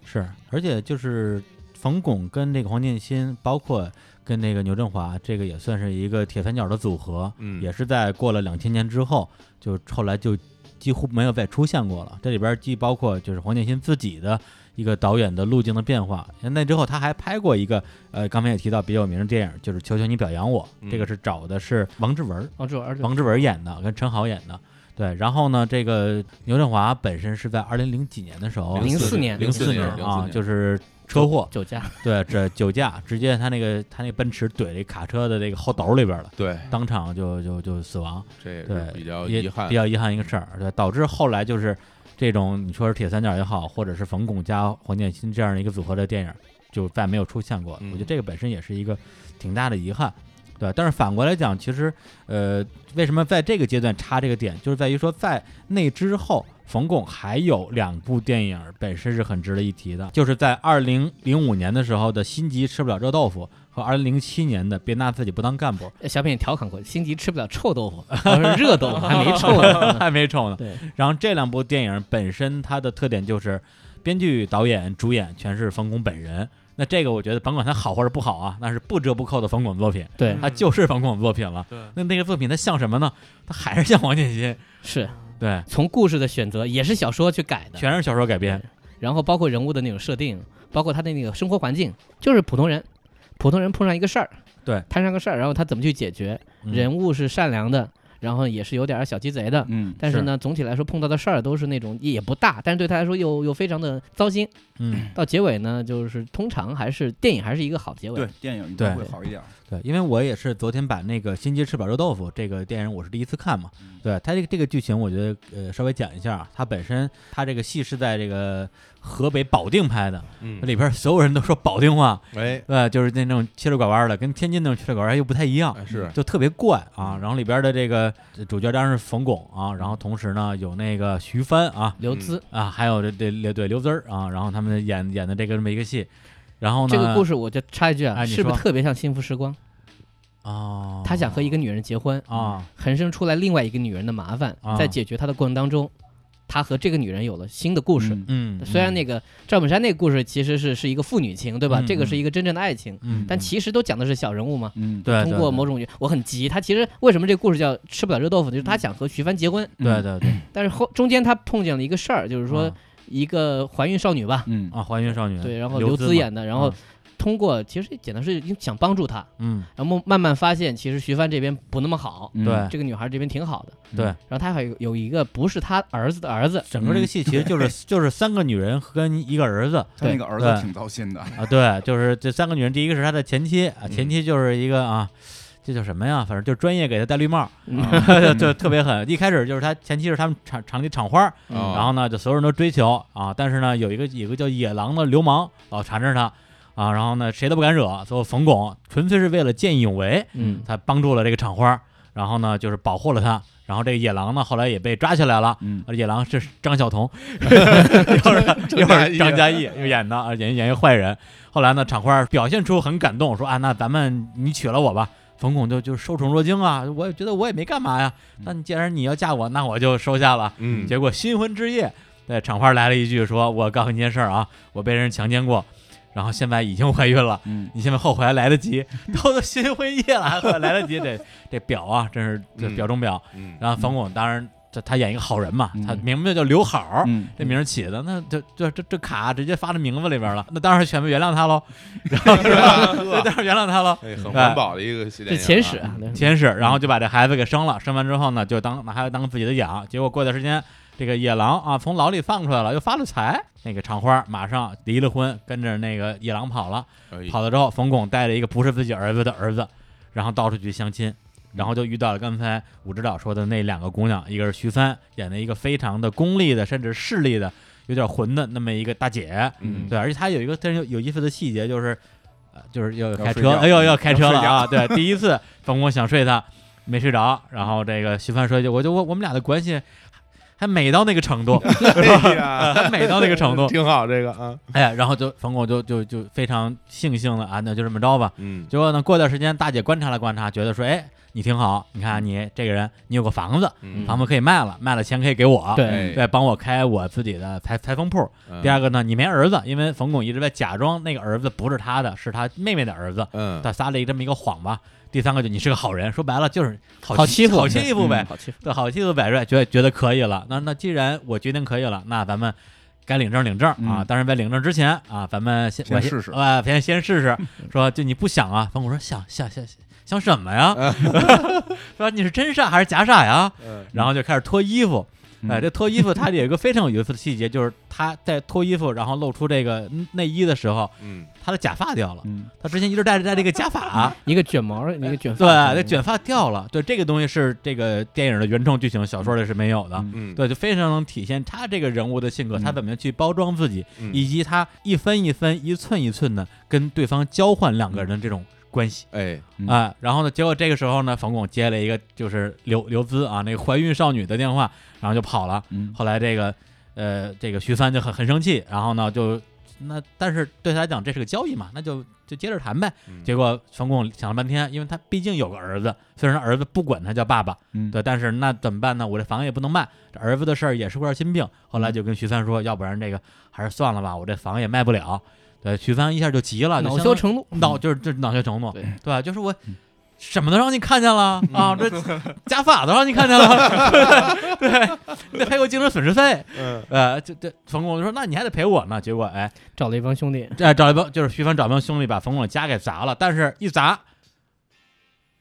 [SPEAKER 5] 是，而且就是冯巩跟这个黄建新，包括跟那个牛振华，这个也算是一个铁三角的组合，
[SPEAKER 6] 嗯
[SPEAKER 5] 也是在过了两千年之后，就后来就几乎没有再出现过了。这里边既包括就是黄建新自己的一个导演的路径的变化，那之后他还拍过一个呃，刚才也提到比较有名的电影，就是《求求你表扬我》，这个
[SPEAKER 6] 嗯
[SPEAKER 5] 是找的是王志文儿，
[SPEAKER 4] 王志文，
[SPEAKER 5] 王志文演的，跟陈好演的。对，然后呢，这个牛振华本身是在二零零几年的时候，
[SPEAKER 4] 零四年
[SPEAKER 6] 零四
[SPEAKER 4] 04
[SPEAKER 6] 年
[SPEAKER 4] 年
[SPEAKER 5] 啊，就是是车祸，
[SPEAKER 4] 酒驾，
[SPEAKER 5] 对，这酒驾，直接他那个他那奔驰怼这卡车的这个后斗里边了，
[SPEAKER 6] 对，
[SPEAKER 5] 当场就就就死亡，
[SPEAKER 6] 这也
[SPEAKER 5] 对
[SPEAKER 6] 是，比较
[SPEAKER 5] 也
[SPEAKER 6] 遗憾
[SPEAKER 5] 比，较遗憾一个事儿，对，导致后来就是这种你说是铁三角也好，或者是冯巩加黄建新这样的一个组合的电影，就再没有出现过了。
[SPEAKER 6] 嗯
[SPEAKER 5] 我觉得这个本身也是一个挺大的遗憾。对，但是反过来讲，其实，呃，为什么在这个阶段插这个点，就是在于说，在那之后，冯巩还有两部电影本身是很值得一提的，就是在二零零五年的时候的《心急吃不了热豆腐》和二零零七年的《别拿自己不当
[SPEAKER 6] [LAUGHS]
[SPEAKER 5] 干部》，
[SPEAKER 4] 呃小品也调侃过，心急吃不了臭豆腐， [LAUGHS] 我说热豆腐还没臭呢。
[SPEAKER 5] [LAUGHS] 还没臭呢。
[SPEAKER 4] 对，
[SPEAKER 5] 然后这两部电影本身它的特点就是，编剧、导演、主演全是冯巩本人。那这个我觉得，甭管它好或者不好啊，那是不折不扣的冯巩作品，
[SPEAKER 4] 对，
[SPEAKER 5] 它就是冯巩作品
[SPEAKER 4] 嗯
[SPEAKER 5] 了。
[SPEAKER 1] 对，
[SPEAKER 5] 那那个作品它像什么呢？它还是像王建新，
[SPEAKER 4] 是
[SPEAKER 5] 对，
[SPEAKER 4] 从故事的选择也是小说去改的，
[SPEAKER 5] 全是小说改编。
[SPEAKER 4] 然后包括人物的那种设定，包括他的那个生活环境，就是普通人，普通人碰上一个事儿，
[SPEAKER 5] 对，
[SPEAKER 4] 摊上个事儿，然后他怎么去解决？
[SPEAKER 5] 嗯
[SPEAKER 4] 人物是善良的，然后也是有点儿小鸡贼的，
[SPEAKER 2] 嗯，
[SPEAKER 4] 但是呢，总体来说碰到的事儿都是那种也不大，但是对他来说又又非常的糟心。
[SPEAKER 5] 嗯，
[SPEAKER 4] 到结尾呢，就是通常还是电影还是一个好结尾。
[SPEAKER 2] 对，电影应该
[SPEAKER 5] 对
[SPEAKER 2] 会好一点。
[SPEAKER 5] 对，因为我也是昨天把那个《心急吃饱热豆腐》这个电影，我是第一次看嘛。
[SPEAKER 4] 嗯
[SPEAKER 5] 对它这个这个剧情，我觉得呃稍微讲一下啊，它本身它这个戏是在这个河北保定拍的，
[SPEAKER 1] 嗯，
[SPEAKER 5] 里边所有人都说保定话，
[SPEAKER 6] 哎，
[SPEAKER 5] 对，就是那种切着拐弯的，跟天津那种切着拐弯又不太一样
[SPEAKER 6] 哎，是嗯
[SPEAKER 5] 就特别怪啊。然后里边的这个主角当然是冯巩啊，然后同时呢有那个徐帆啊
[SPEAKER 4] 刘孜。
[SPEAKER 5] 啊，还有这这这对刘孜儿啊，然后他们演演的这个这么一个戏，然后呢
[SPEAKER 4] 这个故
[SPEAKER 5] 事
[SPEAKER 4] 事我就插一句啊，
[SPEAKER 5] 哎你
[SPEAKER 4] 是不是
[SPEAKER 5] 说
[SPEAKER 4] 特别像《幸福时光》？
[SPEAKER 5] 哦，
[SPEAKER 4] 他想和一个女人结婚，
[SPEAKER 5] 啊
[SPEAKER 4] 横生出来另外一个女人的麻烦
[SPEAKER 5] 啊，
[SPEAKER 4] 在解决他的过程当中，他和这个女人有了新的故事。
[SPEAKER 5] 嗯，
[SPEAKER 4] 虽
[SPEAKER 5] 嗯
[SPEAKER 4] 然那个赵本山那个故事其实是是一个父女情，对吧？
[SPEAKER 5] 嗯
[SPEAKER 4] 这个是
[SPEAKER 5] 嗯
[SPEAKER 4] 一个真正的爱情，
[SPEAKER 5] 嗯，
[SPEAKER 4] 但其实都讲的是小人物嘛。
[SPEAKER 2] 嗯，
[SPEAKER 5] 对
[SPEAKER 4] 通
[SPEAKER 5] 对
[SPEAKER 4] 过
[SPEAKER 5] 对
[SPEAKER 4] 某种，我很急。他其实为什么这个故事叫吃不了热豆
[SPEAKER 5] 嗯
[SPEAKER 4] 腐，就是他想和徐帆结婚，
[SPEAKER 5] 对对对，
[SPEAKER 4] 但是后中间他碰见了一个事儿，就是嗯说
[SPEAKER 5] 啊
[SPEAKER 4] 一个怀孕少女吧，
[SPEAKER 2] 嗯
[SPEAKER 5] 啊，还原少女
[SPEAKER 4] 对，然后
[SPEAKER 5] 刘
[SPEAKER 4] 刘
[SPEAKER 5] 孜
[SPEAKER 4] 孜
[SPEAKER 5] 嘛
[SPEAKER 4] 演的，然后
[SPEAKER 5] 啊
[SPEAKER 4] 通过其实简单是想帮助她，
[SPEAKER 5] 嗯
[SPEAKER 4] 然后慢慢发现其实徐帆这边不那么好，
[SPEAKER 2] 嗯
[SPEAKER 5] 对
[SPEAKER 4] 这个女孩这边挺好的，嗯
[SPEAKER 5] 对，
[SPEAKER 4] 然后他还有有一个不是他儿子的儿子，
[SPEAKER 5] 整个
[SPEAKER 6] 嗯
[SPEAKER 5] 这个戏其实就是 [LAUGHS] 就是三个女人跟一个儿子
[SPEAKER 2] 他那
[SPEAKER 4] 对
[SPEAKER 2] 个儿子
[SPEAKER 5] 对
[SPEAKER 2] 挺糟心的，
[SPEAKER 5] 啊，对，就是这三个女人，第一个是她的前妻啊，前
[SPEAKER 6] 嗯
[SPEAKER 5] 妻就是一个啊，这叫什么呀？反正就是专业给她戴绿帽，
[SPEAKER 4] 嗯
[SPEAKER 6] [LAUGHS]
[SPEAKER 2] [LAUGHS]
[SPEAKER 5] 就特别狠。一开始就是她前妻是他们厂厂里厂花儿，
[SPEAKER 4] 嗯
[SPEAKER 6] 哦
[SPEAKER 5] 然后呢就所有人都追求啊，但是呢有一个有一个叫野狼的流氓老缠着她啊，然后呢谁都不敢惹，最后冯巩纯粹是为了见义勇为， [LAUGHS]
[SPEAKER 4] 嗯
[SPEAKER 5] 他帮助了这个厂花儿，然后呢就是保护了她，然后这个野狼呢后来也被抓起来了。
[SPEAKER 2] 嗯
[SPEAKER 5] 啊野狼是张晓 [LAUGHS] 彤，一会儿一会儿张嘉译又演的啊，演演一个坏人。后来呢，厂花表现出很感动，说啊，那咱们你娶了我吧。冯巩就就受宠若惊啊，我也觉得我也没干嘛呀，那你既然你要嫁我，那我就收下了。
[SPEAKER 6] 嗯，
[SPEAKER 5] 结果新婚之夜，对厂花来了一句说，我告诉你一件事儿啊，我被人强奸过，然后现在已经怀孕了。
[SPEAKER 2] 嗯，
[SPEAKER 5] 你现在后悔还来得及，都都新婚夜了还后悔来得及，这这表啊，真是这表中表。
[SPEAKER 4] [LAUGHS]
[SPEAKER 6] 嗯
[SPEAKER 5] 然后冯巩当然，这他演一个好人嘛，他
[SPEAKER 2] 嗯
[SPEAKER 5] 明明就叫刘好儿，
[SPEAKER 2] 嗯
[SPEAKER 5] 这名儿起的，那这这这这卡直接发到名字里边了，那当然全部原谅他喽， [LAUGHS] 然后是
[SPEAKER 4] [LAUGHS]
[SPEAKER 5] 吧？那当然原谅他喽。
[SPEAKER 6] 哎，很环保的一个系列、
[SPEAKER 4] 这前史啊，
[SPEAKER 2] 嗯
[SPEAKER 4] 那是
[SPEAKER 5] 先是，然后就把这孩子给生了，生完之后呢，就当拿孩子当自己的养。结果过段时间，这个野狼啊从牢里放出来了，又发了财。那个厂花马上离了婚，跟着那个野狼跑了。
[SPEAKER 6] 哎
[SPEAKER 5] 跑了之后，冯巩带了一个不是自己儿子的儿子，然后到处去相亲，然后就遇到了刚才武指导说的那两个姑娘，一个是徐帆演的一个非常的功利的，甚至势利的，有点混的那么一个大姐，
[SPEAKER 6] 嗯
[SPEAKER 5] 对，而且她有一个非常有有意思的细节就是，呃，就是要开
[SPEAKER 2] 睡
[SPEAKER 5] 车，
[SPEAKER 2] 觉
[SPEAKER 5] 哎呦要开车了啊，
[SPEAKER 2] 要
[SPEAKER 5] 对，第一次冯巩想睡她没睡着，然后这个徐帆说一句，我就我我们俩的关系。还美到那个程度，
[SPEAKER 6] 哎
[SPEAKER 5] [LAUGHS]
[SPEAKER 6] 呀，
[SPEAKER 5] 还美到那个程度，
[SPEAKER 6] 挺好这个啊，
[SPEAKER 5] 哎呀，然后就冯巩就就就非常悻悻的啊，那就这么着吧，
[SPEAKER 6] 嗯
[SPEAKER 5] 结果呢，过段时间大姐观察了观察，觉得说，哎，你挺好，你看你这个人，你有个房子，
[SPEAKER 6] 嗯，
[SPEAKER 5] 房子可以卖了，卖了钱可以给我，
[SPEAKER 4] 对
[SPEAKER 6] 哎
[SPEAKER 5] 对，帮我开我自己的裁裁缝铺。
[SPEAKER 6] 嗯
[SPEAKER 5] 第二个呢，你没儿子，因为冯巩一直在假装那个儿子不是他的，是他妹妹的儿子，
[SPEAKER 6] 嗯，
[SPEAKER 5] 他撒了一这么一个谎吧。第三个就你是个好人，说白了就是好
[SPEAKER 4] 好
[SPEAKER 5] 欺
[SPEAKER 4] 欺负
[SPEAKER 5] 好欺负呗，
[SPEAKER 4] 好欺负。
[SPEAKER 5] 对，好，气度百瑞，觉得觉得可以了。那那既然我决定可以了，那咱们该领证领证啊！
[SPEAKER 2] 嗯
[SPEAKER 5] 但是在领证之前啊，咱们先
[SPEAKER 2] 先
[SPEAKER 5] 我
[SPEAKER 2] 试试
[SPEAKER 5] 啊，先先试试。说就你不想啊？冯巩说想想想想什么呀？ [LAUGHS] 说你是真傻还是假傻呀？
[SPEAKER 6] 嗯
[SPEAKER 5] 然后就开始脱衣服。
[SPEAKER 2] 嗯
[SPEAKER 5] 哎，这脱衣服它有一个非常有意思的细节，就是他在脱衣服然后露出这个内衣的时候，
[SPEAKER 6] 嗯
[SPEAKER 5] 他的假发掉了。
[SPEAKER 2] 嗯
[SPEAKER 5] 他之前一直戴着戴这个
[SPEAKER 2] [LAUGHS]
[SPEAKER 5] 假发，
[SPEAKER 4] 一个卷毛，一个卷
[SPEAKER 5] 哎对，
[SPEAKER 4] 发，
[SPEAKER 5] 那卷发掉了。对，这个东西是这个电影的原创剧情，小说里是没有的。
[SPEAKER 2] 嗯
[SPEAKER 6] 嗯，
[SPEAKER 5] 对，就非常能体现他这个人物的性格，他
[SPEAKER 2] 嗯
[SPEAKER 5] 怎么样去包装自己，
[SPEAKER 6] 嗯
[SPEAKER 5] 以及他一分一分、一寸一寸的跟对方交换两个人的这种关系
[SPEAKER 6] 哎，
[SPEAKER 2] 嗯
[SPEAKER 5] 啊、然后呢，结果这个时候呢，冯巩接了一个就是刘刘孜啊那个怀孕少女的电话，然后就跑了。
[SPEAKER 2] 嗯
[SPEAKER 5] 后来这个呃这个徐帆就很很生气，然后呢就那但是对他来讲这是个交易嘛，那就就接着谈呗。
[SPEAKER 6] 嗯
[SPEAKER 5] 结果冯巩想了半天，因为他毕竟有个儿子，虽然儿子不管他叫爸爸，
[SPEAKER 2] 嗯
[SPEAKER 5] 对，但是那怎么办呢？我这房也不能卖，这儿子的事儿也是块心病。后来就跟徐帆说，要不然这个还是算了吧，我这房也卖不了。对，徐帆一下就急了，就
[SPEAKER 4] 嗯
[SPEAKER 5] 相
[SPEAKER 4] 恼羞
[SPEAKER 5] 当于
[SPEAKER 4] 成怒，
[SPEAKER 5] 恼就是就是恼羞成怒，
[SPEAKER 4] 对嗯
[SPEAKER 5] 对吧？就是我。什么都让你看见了啊！这假发都让你看见了， [LAUGHS] 对，你得赔我精神损失费。
[SPEAKER 6] 嗯
[SPEAKER 5] 呃，这这冯巩就说：“那你还得赔我呢。”结果哎，
[SPEAKER 4] 找了一帮兄弟，
[SPEAKER 5] 这呃找一帮就是徐帆找一帮兄弟把冯巩家给砸了，但是一砸，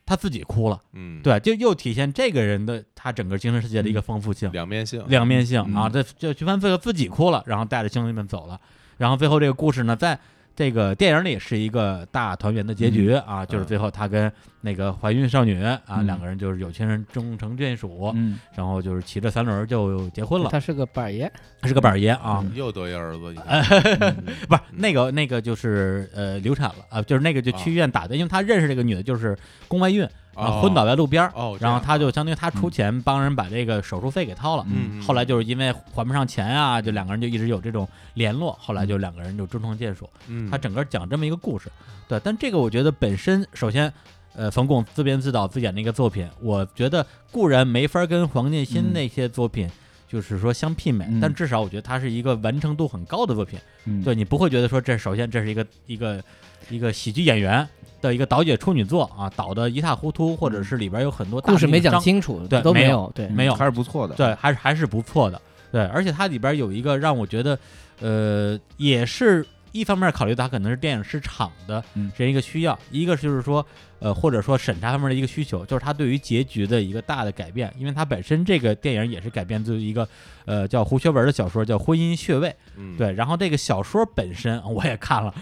[SPEAKER 5] 他自己哭了。
[SPEAKER 6] 嗯，，
[SPEAKER 5] 对，就又体现这个人的他整个精神世界的一个丰富性、
[SPEAKER 6] 两面性，
[SPEAKER 5] 两面性啊。
[SPEAKER 2] 嗯
[SPEAKER 5] 这这徐帆最后自己哭了，然后带着兄弟们走了。然后最后这个故事呢，在这个电影里是一个大团圆的结局啊，就是最后他跟那个怀孕少女啊
[SPEAKER 2] 嗯
[SPEAKER 5] 两个人就是有情人终成眷属，
[SPEAKER 2] 嗯，
[SPEAKER 5] 然后就是骑着三轮就结婚了。
[SPEAKER 4] 他是个板儿爷，
[SPEAKER 5] 他是个板儿爷啊，
[SPEAKER 6] 又得一儿子，你看
[SPEAKER 5] 不是那个那个就是呃流产了啊，就是那个就
[SPEAKER 6] 啊
[SPEAKER 5] 去医院打的，因为他认识这个女的就是宫外孕啊，
[SPEAKER 6] 哦
[SPEAKER 5] 昏倒在路边儿，
[SPEAKER 6] 哦，这
[SPEAKER 5] 然后
[SPEAKER 6] 样嗯
[SPEAKER 5] 他就相当于他出钱帮人把这个手术费给掏了。
[SPEAKER 6] 嗯，嗯
[SPEAKER 5] 后来就是因为还不上钱啊，就两个人就一直有这种联络，后来就两个人就终成眷属。
[SPEAKER 6] 嗯
[SPEAKER 5] 他整个讲这么一个故事，对，但这个我觉得本身首先，呃，冯巩自编自导自演的一个作品，我觉得固然没法跟黄建新
[SPEAKER 2] 嗯
[SPEAKER 5] 那些作品。就是说相媲美，
[SPEAKER 2] 嗯
[SPEAKER 5] 但至少我觉得它是一个完成度很高的作品。
[SPEAKER 2] 嗯
[SPEAKER 5] 对你不会觉得说这首先这是一个一个一个喜剧演员的一个导演处女作啊，导的一塌糊涂，或者是里边有很多大
[SPEAKER 4] 嗯故事
[SPEAKER 5] 的
[SPEAKER 4] 没
[SPEAKER 5] 一个
[SPEAKER 4] 讲
[SPEAKER 5] 章
[SPEAKER 4] 清楚，
[SPEAKER 5] 对
[SPEAKER 4] 都
[SPEAKER 5] 没有
[SPEAKER 4] 有，对，
[SPEAKER 5] 没有
[SPEAKER 2] 还是不错的，
[SPEAKER 5] 对，还是还是不错的。对，而且它里边有一个让我觉得，呃，也是一方面考虑到它可能是电影市场的
[SPEAKER 2] 嗯
[SPEAKER 5] 这样一个需要，一个就是说，呃，或者说审查方面的一个需求，就是它对于结局的一个大的改变，因为它本身这个电影也是改编自于一个呃叫胡学文的小说叫《婚姻穴位》，
[SPEAKER 6] 嗯
[SPEAKER 5] 对，然后这个小说本身 [LAUGHS] 我也看了，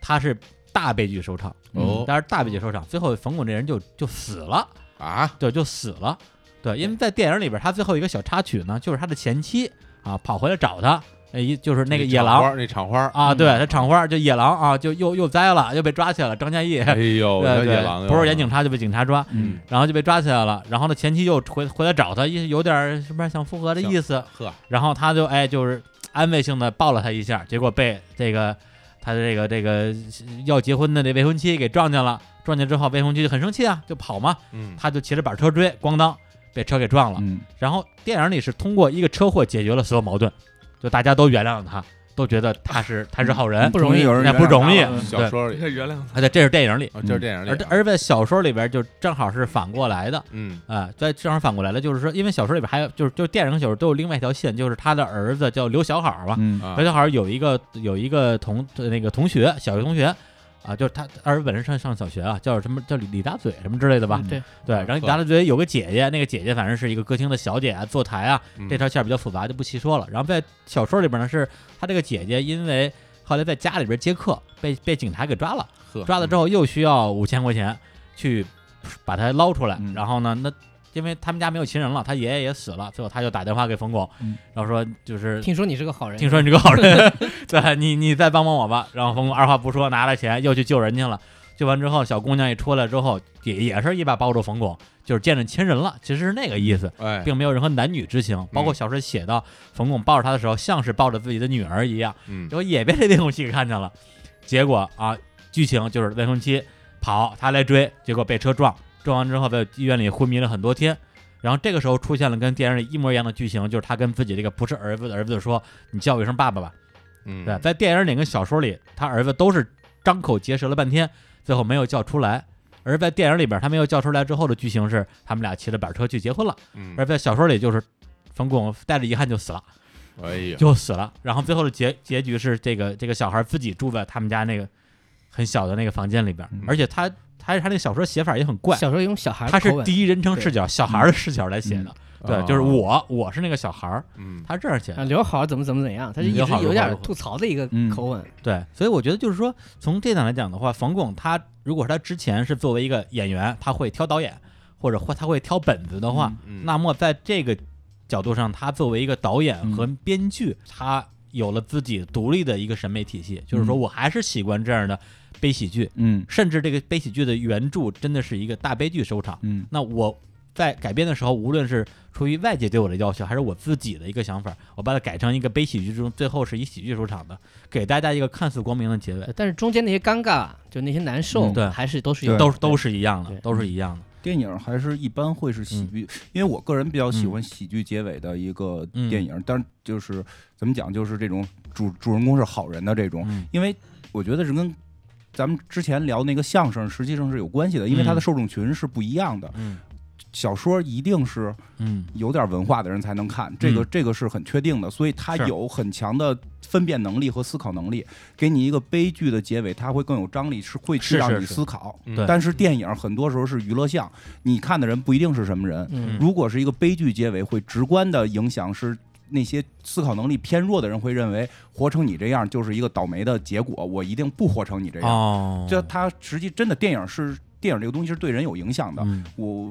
[SPEAKER 5] 它是大悲剧收场，
[SPEAKER 6] 哦
[SPEAKER 5] 但是大悲剧收场，最后冯巩这人就就死了。
[SPEAKER 6] 啊，
[SPEAKER 5] 对，就死了。对，因为在电影里边，他最后一个小插曲呢，就是他的前妻啊跑回来找他，呃，一就是那个野
[SPEAKER 6] 场花
[SPEAKER 5] 狼
[SPEAKER 6] 儿那嗯场花儿，
[SPEAKER 5] 啊，对他厂花就野狼啊，就又又栽了，又被抓起来了。张嘉译，
[SPEAKER 6] 哎呦，
[SPEAKER 5] 对
[SPEAKER 6] 那野
[SPEAKER 5] 对
[SPEAKER 6] 狼，
[SPEAKER 5] 不是演警，察就被警察抓，
[SPEAKER 2] 嗯，
[SPEAKER 5] 然后就被抓起来了。然后呢，前妻又回回来找他，一有点什么想复合的意思，
[SPEAKER 6] 呵，
[SPEAKER 5] 然后他就哎就是安慰性的抱了他一下，结果被这个他的这个这个呃要结婚的这未婚妻给撞见了。撞见之后，未婚妻就很生气啊，就跑嘛。
[SPEAKER 6] 嗯，
[SPEAKER 5] 他就骑着板车追，咣当被车给撞了。
[SPEAKER 2] 嗯，
[SPEAKER 5] 然后电影里是通过一个车祸解决了所有矛盾，就大家都原谅了他，都觉得他是他是好人，
[SPEAKER 2] 嗯不容易有人
[SPEAKER 5] 哎不容易。
[SPEAKER 2] 嗯
[SPEAKER 6] 小说里，
[SPEAKER 1] 这原谅
[SPEAKER 5] 啊，对，这是电影里，
[SPEAKER 6] 啊，就是电影里
[SPEAKER 5] 而
[SPEAKER 6] 啊，
[SPEAKER 5] 而在小说里边就正好是反过来的。
[SPEAKER 6] 嗯
[SPEAKER 5] 啊，在正好反过来了，就是说，因为小说里边还有，就是就是电影和小说都有另外一条线，就是他的儿子叫刘小好嘛，
[SPEAKER 2] 嗯
[SPEAKER 6] 啊
[SPEAKER 5] 刘小好有一个有一个同那个同学，小学同学啊，就是他儿子本身上上小学啊，叫什么叫李李大嘴什么之类的吧，
[SPEAKER 4] 嗯对，
[SPEAKER 5] 对，
[SPEAKER 6] 啊
[SPEAKER 5] 然后你
[SPEAKER 6] 呵
[SPEAKER 5] 达拉觉有个姐姐，那个姐姐反正是一个歌厅的小姐啊，坐台啊，
[SPEAKER 6] 嗯
[SPEAKER 5] 这条线比较复杂，就不细说了。然后在小说里边呢，是她这个姐姐因为后来在家里边接客，被被警察给抓了，
[SPEAKER 6] 呵
[SPEAKER 5] 抓了之后
[SPEAKER 2] 嗯
[SPEAKER 5] 又需要五千块钱去把她捞出来。
[SPEAKER 2] 嗯
[SPEAKER 5] 然后呢，那因为他们家没有亲人了，他爷爷也死了，最后他就打电话给冯巩，
[SPEAKER 2] 嗯
[SPEAKER 5] 然后说就是
[SPEAKER 4] 听说你是个好人，
[SPEAKER 5] 听说你是个好人， [LAUGHS] 对你你再帮帮我吧。然后冯巩二话不说拿了钱又去救人去了。救完之后，小姑娘一出来之后，也也是一把抱住冯巩，就是见着亲人了，其实是那个意思，
[SPEAKER 6] 哎，
[SPEAKER 5] 并没有任何男女之情。包
[SPEAKER 2] 嗯
[SPEAKER 5] 括小说写到冯巩抱着她的时候，像是抱着自己的女儿一样，
[SPEAKER 6] 嗯
[SPEAKER 5] 结果也被这电视剧给看见了。结果啊，剧情就是未婚妻跑，他来追，结果被车撞，撞完之后在医院里昏迷了很多天。然后这个时候出现了跟电影里一模一样的剧情，就是他跟自己这个不是儿子的儿子说：“你叫我一声爸爸吧。”
[SPEAKER 6] 嗯，
[SPEAKER 5] 对，在电影里跟小说里，他儿子都是张口结舌了半天，最后没有叫出来。而在电影里边，他没有叫出来之后的剧情是，他们俩骑着板车去结婚了。
[SPEAKER 6] 嗯，
[SPEAKER 5] 而在小说里，就是冯巩带着遗憾就死了，
[SPEAKER 6] 哎呀，
[SPEAKER 5] 就死了。然后最后的结结局是，这个这个小孩自己住在他们家那个很小的那个房间里边，
[SPEAKER 2] 嗯
[SPEAKER 5] 而且他他他那个小说写法也很怪，
[SPEAKER 4] 小时候用小孩儿
[SPEAKER 5] 他
[SPEAKER 4] 口
[SPEAKER 5] 是
[SPEAKER 4] 吻，
[SPEAKER 5] 第一人称视角，小孩的视角来写的。对，就是
[SPEAKER 6] 啊，
[SPEAKER 5] 我我是那个小孩儿，
[SPEAKER 6] 嗯，
[SPEAKER 5] 他这样写的
[SPEAKER 4] 啊，。刘好怎么怎么怎么样，他是
[SPEAKER 5] 嗯
[SPEAKER 4] 一
[SPEAKER 5] 刘
[SPEAKER 4] 直
[SPEAKER 5] 好刘好
[SPEAKER 4] 有点
[SPEAKER 5] 刘好
[SPEAKER 4] 吐槽的一个
[SPEAKER 2] 嗯
[SPEAKER 4] 口吻，
[SPEAKER 5] 对，所以我觉得就是说，从这点来讲的话，冯巩他如果是他之前是作为一个演员，他会挑导演，或者或他会挑本子的话，
[SPEAKER 6] 嗯
[SPEAKER 5] 那么在这个角度上，他作为一个导演
[SPEAKER 2] 嗯
[SPEAKER 5] 和编剧，他有了自己独立的一个审美体系，就是说
[SPEAKER 2] 嗯
[SPEAKER 5] 我还是喜欢这样的悲喜剧，
[SPEAKER 2] 嗯
[SPEAKER 5] 甚至这个悲喜剧的原著真的是一个大悲剧收场。
[SPEAKER 2] 嗯
[SPEAKER 5] 那我在改编的时候，无论是出于外界对我的要求，还是我自己的一个想法，我把它改成一个悲喜剧中，最后是以喜剧收场的，给大家一个看似光明的结
[SPEAKER 2] 呃
[SPEAKER 5] 尾，
[SPEAKER 4] 但是中间那些尴尬，就那些难受
[SPEAKER 2] 嗯，
[SPEAKER 5] 对
[SPEAKER 4] 还是都是有
[SPEAKER 2] 对
[SPEAKER 4] 的，
[SPEAKER 5] 都是都是一样的，
[SPEAKER 4] 对
[SPEAKER 5] 都是一样的。
[SPEAKER 2] 电影还是一般会是喜剧，因为我个人比较喜欢喜剧结尾的一个电影，但是就是怎么讲，就是这种主主人公是好人的这种，
[SPEAKER 5] 嗯
[SPEAKER 2] 因为我觉得是跟咱们之前聊那个相声实际上是有关系的，因为它的
[SPEAKER 5] 嗯
[SPEAKER 2] 受众群是不一样的。
[SPEAKER 5] 嗯
[SPEAKER 2] 小说一定是
[SPEAKER 5] 嗯
[SPEAKER 2] 有点文化的人才能看，这个、这个是很确定的，所以它
[SPEAKER 5] 是
[SPEAKER 2] 有很强的分辨能力和思考能力，给你一个悲剧的结尾，它会更有张力，是会去
[SPEAKER 5] 是
[SPEAKER 2] 让
[SPEAKER 5] 是
[SPEAKER 2] 你
[SPEAKER 5] 是
[SPEAKER 2] 思考。
[SPEAKER 6] 嗯
[SPEAKER 5] 对
[SPEAKER 2] 但是电影很多时候是娱乐项，你看的人不一定是什么人。
[SPEAKER 4] 嗯
[SPEAKER 2] 如果是一个悲剧结尾，会直观的影响是那些思考能力偏弱的人会认为，活成你这样就是一个倒霉的结果，我一定不活成你这样。
[SPEAKER 5] 哦
[SPEAKER 2] 这他实际真的电影是电影这个东西是对人有影响的。
[SPEAKER 5] 嗯
[SPEAKER 2] 我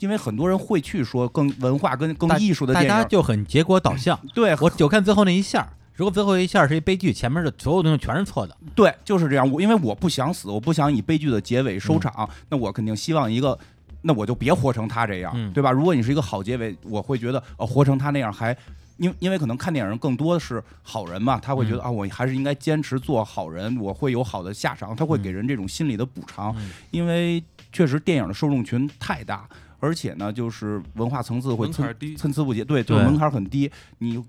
[SPEAKER 2] 因为很多人会去说更文化跟更
[SPEAKER 5] 大
[SPEAKER 2] 艺术的
[SPEAKER 5] 大
[SPEAKER 2] 电
[SPEAKER 5] 家
[SPEAKER 2] 影，
[SPEAKER 5] 就很结果导向。
[SPEAKER 2] 对
[SPEAKER 5] [LAUGHS] 我就看最后那一下儿，如果最后一下儿是一悲剧，前面的所有东西全是错的。
[SPEAKER 2] 对，就是这样。我因为我不想死，我不想以悲剧的结尾
[SPEAKER 5] 嗯
[SPEAKER 2] 收场，那我肯定希望一个。那我就别活成他这样，
[SPEAKER 5] 嗯
[SPEAKER 2] 对吧？如果你是一个好结尾，我会觉得，呃，活成他那样还，因因为可能看电影人更多的是好人嘛，他会觉得、
[SPEAKER 5] 嗯
[SPEAKER 2] 啊，我还是应该坚持做好人，我会有好的下场，他会给人这种心理的补偿。
[SPEAKER 5] 嗯
[SPEAKER 2] 因为确实电影的受众群太大，而且呢，就是文化层次会
[SPEAKER 1] 门槛
[SPEAKER 2] 参
[SPEAKER 1] 儿低。
[SPEAKER 2] 参差不齐，对，就是
[SPEAKER 5] 对
[SPEAKER 2] 门槛很低，你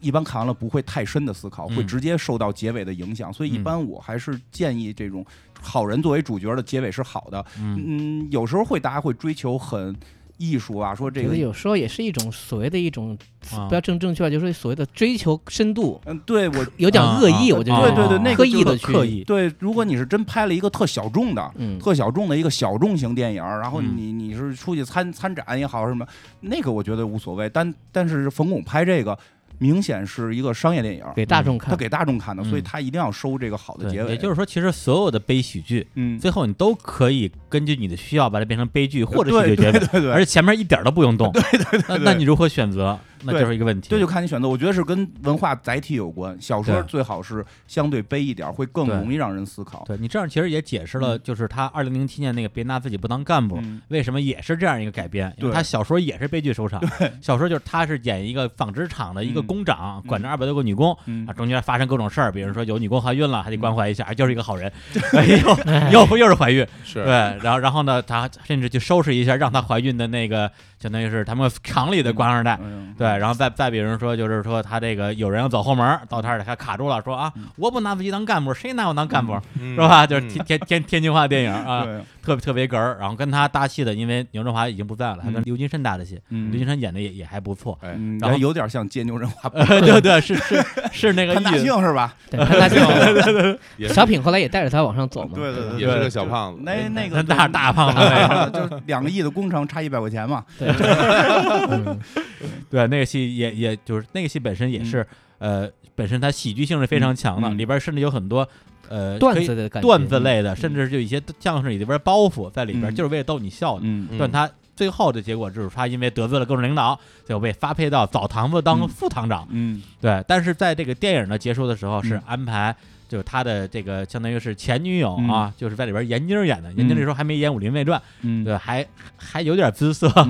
[SPEAKER 2] 一般看完了不会太深的思考，
[SPEAKER 5] 嗯
[SPEAKER 2] 会直接受到结尾的影响，所以一
[SPEAKER 5] 嗯
[SPEAKER 2] 般我还是建议这种好人作为主角的结尾是好的。
[SPEAKER 5] 嗯，
[SPEAKER 2] 嗯，有时候会大家会追求很艺术啊，说这
[SPEAKER 4] 觉得
[SPEAKER 2] 个。
[SPEAKER 4] 有时候也是一种所谓的一种
[SPEAKER 5] 啊
[SPEAKER 4] 不要正正确，就是所谓的追求深度，
[SPEAKER 2] 嗯，对我，
[SPEAKER 4] 有点
[SPEAKER 5] 啊
[SPEAKER 4] 恶
[SPEAKER 5] 啊
[SPEAKER 4] 意，我就
[SPEAKER 5] 啊
[SPEAKER 4] 觉得
[SPEAKER 2] 对对对，那个
[SPEAKER 4] 刻意的
[SPEAKER 2] 就是
[SPEAKER 4] 去
[SPEAKER 5] 刻意
[SPEAKER 2] 对，如果你是真拍了一个特小众的，
[SPEAKER 4] 嗯，
[SPEAKER 2] 特小众的一个小众型电影儿，然后
[SPEAKER 5] 嗯
[SPEAKER 2] 你你是出去参参展也好什么，那个我觉得无所谓。但但是冯巩拍这个，明显是一个商业电影儿，
[SPEAKER 4] 给大众看
[SPEAKER 2] 他，给大众看的，
[SPEAKER 5] 嗯
[SPEAKER 2] 所以他一定要收这个好的
[SPEAKER 5] 对，
[SPEAKER 2] 结尾。
[SPEAKER 5] 也就是说，其实所有的悲喜剧，
[SPEAKER 2] 嗯，
[SPEAKER 5] 最后你都可以根据你的需要把它变成悲剧或者喜
[SPEAKER 2] 对
[SPEAKER 5] 剧结
[SPEAKER 2] 对
[SPEAKER 5] 尾
[SPEAKER 2] 对，对对，
[SPEAKER 5] 而且前面一点儿都不
[SPEAKER 2] [LAUGHS]
[SPEAKER 5] 用动。对对对，那你如何选择？那
[SPEAKER 2] 对
[SPEAKER 5] 就是一个问题。
[SPEAKER 2] 这就看你选择。我觉得是跟文化载体有关，小说
[SPEAKER 5] 嗯对
[SPEAKER 2] 最好是相对悲一点儿，会更
[SPEAKER 5] 对
[SPEAKER 2] 容易让人思考。
[SPEAKER 5] 对你这样其实也解释了，就是他二零零七年那个《别拿自己不当干部》
[SPEAKER 2] 嗯
[SPEAKER 5] 为什么也是这样一个改编？因为
[SPEAKER 2] 对
[SPEAKER 5] 他小说也是悲剧收场。小说就是他是演一个纺织厂的一个
[SPEAKER 2] 嗯
[SPEAKER 5] 工长，管着
[SPEAKER 2] 嗯
[SPEAKER 5] 二百多个女工。
[SPEAKER 2] 嗯
[SPEAKER 5] 啊，中间发生各种事儿，比如说有女工怀孕了，还得关怀一下，哎就是一
[SPEAKER 2] [LAUGHS]
[SPEAKER 5] 个好人，哎又又又是怀孕，
[SPEAKER 6] 是
[SPEAKER 5] 对，然后然后呢，他甚至去收拾一下让她怀孕的那个，相当于是他们厂里的官二代，
[SPEAKER 2] 嗯
[SPEAKER 5] 对，然后再再比如说，就是说他这个有人要走后门儿，到他这儿他卡住了，说啊
[SPEAKER 2] 嗯，
[SPEAKER 5] 我不拿自己当干部，谁拿我当干部、
[SPEAKER 6] 是。
[SPEAKER 5] 是吧？就是天天天天津话电影啊，
[SPEAKER 2] 对，
[SPEAKER 5] 特别特别哏儿。然后跟他搭戏的，因为牛振华已经不在了，还跟
[SPEAKER 2] 嗯
[SPEAKER 5] 刘金山搭的戏，
[SPEAKER 2] 嗯
[SPEAKER 5] 刘金山演的也也还
[SPEAKER 2] [LAUGHS]
[SPEAKER 5] 不错 [LAUGHS]
[SPEAKER 6] 哎，
[SPEAKER 2] 嗯，
[SPEAKER 5] 然后
[SPEAKER 2] 有点像借牛人话，
[SPEAKER 5] 对对，是是是那个
[SPEAKER 2] 潘大
[SPEAKER 5] 意思。
[SPEAKER 2] 庆是吧？
[SPEAKER 4] 对，看他就
[SPEAKER 6] 也
[SPEAKER 4] 小品后来也带着他往上走嘛，
[SPEAKER 2] 对对
[SPEAKER 6] 也是个小胖子，
[SPEAKER 2] 那那个
[SPEAKER 5] 嗯那大
[SPEAKER 2] [LAUGHS]
[SPEAKER 5] 大胖子
[SPEAKER 2] 大胖子，就两个亿的工程差一百块钱嘛。
[SPEAKER 4] 对，嗯
[SPEAKER 5] 对，那个戏也也就是那个戏本身也是，呃，本身它喜剧性是非常强的，
[SPEAKER 2] 嗯嗯嗯
[SPEAKER 5] 里边甚至有很多呃
[SPEAKER 4] 段
[SPEAKER 5] 可以
[SPEAKER 4] 子的感觉，嗯
[SPEAKER 5] 段子类的，甚至就一些相声里边包袱在里边，
[SPEAKER 2] 嗯
[SPEAKER 5] 就是为了逗你笑的。
[SPEAKER 2] 嗯
[SPEAKER 5] 但他最后的结果就是他因为得罪了各种领导，最后被发配到澡堂子当
[SPEAKER 2] 嗯
[SPEAKER 5] 副堂长。
[SPEAKER 2] 嗯
[SPEAKER 5] 对，但是在这个电影呢结束的时候是
[SPEAKER 2] 嗯
[SPEAKER 5] 安排。就是他的这个相当于是前女友啊，就是在里边闫妮儿演的。闫妮儿那时候还没演《武林外传》，
[SPEAKER 2] 嗯
[SPEAKER 5] 对，啊还还有点姿色， [LAUGHS]
[SPEAKER 3] 还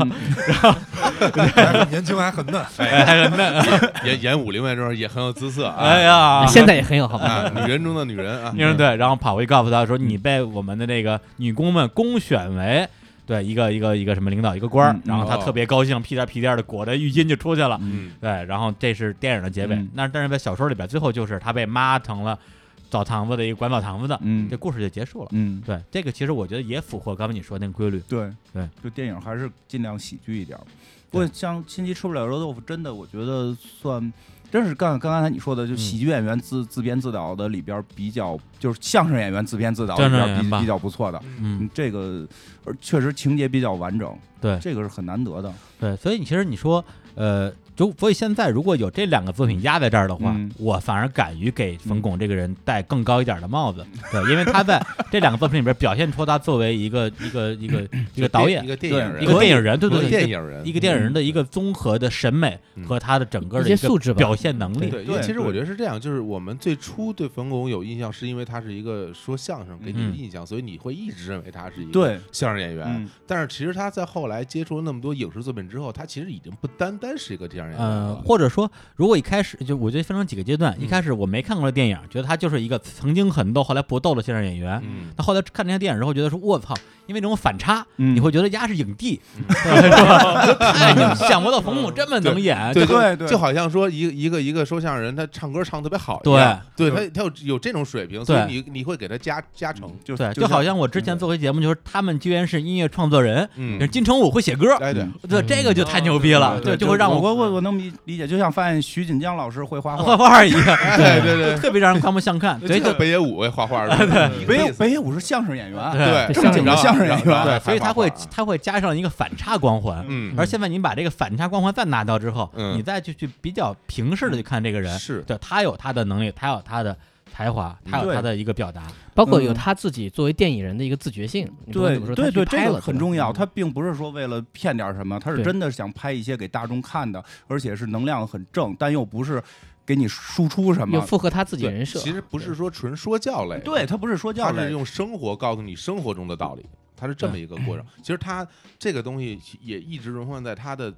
[SPEAKER 3] 很年轻还很嫩，
[SPEAKER 5] 哎
[SPEAKER 2] 哎
[SPEAKER 6] 演演武林外传也很有姿色啊。
[SPEAKER 5] 哎呀，
[SPEAKER 4] 现在也很有好吧？
[SPEAKER 6] 啊，女人中的女人啊
[SPEAKER 5] 女，
[SPEAKER 2] 嗯
[SPEAKER 5] 人对，然后跑过去告诉他说，你被我们的这个女工们公选为对一个一个一个什么领导一个官儿
[SPEAKER 2] 嗯，
[SPEAKER 5] 然后他
[SPEAKER 6] 哦
[SPEAKER 5] 特别高兴，屁颠儿屁颠的裹着浴巾就出去了。
[SPEAKER 6] 嗯，
[SPEAKER 5] 对，然后这是电影的结尾
[SPEAKER 2] 嗯。
[SPEAKER 5] 那、但是在小说里边，最后就是他被妈成了澡堂子的一个管澡堂子的，
[SPEAKER 2] 嗯
[SPEAKER 5] 这故事就结束了。
[SPEAKER 2] 嗯，
[SPEAKER 5] 对，这个其实我觉得也符合刚才你说的那个规律。
[SPEAKER 2] 对
[SPEAKER 5] 对，
[SPEAKER 2] 就电影还是尽量喜剧一点儿。不过像《亲戚吃不了热豆腐》，真的我觉得算。真是刚刚才你说的，就
[SPEAKER 5] 嗯
[SPEAKER 2] 喜剧演员自、自编自导的里边儿比较，就是相声演员自编自导
[SPEAKER 5] 相
[SPEAKER 2] 里
[SPEAKER 5] 声
[SPEAKER 2] 边儿
[SPEAKER 5] 演员
[SPEAKER 2] 比
[SPEAKER 5] 吧
[SPEAKER 2] 比较不错的，
[SPEAKER 5] 嗯
[SPEAKER 2] 嗯，这个而确实情节比较完整，
[SPEAKER 5] 对
[SPEAKER 2] 这个是很难得的。
[SPEAKER 5] 对，所以你其实你说，呃，就所以现在如果有这两个作品压在这儿的话，
[SPEAKER 2] 嗯
[SPEAKER 5] 我反而敢于给冯巩这个人戴更高一点的帽子，对，因为他在这两个作品里边表现出他作为一个一个一个一个导演
[SPEAKER 6] 一，个电影人，
[SPEAKER 5] 一个电影人，对
[SPEAKER 6] 一
[SPEAKER 5] 对
[SPEAKER 6] 个
[SPEAKER 5] 对，
[SPEAKER 6] 电影人，
[SPEAKER 5] 一个电影人的一个综合的审美
[SPEAKER 6] 嗯
[SPEAKER 5] 和他的整个的
[SPEAKER 4] 一些
[SPEAKER 5] 个
[SPEAKER 4] 素质吧
[SPEAKER 5] 表现能力，
[SPEAKER 6] 对，因为
[SPEAKER 2] 对
[SPEAKER 6] 其实
[SPEAKER 2] 对
[SPEAKER 6] 我觉得是这样，就是我们最初对冯巩有印象，是因为他是一个说相声给你的
[SPEAKER 5] 嗯
[SPEAKER 6] 印象，所以你会一直认为他是一个
[SPEAKER 2] 对
[SPEAKER 6] 相声演员。
[SPEAKER 2] 嗯
[SPEAKER 6] 但是其实他在后来接触了那么多影视作品之后，他其实已经不单单是一个相声演员
[SPEAKER 5] 呃，
[SPEAKER 6] 了。
[SPEAKER 5] 或者说，如果一开始就我觉得分成几个阶段，一
[SPEAKER 6] 嗯
[SPEAKER 5] 开始我没看过的电影，觉得他就是一个曾经很逗，后来不逗的相声演员。
[SPEAKER 6] 嗯，
[SPEAKER 5] 那后来看这些电影之后，觉得说我操，因为这种反差，
[SPEAKER 2] 嗯
[SPEAKER 5] 你会觉得丫是影帝，
[SPEAKER 6] 嗯 [LAUGHS]
[SPEAKER 5] 对是吧？就太牛，想不到冯巩这么能演，
[SPEAKER 6] 对
[SPEAKER 5] 就
[SPEAKER 2] 对对
[SPEAKER 6] 就好像说一个一个一个说相声人，他唱歌唱得特别好一
[SPEAKER 5] 对
[SPEAKER 6] 样，对他他有有这种水平，所以
[SPEAKER 5] 对
[SPEAKER 6] 你你会给他加加成。
[SPEAKER 2] 就
[SPEAKER 5] 对，就好像我之前做过一节目，就是他们居然是音乐创作人，
[SPEAKER 6] 嗯
[SPEAKER 5] 就是金城武会写歌，
[SPEAKER 6] [LAUGHS] 哎对，
[SPEAKER 5] 嗯对，这个就太牛逼了，
[SPEAKER 6] 对
[SPEAKER 5] 就会让
[SPEAKER 2] 我
[SPEAKER 5] 我
[SPEAKER 2] 我我我能理理解，就像发现徐锦江老师会画
[SPEAKER 5] [LAUGHS] 画
[SPEAKER 2] 画，
[SPEAKER 5] 画一样，
[SPEAKER 6] 嗯对对对，
[SPEAKER 5] 特别让人刮目相看。
[SPEAKER 6] 这
[SPEAKER 5] 对，
[SPEAKER 6] 就
[SPEAKER 5] 就
[SPEAKER 6] 北野武会画画的，
[SPEAKER 2] 北野北野武是相声演
[SPEAKER 5] [LAUGHS]
[SPEAKER 2] 员，
[SPEAKER 6] 对，
[SPEAKER 2] 正经的相声演员
[SPEAKER 6] 然后
[SPEAKER 5] 对，所以他会，
[SPEAKER 6] 然后还画画
[SPEAKER 5] 他会加上一个反差光环。
[SPEAKER 6] 嗯，
[SPEAKER 5] 而现在你把这个反差光环再拿到之后，
[SPEAKER 6] 嗯
[SPEAKER 5] 你再去去比较平视的去看这个人，
[SPEAKER 6] 是嗯
[SPEAKER 5] 对他有他的能力，他有他的才华，他有
[SPEAKER 2] 对
[SPEAKER 5] 他的一个表
[SPEAKER 6] 啊
[SPEAKER 5] 达。
[SPEAKER 4] 包括有
[SPEAKER 2] 嗯
[SPEAKER 4] 他自己作为电影人的一个自觉性。你不能
[SPEAKER 2] 对
[SPEAKER 4] 总说他
[SPEAKER 2] 对
[SPEAKER 4] 去
[SPEAKER 2] 对，
[SPEAKER 4] 拍
[SPEAKER 2] 这
[SPEAKER 4] 了
[SPEAKER 2] 个很
[SPEAKER 4] 对吧
[SPEAKER 2] 重要。
[SPEAKER 4] 嗯
[SPEAKER 2] 他并不是说为了骗点什么，他是
[SPEAKER 4] 对
[SPEAKER 2] 真的想拍一些给大众看的，而且是能量很正，但又不是给你输出什
[SPEAKER 4] 又
[SPEAKER 2] 么。
[SPEAKER 4] 符合他自己
[SPEAKER 6] 对
[SPEAKER 4] 人设。
[SPEAKER 6] 其实不是说纯说教类，
[SPEAKER 2] 对他不是说教
[SPEAKER 6] 他是
[SPEAKER 2] 类，
[SPEAKER 6] 用生活告诉你生活中的道理，他是这么一个过程。其实他这个东西也一直融换在他的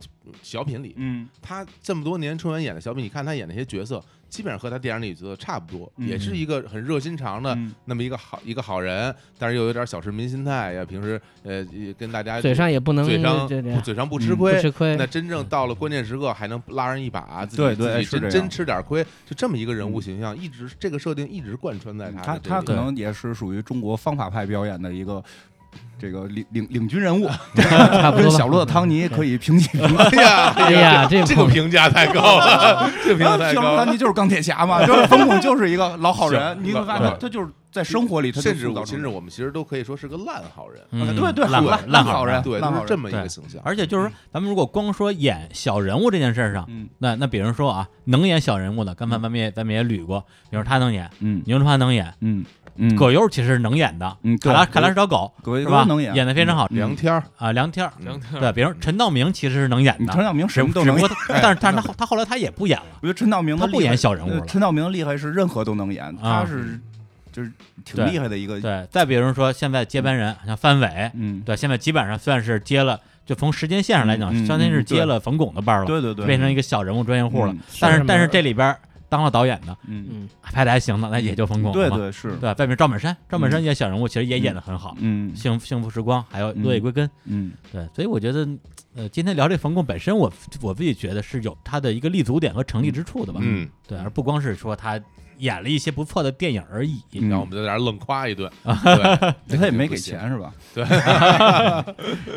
[SPEAKER 6] 小品里。
[SPEAKER 2] 嗯，
[SPEAKER 6] 他这么多年春晚演的小品，你看他演那些角色，基本上和他电影里角色差不多，
[SPEAKER 2] 嗯
[SPEAKER 6] 也是一个很热心肠的
[SPEAKER 2] 嗯
[SPEAKER 6] 那么一个好一个好人，但是又有点小市民心态呀。平时呃也跟大家
[SPEAKER 4] 嘴上也不能
[SPEAKER 6] 嘴上
[SPEAKER 4] 这这
[SPEAKER 6] 嘴上不
[SPEAKER 2] 嗯
[SPEAKER 6] 吃
[SPEAKER 2] 不
[SPEAKER 6] 亏，
[SPEAKER 4] 不吃亏
[SPEAKER 6] 那。真正到了关键时刻，还能拉人一把，自己
[SPEAKER 2] 对对
[SPEAKER 6] 自己
[SPEAKER 2] 是这样
[SPEAKER 6] 真
[SPEAKER 2] 嗯
[SPEAKER 6] 真吃点亏，就这么一个人物形象，一直这个设定一直贯穿在
[SPEAKER 2] 他
[SPEAKER 6] 他的这
[SPEAKER 2] 他
[SPEAKER 6] 里
[SPEAKER 2] 可能也是属于中国方法派表演的一个。这个领领领军人物，
[SPEAKER 4] 差不多
[SPEAKER 2] 跟
[SPEAKER 4] 吧
[SPEAKER 2] 小洛的汤尼可以平起平坐。
[SPEAKER 6] 哎呀，
[SPEAKER 4] 哎呀，这
[SPEAKER 6] 这
[SPEAKER 4] 朋
[SPEAKER 6] 个
[SPEAKER 4] 友
[SPEAKER 6] 评价太
[SPEAKER 2] [LAUGHS]
[SPEAKER 6] 高了，这个评价
[SPEAKER 2] 啊，
[SPEAKER 6] 太
[SPEAKER 2] 小
[SPEAKER 6] 高
[SPEAKER 2] 洛
[SPEAKER 6] 了
[SPEAKER 2] 汤。尼就是钢铁侠嘛，就是冯巩就是一个老好
[SPEAKER 6] 是
[SPEAKER 2] 人。你会发
[SPEAKER 6] 老
[SPEAKER 2] 现
[SPEAKER 6] 好，
[SPEAKER 2] 他就是在生活里，他就
[SPEAKER 6] 甚至
[SPEAKER 2] 塑造
[SPEAKER 6] 我
[SPEAKER 2] 出
[SPEAKER 6] 甚至
[SPEAKER 2] 来
[SPEAKER 6] 我们其实都可以说是个烂好人，
[SPEAKER 5] 嗯
[SPEAKER 2] 对
[SPEAKER 6] 对
[SPEAKER 2] 对
[SPEAKER 5] 烂
[SPEAKER 6] 烂
[SPEAKER 5] 烂
[SPEAKER 2] 好人
[SPEAKER 6] 对，
[SPEAKER 2] 烂
[SPEAKER 6] 都
[SPEAKER 2] 好
[SPEAKER 6] 是
[SPEAKER 2] 人
[SPEAKER 6] 这么一个
[SPEAKER 5] 对
[SPEAKER 6] 形象。
[SPEAKER 5] 而且就是咱们如果光说演小人物这件事上，
[SPEAKER 2] 嗯
[SPEAKER 5] 那那比如说啊，能演小人物的，刚才咱们也咱们也捋过，比如他能演，
[SPEAKER 2] 嗯
[SPEAKER 5] 牛春华能演，
[SPEAKER 2] 嗯嗯，
[SPEAKER 5] 葛优其实能演的，
[SPEAKER 2] 嗯
[SPEAKER 5] 卡
[SPEAKER 2] 对
[SPEAKER 5] 拉卡拉是条狗
[SPEAKER 2] 葛
[SPEAKER 5] 是
[SPEAKER 2] 优
[SPEAKER 5] 吧？
[SPEAKER 2] 能演
[SPEAKER 5] 演的非常好，
[SPEAKER 6] 梁
[SPEAKER 2] 嗯
[SPEAKER 6] 天儿，
[SPEAKER 5] 啊，梁天儿，
[SPEAKER 1] 两天
[SPEAKER 5] 对，比如陈道明其实是能演
[SPEAKER 2] 你
[SPEAKER 5] 的，
[SPEAKER 2] 嗯陈道明
[SPEAKER 5] 只
[SPEAKER 2] 什么都
[SPEAKER 5] 只
[SPEAKER 2] 能
[SPEAKER 5] 不过
[SPEAKER 2] 演，
[SPEAKER 5] 他但是但是他
[SPEAKER 2] [LAUGHS]
[SPEAKER 5] 后他后来他也不演了，
[SPEAKER 2] 我觉得陈道明
[SPEAKER 5] 他
[SPEAKER 2] 的
[SPEAKER 5] 不
[SPEAKER 2] 厉害
[SPEAKER 5] 演小人物
[SPEAKER 2] 呃
[SPEAKER 5] 了。
[SPEAKER 2] 陈道明厉害是任何都能演，
[SPEAKER 5] 啊
[SPEAKER 2] 他是就是挺
[SPEAKER 5] 对
[SPEAKER 2] 厉害的一个。
[SPEAKER 5] 对，再比如说现在接班人像范伟，
[SPEAKER 2] 嗯，
[SPEAKER 5] 对，现在基本上算是接了，就从时间线上来讲，
[SPEAKER 2] 嗯嗯
[SPEAKER 5] 相当于是
[SPEAKER 2] 嗯对
[SPEAKER 5] 接了冯巩的班了，
[SPEAKER 2] 对对对，
[SPEAKER 5] 变成一个小人物专业户了
[SPEAKER 2] 嗯。
[SPEAKER 5] 但
[SPEAKER 4] 是
[SPEAKER 5] 是
[SPEAKER 4] 吗
[SPEAKER 5] 但是这里边当了导演的，
[SPEAKER 2] 嗯，
[SPEAKER 4] 嗯，
[SPEAKER 5] 拍的还行的，那也就冯巩
[SPEAKER 2] 对
[SPEAKER 5] 了嘛。
[SPEAKER 2] 对是，
[SPEAKER 5] 对，外面赵本山，赵本山演小人物其实也演的很好，
[SPEAKER 2] 嗯
[SPEAKER 5] 幸福幸福时光》还有《落叶
[SPEAKER 2] 嗯
[SPEAKER 5] 归根》
[SPEAKER 2] 嗯
[SPEAKER 5] 对，所以我觉得，呃，今天聊这冯巩本身我，我自己觉得是有他的一个立足点和成立之处的吧。
[SPEAKER 6] 嗯，
[SPEAKER 5] 对，而不光是说他演了一些不错的电影而已。
[SPEAKER 2] 嗯
[SPEAKER 6] 然后我们在那儿愣
[SPEAKER 2] [LAUGHS]
[SPEAKER 6] 夸一顿，对这
[SPEAKER 2] 他也
[SPEAKER 6] 肯定
[SPEAKER 2] 没
[SPEAKER 6] 不
[SPEAKER 2] 给
[SPEAKER 6] 行
[SPEAKER 2] 钱是吧？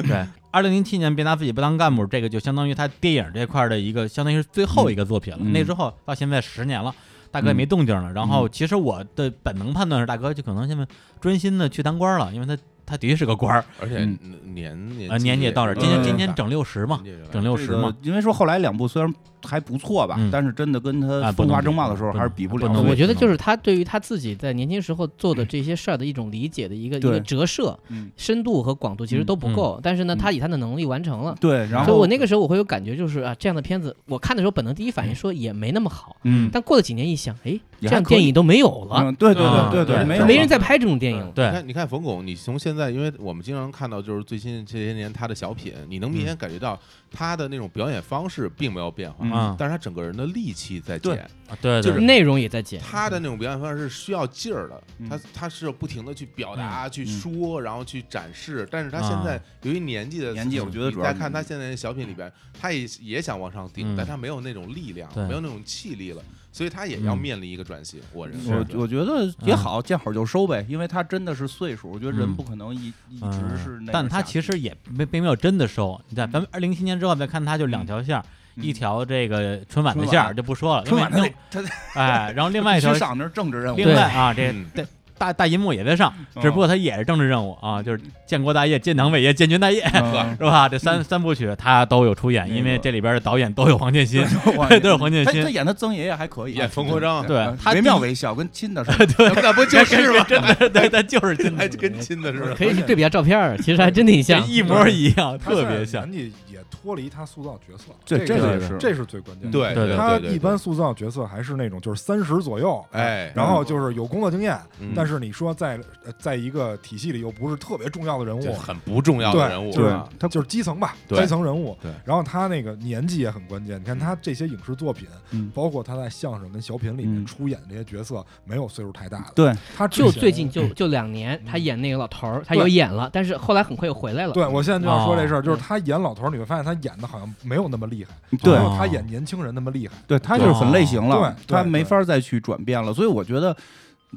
[SPEAKER 5] 对，二零零七年别拿自己不当干部，这个就相当于他电影这块儿的一个，相当于是最后一个作品了。
[SPEAKER 2] 嗯
[SPEAKER 5] 那之后到现在十年了。大哥也没动静了，然后其实我的本能判断是，大哥就可能现在专心的去当官了，因为他他的确是个官儿，
[SPEAKER 6] 而且
[SPEAKER 2] 嗯
[SPEAKER 6] 年
[SPEAKER 5] 呃，
[SPEAKER 6] 年
[SPEAKER 5] 年纪也到这儿，今年
[SPEAKER 2] 嗯
[SPEAKER 5] 今年整六十嘛，整六十
[SPEAKER 2] 这
[SPEAKER 5] 嘛
[SPEAKER 2] 个，因为说后来两部虽然还不错吧
[SPEAKER 5] 嗯，
[SPEAKER 2] 但是真的跟他《
[SPEAKER 5] 啊不
[SPEAKER 2] 风
[SPEAKER 5] 能
[SPEAKER 2] 华
[SPEAKER 5] 比
[SPEAKER 2] 正茂》的时候
[SPEAKER 5] 不
[SPEAKER 2] 还是
[SPEAKER 5] 能
[SPEAKER 2] 比
[SPEAKER 5] 不
[SPEAKER 2] 了
[SPEAKER 5] 能
[SPEAKER 2] 的。
[SPEAKER 5] 比
[SPEAKER 4] 我觉得
[SPEAKER 5] 可
[SPEAKER 4] 就
[SPEAKER 5] 能
[SPEAKER 4] 是他对于他自己在年轻时候做的这些事儿的一种理解的一个一个
[SPEAKER 2] 对
[SPEAKER 4] 折射，
[SPEAKER 2] 嗯
[SPEAKER 4] 深度和广度其实都不够，但是呢，他以他的能力完成了。
[SPEAKER 2] 对，然
[SPEAKER 4] 所以
[SPEAKER 2] 后
[SPEAKER 4] 我那个时候我会有感觉，就是啊，这样的片子我看的时候，本能第一反应说也没那么好，
[SPEAKER 2] 嗯
[SPEAKER 4] 但过了几年一想，哎，
[SPEAKER 2] 也
[SPEAKER 4] 这
[SPEAKER 2] 还
[SPEAKER 4] 样
[SPEAKER 2] 可以
[SPEAKER 4] 电影都没有了，
[SPEAKER 2] 嗯对对
[SPEAKER 1] 啊
[SPEAKER 2] 对
[SPEAKER 5] 对
[SPEAKER 2] 对，没有
[SPEAKER 4] 没
[SPEAKER 2] 了
[SPEAKER 4] 人再拍这种电影了。
[SPEAKER 2] 嗯
[SPEAKER 5] 对
[SPEAKER 6] 你看，你看冯巩，你从现在，因为我们经常看到，就是最近这些年他的小品，你能明显感觉到他的那种表演方式并没有变化，
[SPEAKER 2] 嗯
[SPEAKER 5] 啊
[SPEAKER 6] 但是他整个人的力气在
[SPEAKER 2] 对
[SPEAKER 6] 减，
[SPEAKER 5] 啊对
[SPEAKER 6] 就
[SPEAKER 5] 对
[SPEAKER 6] 是
[SPEAKER 4] 内容也在减，
[SPEAKER 6] 他的那种表演方式是需要劲儿的，
[SPEAKER 2] 嗯
[SPEAKER 6] 他他是不停的去表达、去说，然后去展示。但是他现在
[SPEAKER 5] 啊
[SPEAKER 6] 由于年纪的
[SPEAKER 2] 年纪我觉得主
[SPEAKER 6] 你
[SPEAKER 2] 要
[SPEAKER 6] 再
[SPEAKER 2] 是
[SPEAKER 6] 看他现在的小品里边，他也也想往上顶
[SPEAKER 5] 嗯，
[SPEAKER 6] 但他没有那种力量，
[SPEAKER 5] 对
[SPEAKER 6] 没有那种气力了，所以他也要
[SPEAKER 5] 嗯
[SPEAKER 6] 面临一个转型。我认为
[SPEAKER 2] 我我觉得也好，见好就收呗，因为他真的是岁数，我觉得人不可能一一
[SPEAKER 5] 嗯
[SPEAKER 2] 直是那样下去。
[SPEAKER 5] 但他其实也没并没有真的收。你在咱们二零七年之后再看，他就两条线儿，
[SPEAKER 2] 嗯
[SPEAKER 5] 一条这个春晚的
[SPEAKER 2] 春晚
[SPEAKER 5] 线儿就不说了，因
[SPEAKER 2] 春
[SPEAKER 5] 为
[SPEAKER 2] 晚他得
[SPEAKER 5] 另
[SPEAKER 2] 他
[SPEAKER 5] 哎，然后另外
[SPEAKER 2] 得
[SPEAKER 5] 一条
[SPEAKER 2] 去，上那是政治任务，
[SPEAKER 5] 另外啊，这
[SPEAKER 6] 嗯
[SPEAKER 5] 大大大银幕也在上，
[SPEAKER 2] 嗯
[SPEAKER 5] 只不过他也是政治任务啊，就是建国大业、建党伟业、建军大业。
[SPEAKER 2] 嗯
[SPEAKER 5] [LAUGHS] 是吧？这三三部曲他都有出演，
[SPEAKER 2] 那个
[SPEAKER 5] 因为这里边的导演都有黄建新，
[SPEAKER 2] 哇
[SPEAKER 5] 都有黄建
[SPEAKER 2] 他他
[SPEAKER 5] 新。
[SPEAKER 2] 演的曾爷爷还可以，啊
[SPEAKER 6] 演冯国璋
[SPEAKER 5] 对他
[SPEAKER 2] 嗯惟妙
[SPEAKER 5] 第
[SPEAKER 2] 惟肖，跟亲的似的。
[SPEAKER 5] [LAUGHS] 对，
[SPEAKER 6] 那不就是吗？
[SPEAKER 5] 真的，对，他就是真
[SPEAKER 6] 哎，
[SPEAKER 5] 的，
[SPEAKER 6] 跟亲的似的。
[SPEAKER 4] 可以去对比一下照片儿，其实还真挺像。
[SPEAKER 5] 一模一样，
[SPEAKER 3] 他
[SPEAKER 5] 特
[SPEAKER 3] 现在
[SPEAKER 5] 别像。
[SPEAKER 3] 年纪也脱离他塑造角色了，
[SPEAKER 2] 对
[SPEAKER 3] 这
[SPEAKER 2] 这个
[SPEAKER 3] 个
[SPEAKER 2] 也是
[SPEAKER 3] 这是最关键的。
[SPEAKER 6] 对对对
[SPEAKER 3] 他
[SPEAKER 6] 对对，
[SPEAKER 3] 一般塑造角色还是那种就是三十左右，
[SPEAKER 6] 哎
[SPEAKER 3] 然后就是有工作经验，
[SPEAKER 6] 嗯
[SPEAKER 3] 但是你说在呃在一个体系里又不是特别重要的人
[SPEAKER 6] 这
[SPEAKER 3] 物，
[SPEAKER 6] 很不重要的人物，
[SPEAKER 3] 对就是
[SPEAKER 6] 是吧
[SPEAKER 3] 他就是基层吧，
[SPEAKER 6] 对
[SPEAKER 3] 基层人物。
[SPEAKER 6] 对
[SPEAKER 3] 然后他那个年纪也很关键，你看他这些影视作品，
[SPEAKER 2] 嗯
[SPEAKER 3] 包括他在相声跟小品里面
[SPEAKER 2] 嗯
[SPEAKER 3] 出演这些角色，没有岁数太大的。
[SPEAKER 2] 对，
[SPEAKER 3] 他之前
[SPEAKER 4] 就最近就就两年，
[SPEAKER 2] 嗯
[SPEAKER 4] 他演那个老头儿，他有演了，但是后来很快又回来了。
[SPEAKER 3] 对，我现在就要说这事
[SPEAKER 4] 哦
[SPEAKER 3] 儿，就是他演老头儿，你会发现他演的好像没有那么厉害，
[SPEAKER 2] 对
[SPEAKER 3] 没有他演年轻人那么厉害。
[SPEAKER 2] 对，他就是很类型了
[SPEAKER 3] 对，对
[SPEAKER 2] 他没法再去转变了。所以我觉得，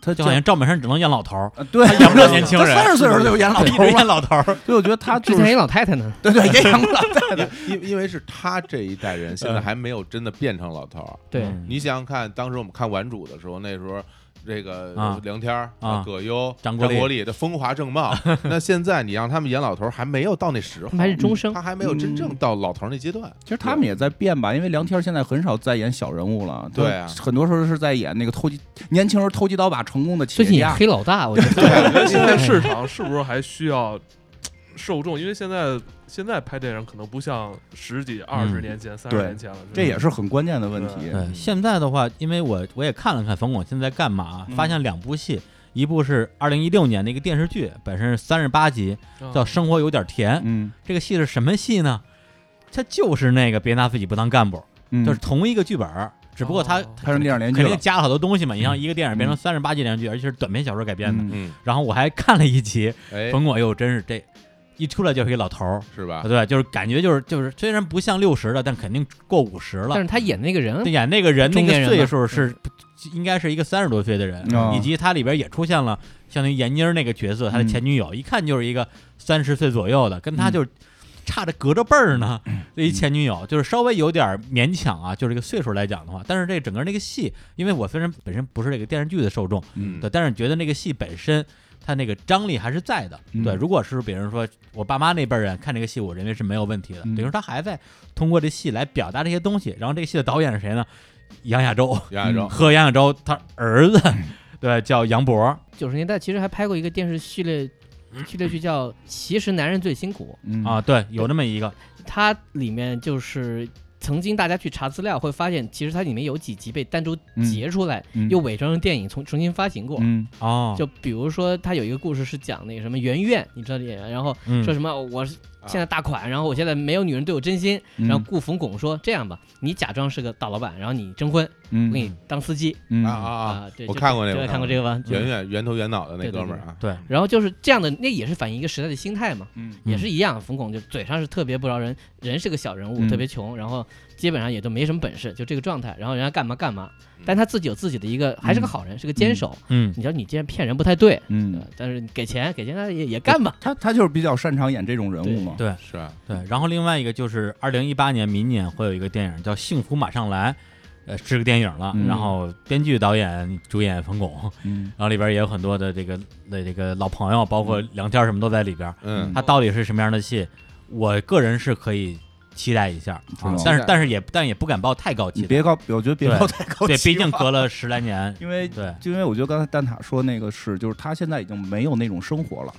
[SPEAKER 2] 他
[SPEAKER 5] 就好像赵本山只能演老头儿，
[SPEAKER 2] 啊对，
[SPEAKER 5] 演不了年轻人
[SPEAKER 2] 三十岁的时候就演老
[SPEAKER 5] [LAUGHS] 他一
[SPEAKER 2] 头
[SPEAKER 5] 直演
[SPEAKER 2] 了，
[SPEAKER 5] 老头儿。
[SPEAKER 2] 所以我觉得他
[SPEAKER 5] [LAUGHS]
[SPEAKER 2] 就
[SPEAKER 4] 之前
[SPEAKER 2] 是
[SPEAKER 4] 一老太太呢，
[SPEAKER 2] 对对也演过老太太，
[SPEAKER 6] 因因因为是他这一代人，现在还没有真的变成老头儿。
[SPEAKER 4] 对，
[SPEAKER 5] 嗯
[SPEAKER 6] 你想想看，当时我们看《顽主》的时候，那时候这个
[SPEAKER 5] 啊
[SPEAKER 6] 梁天儿、
[SPEAKER 5] 啊
[SPEAKER 6] 葛优、
[SPEAKER 5] 张国
[SPEAKER 6] 国
[SPEAKER 5] 立
[SPEAKER 6] 立的风华正茂。那现在你让他们演老头儿，还没有到那时候
[SPEAKER 4] 他，们还是终生
[SPEAKER 6] 他，还没有真正
[SPEAKER 2] 嗯
[SPEAKER 6] 到老头儿那阶段。
[SPEAKER 2] 其实他们也在变吧，因为梁天儿现在很少再演小人物了，
[SPEAKER 6] 对啊
[SPEAKER 2] 很多时候是在演那个偷鸡年轻人偷鸡倒把成功的企
[SPEAKER 4] 最
[SPEAKER 2] 业
[SPEAKER 4] 近
[SPEAKER 2] 家。
[SPEAKER 4] 黑老大，我觉得
[SPEAKER 1] 对，我觉得现在市场是不是还需要受众？因为现在现在拍电影可能不像十几、二
[SPEAKER 6] 嗯
[SPEAKER 1] 十年前、三十
[SPEAKER 2] 对
[SPEAKER 1] 年前了，
[SPEAKER 2] 这也是很关键的问题。
[SPEAKER 5] 对，现在的话，因为我我也看了看冯巩现在干嘛，啊发现两部戏，一部是二零一六年的一个电视剧，本身是三十八集，叫《
[SPEAKER 1] 生
[SPEAKER 5] 生活有点甜》。
[SPEAKER 2] 嗯，
[SPEAKER 5] 这个戏是什么戏呢？它就是那个别拿自己不当干部，
[SPEAKER 2] 嗯
[SPEAKER 5] 就是同一个剧本儿，只不过它
[SPEAKER 1] 哦
[SPEAKER 2] 拍成电影连续
[SPEAKER 5] 肯
[SPEAKER 2] 了
[SPEAKER 5] 定。加了好多东西嘛。你像一个电影变成
[SPEAKER 2] 嗯
[SPEAKER 5] 三十八集连续剧，而且是短篇小说改编的。
[SPEAKER 2] 嗯
[SPEAKER 6] 嗯，
[SPEAKER 5] 然后我还看了一集，
[SPEAKER 6] 哎，
[SPEAKER 5] 冯巩哟，真是这一出来就是一老头儿，
[SPEAKER 6] 是
[SPEAKER 2] 啊
[SPEAKER 6] 吧？
[SPEAKER 5] 对，就是感觉就是就是虽然不像六十的，但肯定过五十了
[SPEAKER 4] 但。是他演那个人
[SPEAKER 5] 演那个人那
[SPEAKER 4] 中年
[SPEAKER 5] 个
[SPEAKER 4] 人嗯
[SPEAKER 5] 岁
[SPEAKER 4] 吧
[SPEAKER 5] 数是应该是一个三十多岁的人，
[SPEAKER 2] 哦
[SPEAKER 5] 以及他里边也出现了相当于闫妮儿那个角色，他的前女友、一看就是一个三十岁左右的，跟他
[SPEAKER 2] 嗯
[SPEAKER 5] 就是差着隔着辈儿呢。这一前女友就是稍微有点儿勉强啊，就是这个岁数来讲的话，但是这整个那个戏，因为我虽然本身不是这个电视剧的受众，
[SPEAKER 6] 嗯
[SPEAKER 5] 对，，但是觉得那个戏本身。它那个张力还是在的，
[SPEAKER 2] 嗯
[SPEAKER 5] 对。如果是比如说我爸妈那辈儿人看这个戏，我认为是没有问题的。
[SPEAKER 2] 嗯
[SPEAKER 5] 等于说他还在通过这戏来表达这些东西。然后这个戏的导演是谁呢？杨亚洲，
[SPEAKER 2] 哦
[SPEAKER 6] 杨亚洲
[SPEAKER 5] 和杨亚洲他儿子，
[SPEAKER 2] 嗯
[SPEAKER 5] [LAUGHS] 对，叫杨博。
[SPEAKER 4] 九十年代其实还拍过一个电视系列系列剧叫《其实男人最辛苦
[SPEAKER 2] 嗯
[SPEAKER 5] 啊，对，有那么一个，》，
[SPEAKER 4] 它里面就是曾经大家去查资料会发现，其实它里面有几集被单独截出来，
[SPEAKER 2] 嗯
[SPEAKER 4] 又伪装成电影重重新发行过。
[SPEAKER 2] 嗯
[SPEAKER 5] 哦，
[SPEAKER 4] 就比如说，他有一个故事是讲那个什么圆圆，你知道这演员，然后
[SPEAKER 5] 嗯
[SPEAKER 4] 说什么、哦我是现在大款，然后我现在没有女人对我真心，
[SPEAKER 2] 嗯
[SPEAKER 4] 然后顾冯巩说这样吧，你假装是个大老板，然后你征婚，我
[SPEAKER 2] 嗯
[SPEAKER 4] 给你当司机
[SPEAKER 2] 嗯
[SPEAKER 6] 啊啊啊！
[SPEAKER 4] 对，
[SPEAKER 6] 我
[SPEAKER 4] 就
[SPEAKER 6] 看过嗯那
[SPEAKER 4] 就
[SPEAKER 6] 个，
[SPEAKER 4] 看过这个吧？
[SPEAKER 6] 圆圆圆头圆脑的那
[SPEAKER 4] 嗯对对
[SPEAKER 6] 哥们儿啊，
[SPEAKER 5] 对，
[SPEAKER 4] 然后就是这样的，那也是反映一个时代的心态嘛。
[SPEAKER 2] 嗯
[SPEAKER 4] 也是一样，冯巩就嘴上是特别不饶人，人是个小人物，
[SPEAKER 2] 嗯
[SPEAKER 4] 特别穷，然后基本上也都没什么本事，就这个状态。然后人家干嘛干嘛，但他自己有自己的一个，还是个好人，是个坚守。
[SPEAKER 5] 嗯，
[SPEAKER 4] 你说你既然骗人不太对，
[SPEAKER 2] 嗯
[SPEAKER 4] 呃，但是你给钱给钱他也也干吧。
[SPEAKER 2] 他他就是比较擅长演这种人物嘛。
[SPEAKER 5] 对
[SPEAKER 6] 是吧？
[SPEAKER 5] 对。然后另外一个就是二零一八年明年会有一个电影叫《幸福马上来》，呃，是个电影了。
[SPEAKER 2] 嗯
[SPEAKER 5] 然后编剧、导演、主演冯巩，
[SPEAKER 2] 嗯
[SPEAKER 5] 然后里边也有很多的这个的这个老朋友，包括梁天儿什么都在里边。
[SPEAKER 6] 嗯，
[SPEAKER 5] 它到底是什么样的戏，我个人是可以期待一下啊
[SPEAKER 2] 嗯，
[SPEAKER 5] 但是
[SPEAKER 6] 期待
[SPEAKER 5] 但是也但也不敢抱太高期
[SPEAKER 2] 你
[SPEAKER 5] 待，
[SPEAKER 2] 别高，我觉得别
[SPEAKER 5] 对
[SPEAKER 2] 高太高期望。
[SPEAKER 5] 对，
[SPEAKER 2] 哎
[SPEAKER 5] 毕竟隔了十来年，
[SPEAKER 2] 因为
[SPEAKER 5] 对，
[SPEAKER 2] 就因为我觉得刚才蛋挞说那个是，就是他现在已经没有那种生活了。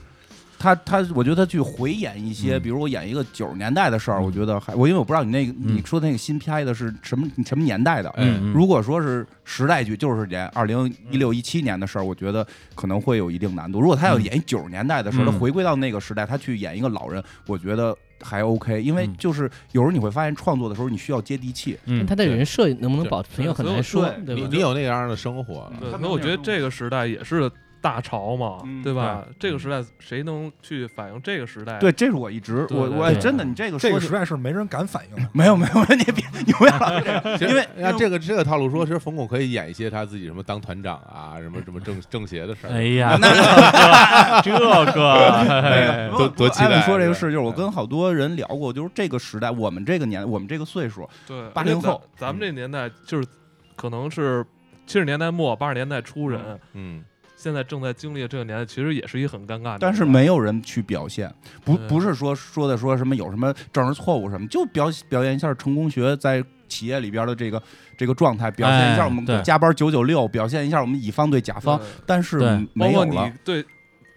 [SPEAKER 2] 他他，我觉得他去回演一些，
[SPEAKER 5] 嗯
[SPEAKER 2] 比如我演一个九十年代的事儿，
[SPEAKER 5] 嗯
[SPEAKER 2] 我觉得还我因为我不知道你那个
[SPEAKER 5] 嗯
[SPEAKER 2] 你说的那个新拍的是什么什么年代的。
[SPEAKER 6] 哎
[SPEAKER 5] 嗯，嗯
[SPEAKER 2] 如果说是时代剧，就是演二零一六一七年的事儿，我觉得可能会有一定难度。如果他要
[SPEAKER 5] 嗯
[SPEAKER 2] 演九十年代的事儿，他
[SPEAKER 5] 嗯
[SPEAKER 2] 回归到那个时代，他去演一个老人，我觉得还 OK。因为
[SPEAKER 5] 嗯
[SPEAKER 2] 就是有时候你会发现，创作的时候你需要接地气。
[SPEAKER 5] 嗯，
[SPEAKER 4] 他的人设能不能
[SPEAKER 6] 对
[SPEAKER 4] 保存又很难说，对
[SPEAKER 6] 你
[SPEAKER 4] 吧
[SPEAKER 6] 你？有那样的生活了，
[SPEAKER 1] 对，所
[SPEAKER 2] 他
[SPEAKER 1] 以
[SPEAKER 2] 们
[SPEAKER 1] 我
[SPEAKER 2] 那
[SPEAKER 1] 觉得
[SPEAKER 2] 种
[SPEAKER 1] 这个时代也是大潮嘛，
[SPEAKER 2] 嗯
[SPEAKER 1] 对吧？这个时代谁能去反映这个时代？
[SPEAKER 2] 对，，这是我一直
[SPEAKER 1] 对
[SPEAKER 2] 我
[SPEAKER 1] 对
[SPEAKER 2] 我哎
[SPEAKER 5] 对
[SPEAKER 2] 真的你这个
[SPEAKER 3] 哎这
[SPEAKER 2] 说
[SPEAKER 3] 个
[SPEAKER 2] 起
[SPEAKER 3] 时代是没人敢反应的。
[SPEAKER 2] 没有没有，你别你不要老是这 [LAUGHS] 样，
[SPEAKER 6] [LAUGHS] 其实
[SPEAKER 2] 因为
[SPEAKER 6] 按这个这个套路说，其实冯巩可以演一些他自己什么当团长啊，什么什么政政协的事儿。
[SPEAKER 5] 哎呀，
[SPEAKER 2] [LAUGHS]
[SPEAKER 5] 这
[SPEAKER 2] 哎
[SPEAKER 5] 个，
[SPEAKER 6] 哎多多期待啊
[SPEAKER 2] 艾文说这个事，
[SPEAKER 6] 是
[SPEAKER 2] 就是我跟好多人聊过，就是这个时代，我们这个年，我们这个岁数，
[SPEAKER 1] 对，
[SPEAKER 2] 八零
[SPEAKER 1] 而且咱
[SPEAKER 2] 后
[SPEAKER 1] 咱们这年代就是可能是七十年代末八十年代初人。
[SPEAKER 6] 嗯，
[SPEAKER 1] 现在正在经历的这个年代，其实也是一个很尴尬的年代。
[SPEAKER 2] 但是没有人去表现，不
[SPEAKER 1] 对
[SPEAKER 2] 不是说说的说什么有什么正是错误什么，就表表现一下成功学在企业里边的这个这个状态，表现一下我
[SPEAKER 5] 哎对
[SPEAKER 2] 们加班九九六，表现一下我们乙方对甲
[SPEAKER 1] 对
[SPEAKER 2] 方，但是
[SPEAKER 5] 对
[SPEAKER 1] 包
[SPEAKER 2] 没有
[SPEAKER 1] 括
[SPEAKER 2] 了
[SPEAKER 1] 你，对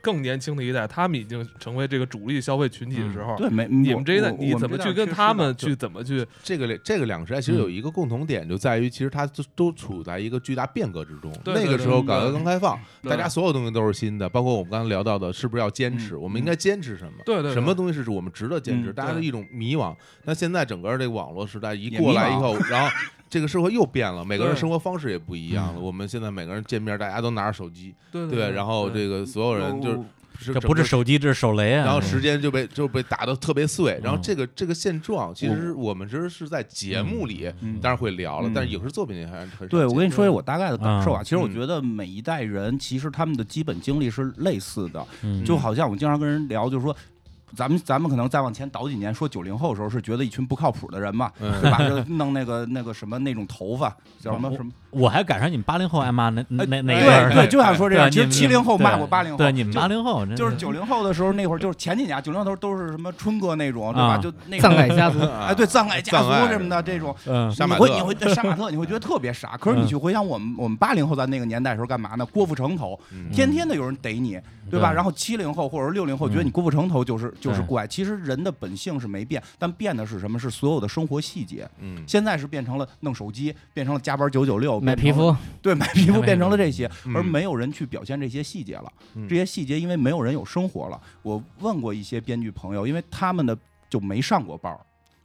[SPEAKER 1] 更年轻的一代，他们已经成为这个主力消费群体的时候，
[SPEAKER 2] 对没
[SPEAKER 1] 你
[SPEAKER 2] 我
[SPEAKER 1] 们这一代
[SPEAKER 2] 我
[SPEAKER 1] 你
[SPEAKER 2] 我
[SPEAKER 1] 怎么
[SPEAKER 2] 这代
[SPEAKER 1] 去跟
[SPEAKER 2] 缺失
[SPEAKER 1] 他
[SPEAKER 2] 了
[SPEAKER 1] 们
[SPEAKER 2] 就
[SPEAKER 1] 去怎么去？
[SPEAKER 6] 这个这个两个时代其实有一个共同点，就在于其实它都都处在一个巨大变革之中。
[SPEAKER 1] 对
[SPEAKER 6] 那个
[SPEAKER 1] 对
[SPEAKER 6] 时候
[SPEAKER 1] 对
[SPEAKER 6] 改革刚开放，
[SPEAKER 1] 对
[SPEAKER 6] 大家所有东西都是新的，包括我们刚才聊到的，是不是要坚持？我们应该坚持什么？
[SPEAKER 1] 对对对
[SPEAKER 6] 什么东西是我们值得坚持？
[SPEAKER 2] 嗯
[SPEAKER 6] 大家的一种迷惘。那现在整个这个网络时代一
[SPEAKER 2] 也
[SPEAKER 6] 过
[SPEAKER 2] 迷
[SPEAKER 6] 来以
[SPEAKER 2] 茫
[SPEAKER 6] 后，然后这个社会又变了，每个人
[SPEAKER 1] 对
[SPEAKER 6] 生活方式也
[SPEAKER 2] 嗯
[SPEAKER 6] 不一样了。我们现在每个人见面，大家都拿着手机，
[SPEAKER 1] 对
[SPEAKER 6] 对，然后
[SPEAKER 1] 对
[SPEAKER 6] 这个所有人就是这
[SPEAKER 5] 这不是手机，这是手雷啊！
[SPEAKER 6] 然后
[SPEAKER 5] 这
[SPEAKER 6] 时间就被就被打得特别碎，然后
[SPEAKER 5] 嗯
[SPEAKER 6] 这个这个现状，其实我们其实是在节目里
[SPEAKER 2] 嗯
[SPEAKER 6] 当然会聊了
[SPEAKER 2] 嗯，
[SPEAKER 6] 但是影视作品里还是很少
[SPEAKER 2] 对，我跟你
[SPEAKER 6] 见
[SPEAKER 2] 说一下我大概的感受啊。
[SPEAKER 5] 嗯
[SPEAKER 2] 其实我
[SPEAKER 6] 嗯
[SPEAKER 2] 觉得每一代人，其实他们的基本经历是类似的，
[SPEAKER 5] 嗯
[SPEAKER 2] 就好像我经常跟人聊，就是说。咱们咱们可能再往前倒几年，说九零后的时候是觉得一群不靠谱的
[SPEAKER 5] [LAUGHS]
[SPEAKER 2] 人嘛，
[SPEAKER 6] 嗯
[SPEAKER 2] 对吧？就弄那个那个什么那种头发叫什么什么，
[SPEAKER 5] 我还赶上你们八零后挨骂那那那那一
[SPEAKER 6] 哎
[SPEAKER 5] 辈
[SPEAKER 2] 对
[SPEAKER 5] 儿
[SPEAKER 2] 对，就想说这
[SPEAKER 5] [LAUGHS] 对
[SPEAKER 2] 样。
[SPEAKER 5] 啊
[SPEAKER 2] 其实
[SPEAKER 5] 你们
[SPEAKER 2] 七零后
[SPEAKER 5] 对
[SPEAKER 2] 骂过八零后，
[SPEAKER 5] 对你们
[SPEAKER 2] 就
[SPEAKER 5] 八零后真
[SPEAKER 2] 就是九零后的时候，那会儿就是前几年，九零后都是什么春哥那种，对吧？
[SPEAKER 5] 啊
[SPEAKER 2] 就那
[SPEAKER 4] [LAUGHS] 葬
[SPEAKER 2] 种
[SPEAKER 4] 爱家族，
[SPEAKER 6] [LAUGHS] 啊
[SPEAKER 2] 哎，对葬爱家
[SPEAKER 6] 葬爱
[SPEAKER 2] 族什么的这种，
[SPEAKER 5] 嗯
[SPEAKER 6] 杀
[SPEAKER 2] 你
[SPEAKER 6] 马
[SPEAKER 2] 会
[SPEAKER 6] 特
[SPEAKER 2] 你会对杀马特，你会觉得特别傻。可是你去回想我们我们八零后在那个年代的时候干嘛呢？郭富城头，
[SPEAKER 6] 嗯
[SPEAKER 2] 天天的有人逮你，对吧？
[SPEAKER 5] 嗯对
[SPEAKER 2] 然后七零后或者六零后觉得
[SPEAKER 5] 嗯
[SPEAKER 2] 你郭富城头就是就是
[SPEAKER 5] 对
[SPEAKER 2] 怪，其实人的本性是没变，但变的是什么？是所有的生活细节。
[SPEAKER 6] 嗯
[SPEAKER 2] 现在是变成了弄手机，变成了加班九九六，
[SPEAKER 4] 买
[SPEAKER 2] 变成
[SPEAKER 4] 皮
[SPEAKER 2] 了
[SPEAKER 4] 肤，
[SPEAKER 2] 对，买皮
[SPEAKER 5] 买
[SPEAKER 2] 肤
[SPEAKER 5] 那
[SPEAKER 2] 变成
[SPEAKER 5] 个
[SPEAKER 2] 了这些，
[SPEAKER 6] 嗯
[SPEAKER 2] 而没有人去表现这些细节了。
[SPEAKER 6] 嗯
[SPEAKER 2] 这些细节因为没有人有生活了。我问过一些编剧朋友，因为他们的就没上过班儿，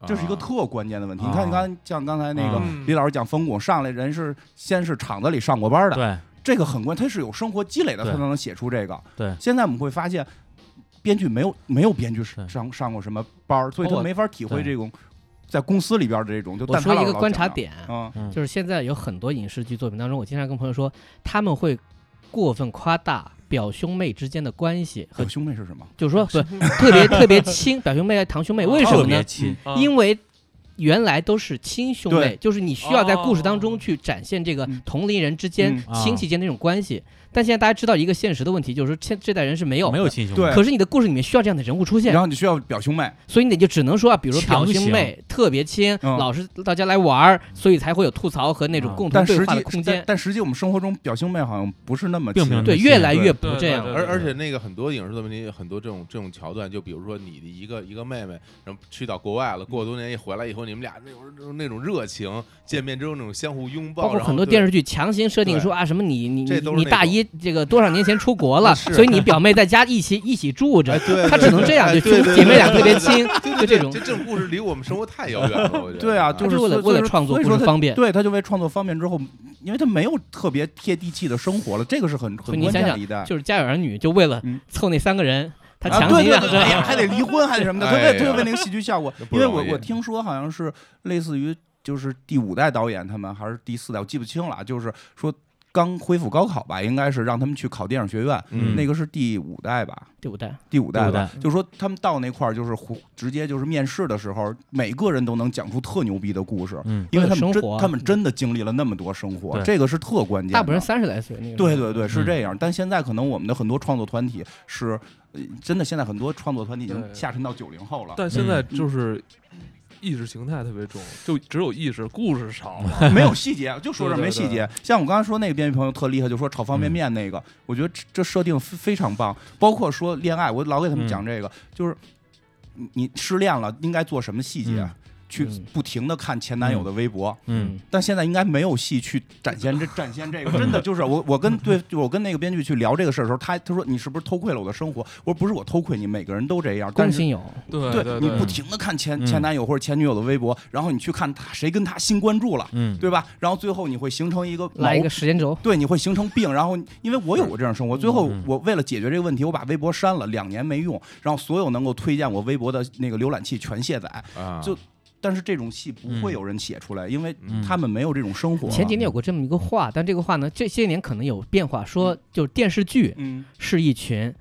[SPEAKER 2] 这是一个
[SPEAKER 6] 啊
[SPEAKER 2] 特关键的问题。
[SPEAKER 5] 啊
[SPEAKER 2] 你看，你刚才像刚才那个
[SPEAKER 5] 啊
[SPEAKER 2] 李老师讲风骨上来，人是先是厂子里上过班的，
[SPEAKER 5] 对
[SPEAKER 2] 这个很关，他是有生活积累的，
[SPEAKER 5] 对
[SPEAKER 2] 他才能写出这个。
[SPEAKER 5] 对
[SPEAKER 2] 现在我们会发现。编剧没有没有编剧
[SPEAKER 5] 对
[SPEAKER 2] 上上过什么班儿，所以他
[SPEAKER 4] 我
[SPEAKER 2] 没法体会
[SPEAKER 5] 对
[SPEAKER 2] 这种在公司里边的这种。就
[SPEAKER 4] 我
[SPEAKER 2] 但
[SPEAKER 4] 说
[SPEAKER 2] 他
[SPEAKER 4] 一
[SPEAKER 2] 老
[SPEAKER 4] 个
[SPEAKER 2] 老
[SPEAKER 4] 观
[SPEAKER 2] 讲
[SPEAKER 4] 察
[SPEAKER 2] 的，
[SPEAKER 4] 点，
[SPEAKER 2] 嗯，
[SPEAKER 5] 嗯
[SPEAKER 4] 就是现在有很多影视剧作品当中，我经常跟朋友说，他们会过分夸大表兄妹之间的关系和
[SPEAKER 2] 和，兄妹是什么？
[SPEAKER 4] 就是说不
[SPEAKER 2] [LAUGHS]
[SPEAKER 4] 特别特别亲，表兄妹、堂兄妹，为什
[SPEAKER 5] 特
[SPEAKER 4] 么
[SPEAKER 5] 别
[SPEAKER 4] 呢？
[SPEAKER 5] 亲，
[SPEAKER 1] 啊
[SPEAKER 4] 因为原来都是亲兄妹
[SPEAKER 2] 对，哦
[SPEAKER 4] 就是你需要在故事当中去展现这个
[SPEAKER 2] 嗯
[SPEAKER 4] 同龄人之间
[SPEAKER 2] 嗯、
[SPEAKER 5] 啊
[SPEAKER 4] 亲戚间那种关系。但现在大家知道一个现实的问题，就是说现这代人是没有
[SPEAKER 5] 没有
[SPEAKER 4] 的
[SPEAKER 5] 亲兄
[SPEAKER 2] 嗯对
[SPEAKER 5] 妹，
[SPEAKER 4] 可是你的故事里面需要这样的人物出现
[SPEAKER 2] 然，后你需要表兄妹，
[SPEAKER 4] 所以你就只能说啊，比如说表兄妹特别亲，
[SPEAKER 2] 嗯
[SPEAKER 4] 老是到家来玩儿，所以才会有吐槽和那种
[SPEAKER 5] 嗯
[SPEAKER 4] 共同
[SPEAKER 2] 但
[SPEAKER 4] 对
[SPEAKER 2] 实
[SPEAKER 4] 话的
[SPEAKER 2] 际
[SPEAKER 4] 空
[SPEAKER 2] 但
[SPEAKER 4] 间。
[SPEAKER 2] 但实际我们生活中表兄妹好像不是那么
[SPEAKER 5] 并
[SPEAKER 2] 亲
[SPEAKER 5] 没有那么
[SPEAKER 4] 对，
[SPEAKER 5] 亲
[SPEAKER 4] 越来越不
[SPEAKER 1] 对对
[SPEAKER 4] 这样
[SPEAKER 1] 对
[SPEAKER 4] 了。
[SPEAKER 6] 而而且那个很多影视作品里很多这种这种桥段，就比如说你的一个一个妹妹，然后去到国外了，过多年一回来以后，你们俩那种那种热情，见面之后那种相互拥抱，
[SPEAKER 4] 包括
[SPEAKER 6] 然后
[SPEAKER 4] 很多
[SPEAKER 6] 对
[SPEAKER 4] 电视剧强行设定
[SPEAKER 6] 对
[SPEAKER 4] 说啊什么你你
[SPEAKER 6] 这
[SPEAKER 4] 你
[SPEAKER 6] 都是
[SPEAKER 4] 你
[SPEAKER 6] 那
[SPEAKER 4] 大
[SPEAKER 6] 种啊
[SPEAKER 4] 姨这个多少年前出国了，
[SPEAKER 6] 是
[SPEAKER 4] 所以你表妹在家一起一起住着
[SPEAKER 6] 哎，对，
[SPEAKER 4] 她只能这样，
[SPEAKER 6] 对
[SPEAKER 4] 就
[SPEAKER 6] 对对
[SPEAKER 4] 姐妹俩
[SPEAKER 6] 对
[SPEAKER 4] 特别
[SPEAKER 6] 对
[SPEAKER 4] 亲，就这种
[SPEAKER 6] 这，这种故事离我们生活太遥远了，我觉得。
[SPEAKER 2] 对啊，
[SPEAKER 6] 啊，
[SPEAKER 2] 就是
[SPEAKER 4] 是为了
[SPEAKER 2] 所以
[SPEAKER 4] 为了创作
[SPEAKER 2] 所以
[SPEAKER 4] 故
[SPEAKER 2] 说
[SPEAKER 4] 事
[SPEAKER 2] 他
[SPEAKER 4] 方便
[SPEAKER 2] 对他就为创作方便之后，因为他没有特别贴地气的生活了，这个是很
[SPEAKER 4] 所以
[SPEAKER 2] 很
[SPEAKER 4] 你
[SPEAKER 2] 关
[SPEAKER 4] 想
[SPEAKER 2] 键
[SPEAKER 4] 想
[SPEAKER 2] 的一代。
[SPEAKER 4] 就是家有儿女就为了
[SPEAKER 2] 嗯
[SPEAKER 4] 凑那三个人，她
[SPEAKER 2] 啊，
[SPEAKER 4] 强
[SPEAKER 2] 对
[SPEAKER 4] 行
[SPEAKER 2] 对
[SPEAKER 4] 让
[SPEAKER 2] 对，
[SPEAKER 4] 这
[SPEAKER 2] 哎
[SPEAKER 4] [LAUGHS]
[SPEAKER 2] 呀
[SPEAKER 4] 样。
[SPEAKER 2] 还得离婚，还得什么的，特
[SPEAKER 6] 哎呀
[SPEAKER 2] 别特别为那个喜剧效果。
[SPEAKER 6] 这不
[SPEAKER 2] 因为我
[SPEAKER 6] 容易
[SPEAKER 2] 我听说好像是类似于就是第五代导演他们还是第四代，我记不清了啊，就是说刚恢复高考吧，应该是让他们去考电影学院，
[SPEAKER 6] 嗯
[SPEAKER 2] 那个是第五代吧，
[SPEAKER 4] 对不对？
[SPEAKER 2] 第五
[SPEAKER 5] 对
[SPEAKER 2] 代
[SPEAKER 5] 不
[SPEAKER 2] 吧
[SPEAKER 5] 对？？
[SPEAKER 2] 就说他们到那块儿，就是胡直接就是面试的时候，每个人都能讲出特牛逼的故事，
[SPEAKER 5] 嗯，
[SPEAKER 2] 因为他们
[SPEAKER 4] 生
[SPEAKER 2] 真
[SPEAKER 4] 活
[SPEAKER 2] 他们真的经历了那么多生活，
[SPEAKER 5] 对
[SPEAKER 2] 这个是特关键的。
[SPEAKER 4] 大部分人三十来岁那个。
[SPEAKER 1] 嗯
[SPEAKER 2] 对对对是这样，但现在可能我们的很多创作团体是，呃真的现在很多创作团体已经
[SPEAKER 1] 对
[SPEAKER 2] 下沉到九零后了，
[SPEAKER 1] 但现在就是意识形态特别重，就只有意识，故事少了。
[SPEAKER 2] 没有细节，就说这
[SPEAKER 1] 对对嗯
[SPEAKER 2] 没细节。像我刚才说那个编剧朋友特厉害，就说炒方便面那个，我觉得这这设定非非常棒。包括说恋爱，我老给他们
[SPEAKER 1] 嗯
[SPEAKER 2] 讲这个，就是你你失恋了应该做什么细节，
[SPEAKER 5] 嗯
[SPEAKER 2] 去
[SPEAKER 4] 嗯
[SPEAKER 2] 不停的看前男友的微博。
[SPEAKER 5] 嗯，
[SPEAKER 2] 但现在应该没有戏去展现这展现这个，真的就是我我跟对我跟那个编剧去聊这个事儿的时候，他他说你是不是偷窥了我的生活？我说不是我偷窥你，每个人都这样，但
[SPEAKER 4] 共
[SPEAKER 2] 是
[SPEAKER 4] 性有，
[SPEAKER 1] 对
[SPEAKER 2] [LAUGHS] 对
[SPEAKER 1] 对
[SPEAKER 2] 你不停的看前前
[SPEAKER 5] 嗯
[SPEAKER 2] 男友或者前女友的微博，然后你去看他谁跟他新关注了。
[SPEAKER 5] 嗯，
[SPEAKER 2] 对吧？然后最后你会形成一个毛
[SPEAKER 4] 来一个时间轴，
[SPEAKER 2] 对，你会形成病。然后因为我有过这样生活，最后
[SPEAKER 5] 嗯
[SPEAKER 2] 我为了解决这个问题，我把微博删了，两年没用，然后所有能够推荐我微博的那个浏览器全卸载。
[SPEAKER 6] 啊，
[SPEAKER 2] 就但是这种戏不会有人写出来，因为
[SPEAKER 5] 嗯
[SPEAKER 2] 他们没有这种生活。
[SPEAKER 4] 嗯前几年有过这么一个话，但这个话呢，这些年可能有变化，说就是电视剧
[SPEAKER 2] 嗯，
[SPEAKER 4] 是一群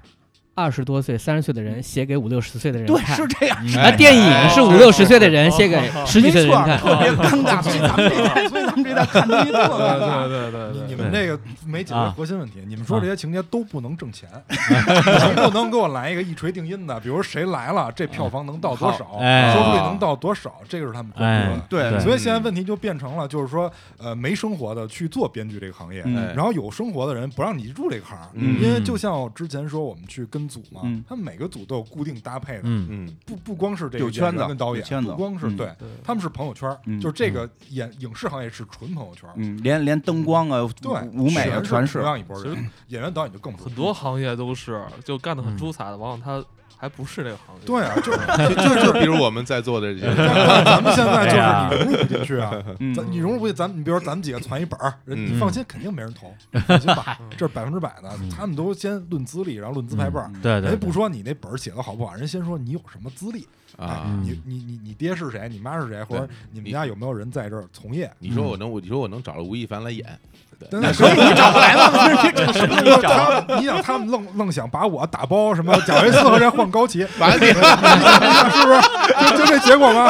[SPEAKER 4] 二十多岁、三十岁的人写给五六十岁的人
[SPEAKER 2] 对，
[SPEAKER 4] 看，
[SPEAKER 2] 是这样，
[SPEAKER 4] 啊，
[SPEAKER 6] 哎
[SPEAKER 4] 电影是
[SPEAKER 1] 哦
[SPEAKER 4] 五六十岁的人
[SPEAKER 1] 哦
[SPEAKER 4] 写给
[SPEAKER 1] 哦
[SPEAKER 4] 十几
[SPEAKER 2] 嗯没
[SPEAKER 4] 岁的
[SPEAKER 2] 错，
[SPEAKER 4] 人看，
[SPEAKER 2] 特别尴尬。所以咱们这代，所以咱们这代看东西特
[SPEAKER 1] 对
[SPEAKER 2] 尴尬。
[SPEAKER 1] 对对对
[SPEAKER 3] 你你
[SPEAKER 1] 对，
[SPEAKER 3] 们这个没解决
[SPEAKER 5] 啊
[SPEAKER 3] 核心问题，你们说这些情节都不能
[SPEAKER 2] [LAUGHS]
[SPEAKER 3] 挣钱，你不能给我来一个一锤定音的，比如谁来了，
[SPEAKER 2] 啊
[SPEAKER 3] 这票房能到多少，
[SPEAKER 5] 哎
[SPEAKER 3] 收视率能到多少，这个是他们关注
[SPEAKER 5] 哎
[SPEAKER 3] 的，。
[SPEAKER 2] 对
[SPEAKER 5] 对
[SPEAKER 3] 所以现在问题就变成了，就是说，呃，没生活的去做编剧这个行业，
[SPEAKER 2] 嗯
[SPEAKER 3] 然后有生活的人不让你入这个行，
[SPEAKER 6] 哎嗯
[SPEAKER 3] 因为就像我之前说，我们去跟组嘛，
[SPEAKER 2] 嗯
[SPEAKER 3] 他们每个组都有固定搭配的，
[SPEAKER 5] 嗯
[SPEAKER 6] 嗯
[SPEAKER 3] 不不光是这个
[SPEAKER 2] 有圈子
[SPEAKER 3] 演员跟导
[SPEAKER 2] 有
[SPEAKER 3] 演，
[SPEAKER 2] 圈子
[SPEAKER 3] 不光是
[SPEAKER 2] 嗯
[SPEAKER 3] 对，
[SPEAKER 1] 对
[SPEAKER 3] 他们是朋友圈，
[SPEAKER 2] 嗯
[SPEAKER 3] 就是这个演影视行业是纯朋友圈，
[SPEAKER 2] 嗯，连连灯光啊、
[SPEAKER 3] 对，
[SPEAKER 2] 舞美啊，全
[SPEAKER 3] 是
[SPEAKER 2] 是
[SPEAKER 3] 同。样一拨人，演员导演就更不是
[SPEAKER 1] 很多行业都是就干得很出彩的，往往他还不是这个行业。
[SPEAKER 3] 对啊，就是
[SPEAKER 6] 嗯就就就比如我们在座的这些 [LAUGHS] 人，
[SPEAKER 3] 咱咱们现在
[SPEAKER 5] 哎呀
[SPEAKER 3] 就是你融入不进去啊，
[SPEAKER 2] [LAUGHS] 嗯
[SPEAKER 3] 咱你融入不进，咱们你比如说咱们几个攒一本儿，人
[SPEAKER 6] 嗯
[SPEAKER 3] 你放心，肯定没人投，放心吧
[SPEAKER 1] 嗯，
[SPEAKER 3] 这是百分之百的
[SPEAKER 5] 嗯。
[SPEAKER 3] 他们都先论资历，然后论资排辈儿。
[SPEAKER 5] 对对，
[SPEAKER 3] 人家哎不说你那本儿写的好不好，人家先说你有什么资历
[SPEAKER 6] 啊
[SPEAKER 3] 哎你你你你爹是谁？你妈是谁？或者你们家有没有人在这儿从业？
[SPEAKER 6] 你说我能，我你说我能找着吴亦凡来 [LAUGHS] 演，
[SPEAKER 3] 真的可以
[SPEAKER 5] 找不来吗？这什么
[SPEAKER 3] 他们你想他们愣愣想把我打包什么贾维斯和这换高旗，
[SPEAKER 6] 完
[SPEAKER 3] [LAUGHS]
[SPEAKER 6] 了你
[SPEAKER 3] 是不是？就就这结果吗？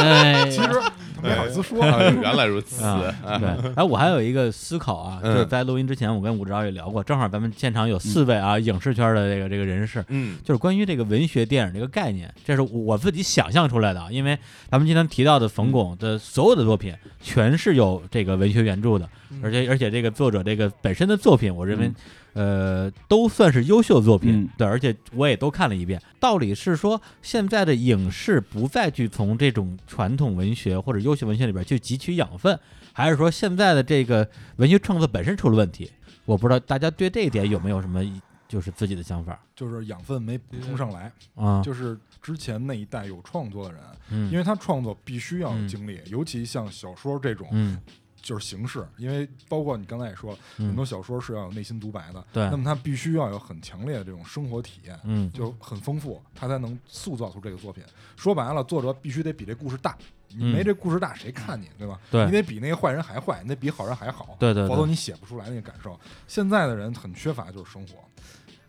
[SPEAKER 4] 哎，
[SPEAKER 3] 其实他没好意思说，
[SPEAKER 6] 啊原来如此，
[SPEAKER 5] 啊，对，哎，我还有一个思考啊，就是
[SPEAKER 6] 嗯
[SPEAKER 5] 在录音之前，我跟武指导也聊过，正好咱们现场有四位啊，影视圈的这个这个人士，
[SPEAKER 6] 嗯
[SPEAKER 5] 就是关于这个文学电影这个概念，这是我自己想象出来的啊。因为咱们今天提到的冯巩的所有的作品，全是有这个文学原著的，
[SPEAKER 1] 嗯
[SPEAKER 5] 而且而且这个作者这个本身的作品，我认
[SPEAKER 3] 嗯
[SPEAKER 5] 为、呃都算是优秀作品。
[SPEAKER 2] 嗯
[SPEAKER 5] 对，而且我也都看了一遍。道理是说，现在的影视不再去从这种传统文学或者优秀文学里边去汲取养分，还是说现在的这个文学创作本身出了问题？我不知道大家对这一点有没有什么就是自己的想法
[SPEAKER 3] 就是养分没补充上来。
[SPEAKER 5] 啊？
[SPEAKER 3] 就是之前那一代有创作的人，
[SPEAKER 5] 嗯
[SPEAKER 3] 因为他创作必须要有经历，尤其像小说这种
[SPEAKER 5] 嗯
[SPEAKER 3] 就是形式，因为包括你刚才也说了，很
[SPEAKER 5] 嗯
[SPEAKER 3] 多小说是要有内心独白的，
[SPEAKER 5] 对
[SPEAKER 3] 那么他必须要有很强烈的这种生活体验。
[SPEAKER 5] 嗯
[SPEAKER 3] 就很丰富，他才能塑造出这个作品。说白了，作者必须得比这故事大，你
[SPEAKER 5] 嗯
[SPEAKER 3] 没这故事大，谁看你，对吧？
[SPEAKER 5] 对
[SPEAKER 3] 你得比那个坏人还坏，你得比好人还好，
[SPEAKER 5] 对对
[SPEAKER 3] 否则
[SPEAKER 5] 对，
[SPEAKER 3] 你写不出来那个感受。现在的人很缺乏就是生活，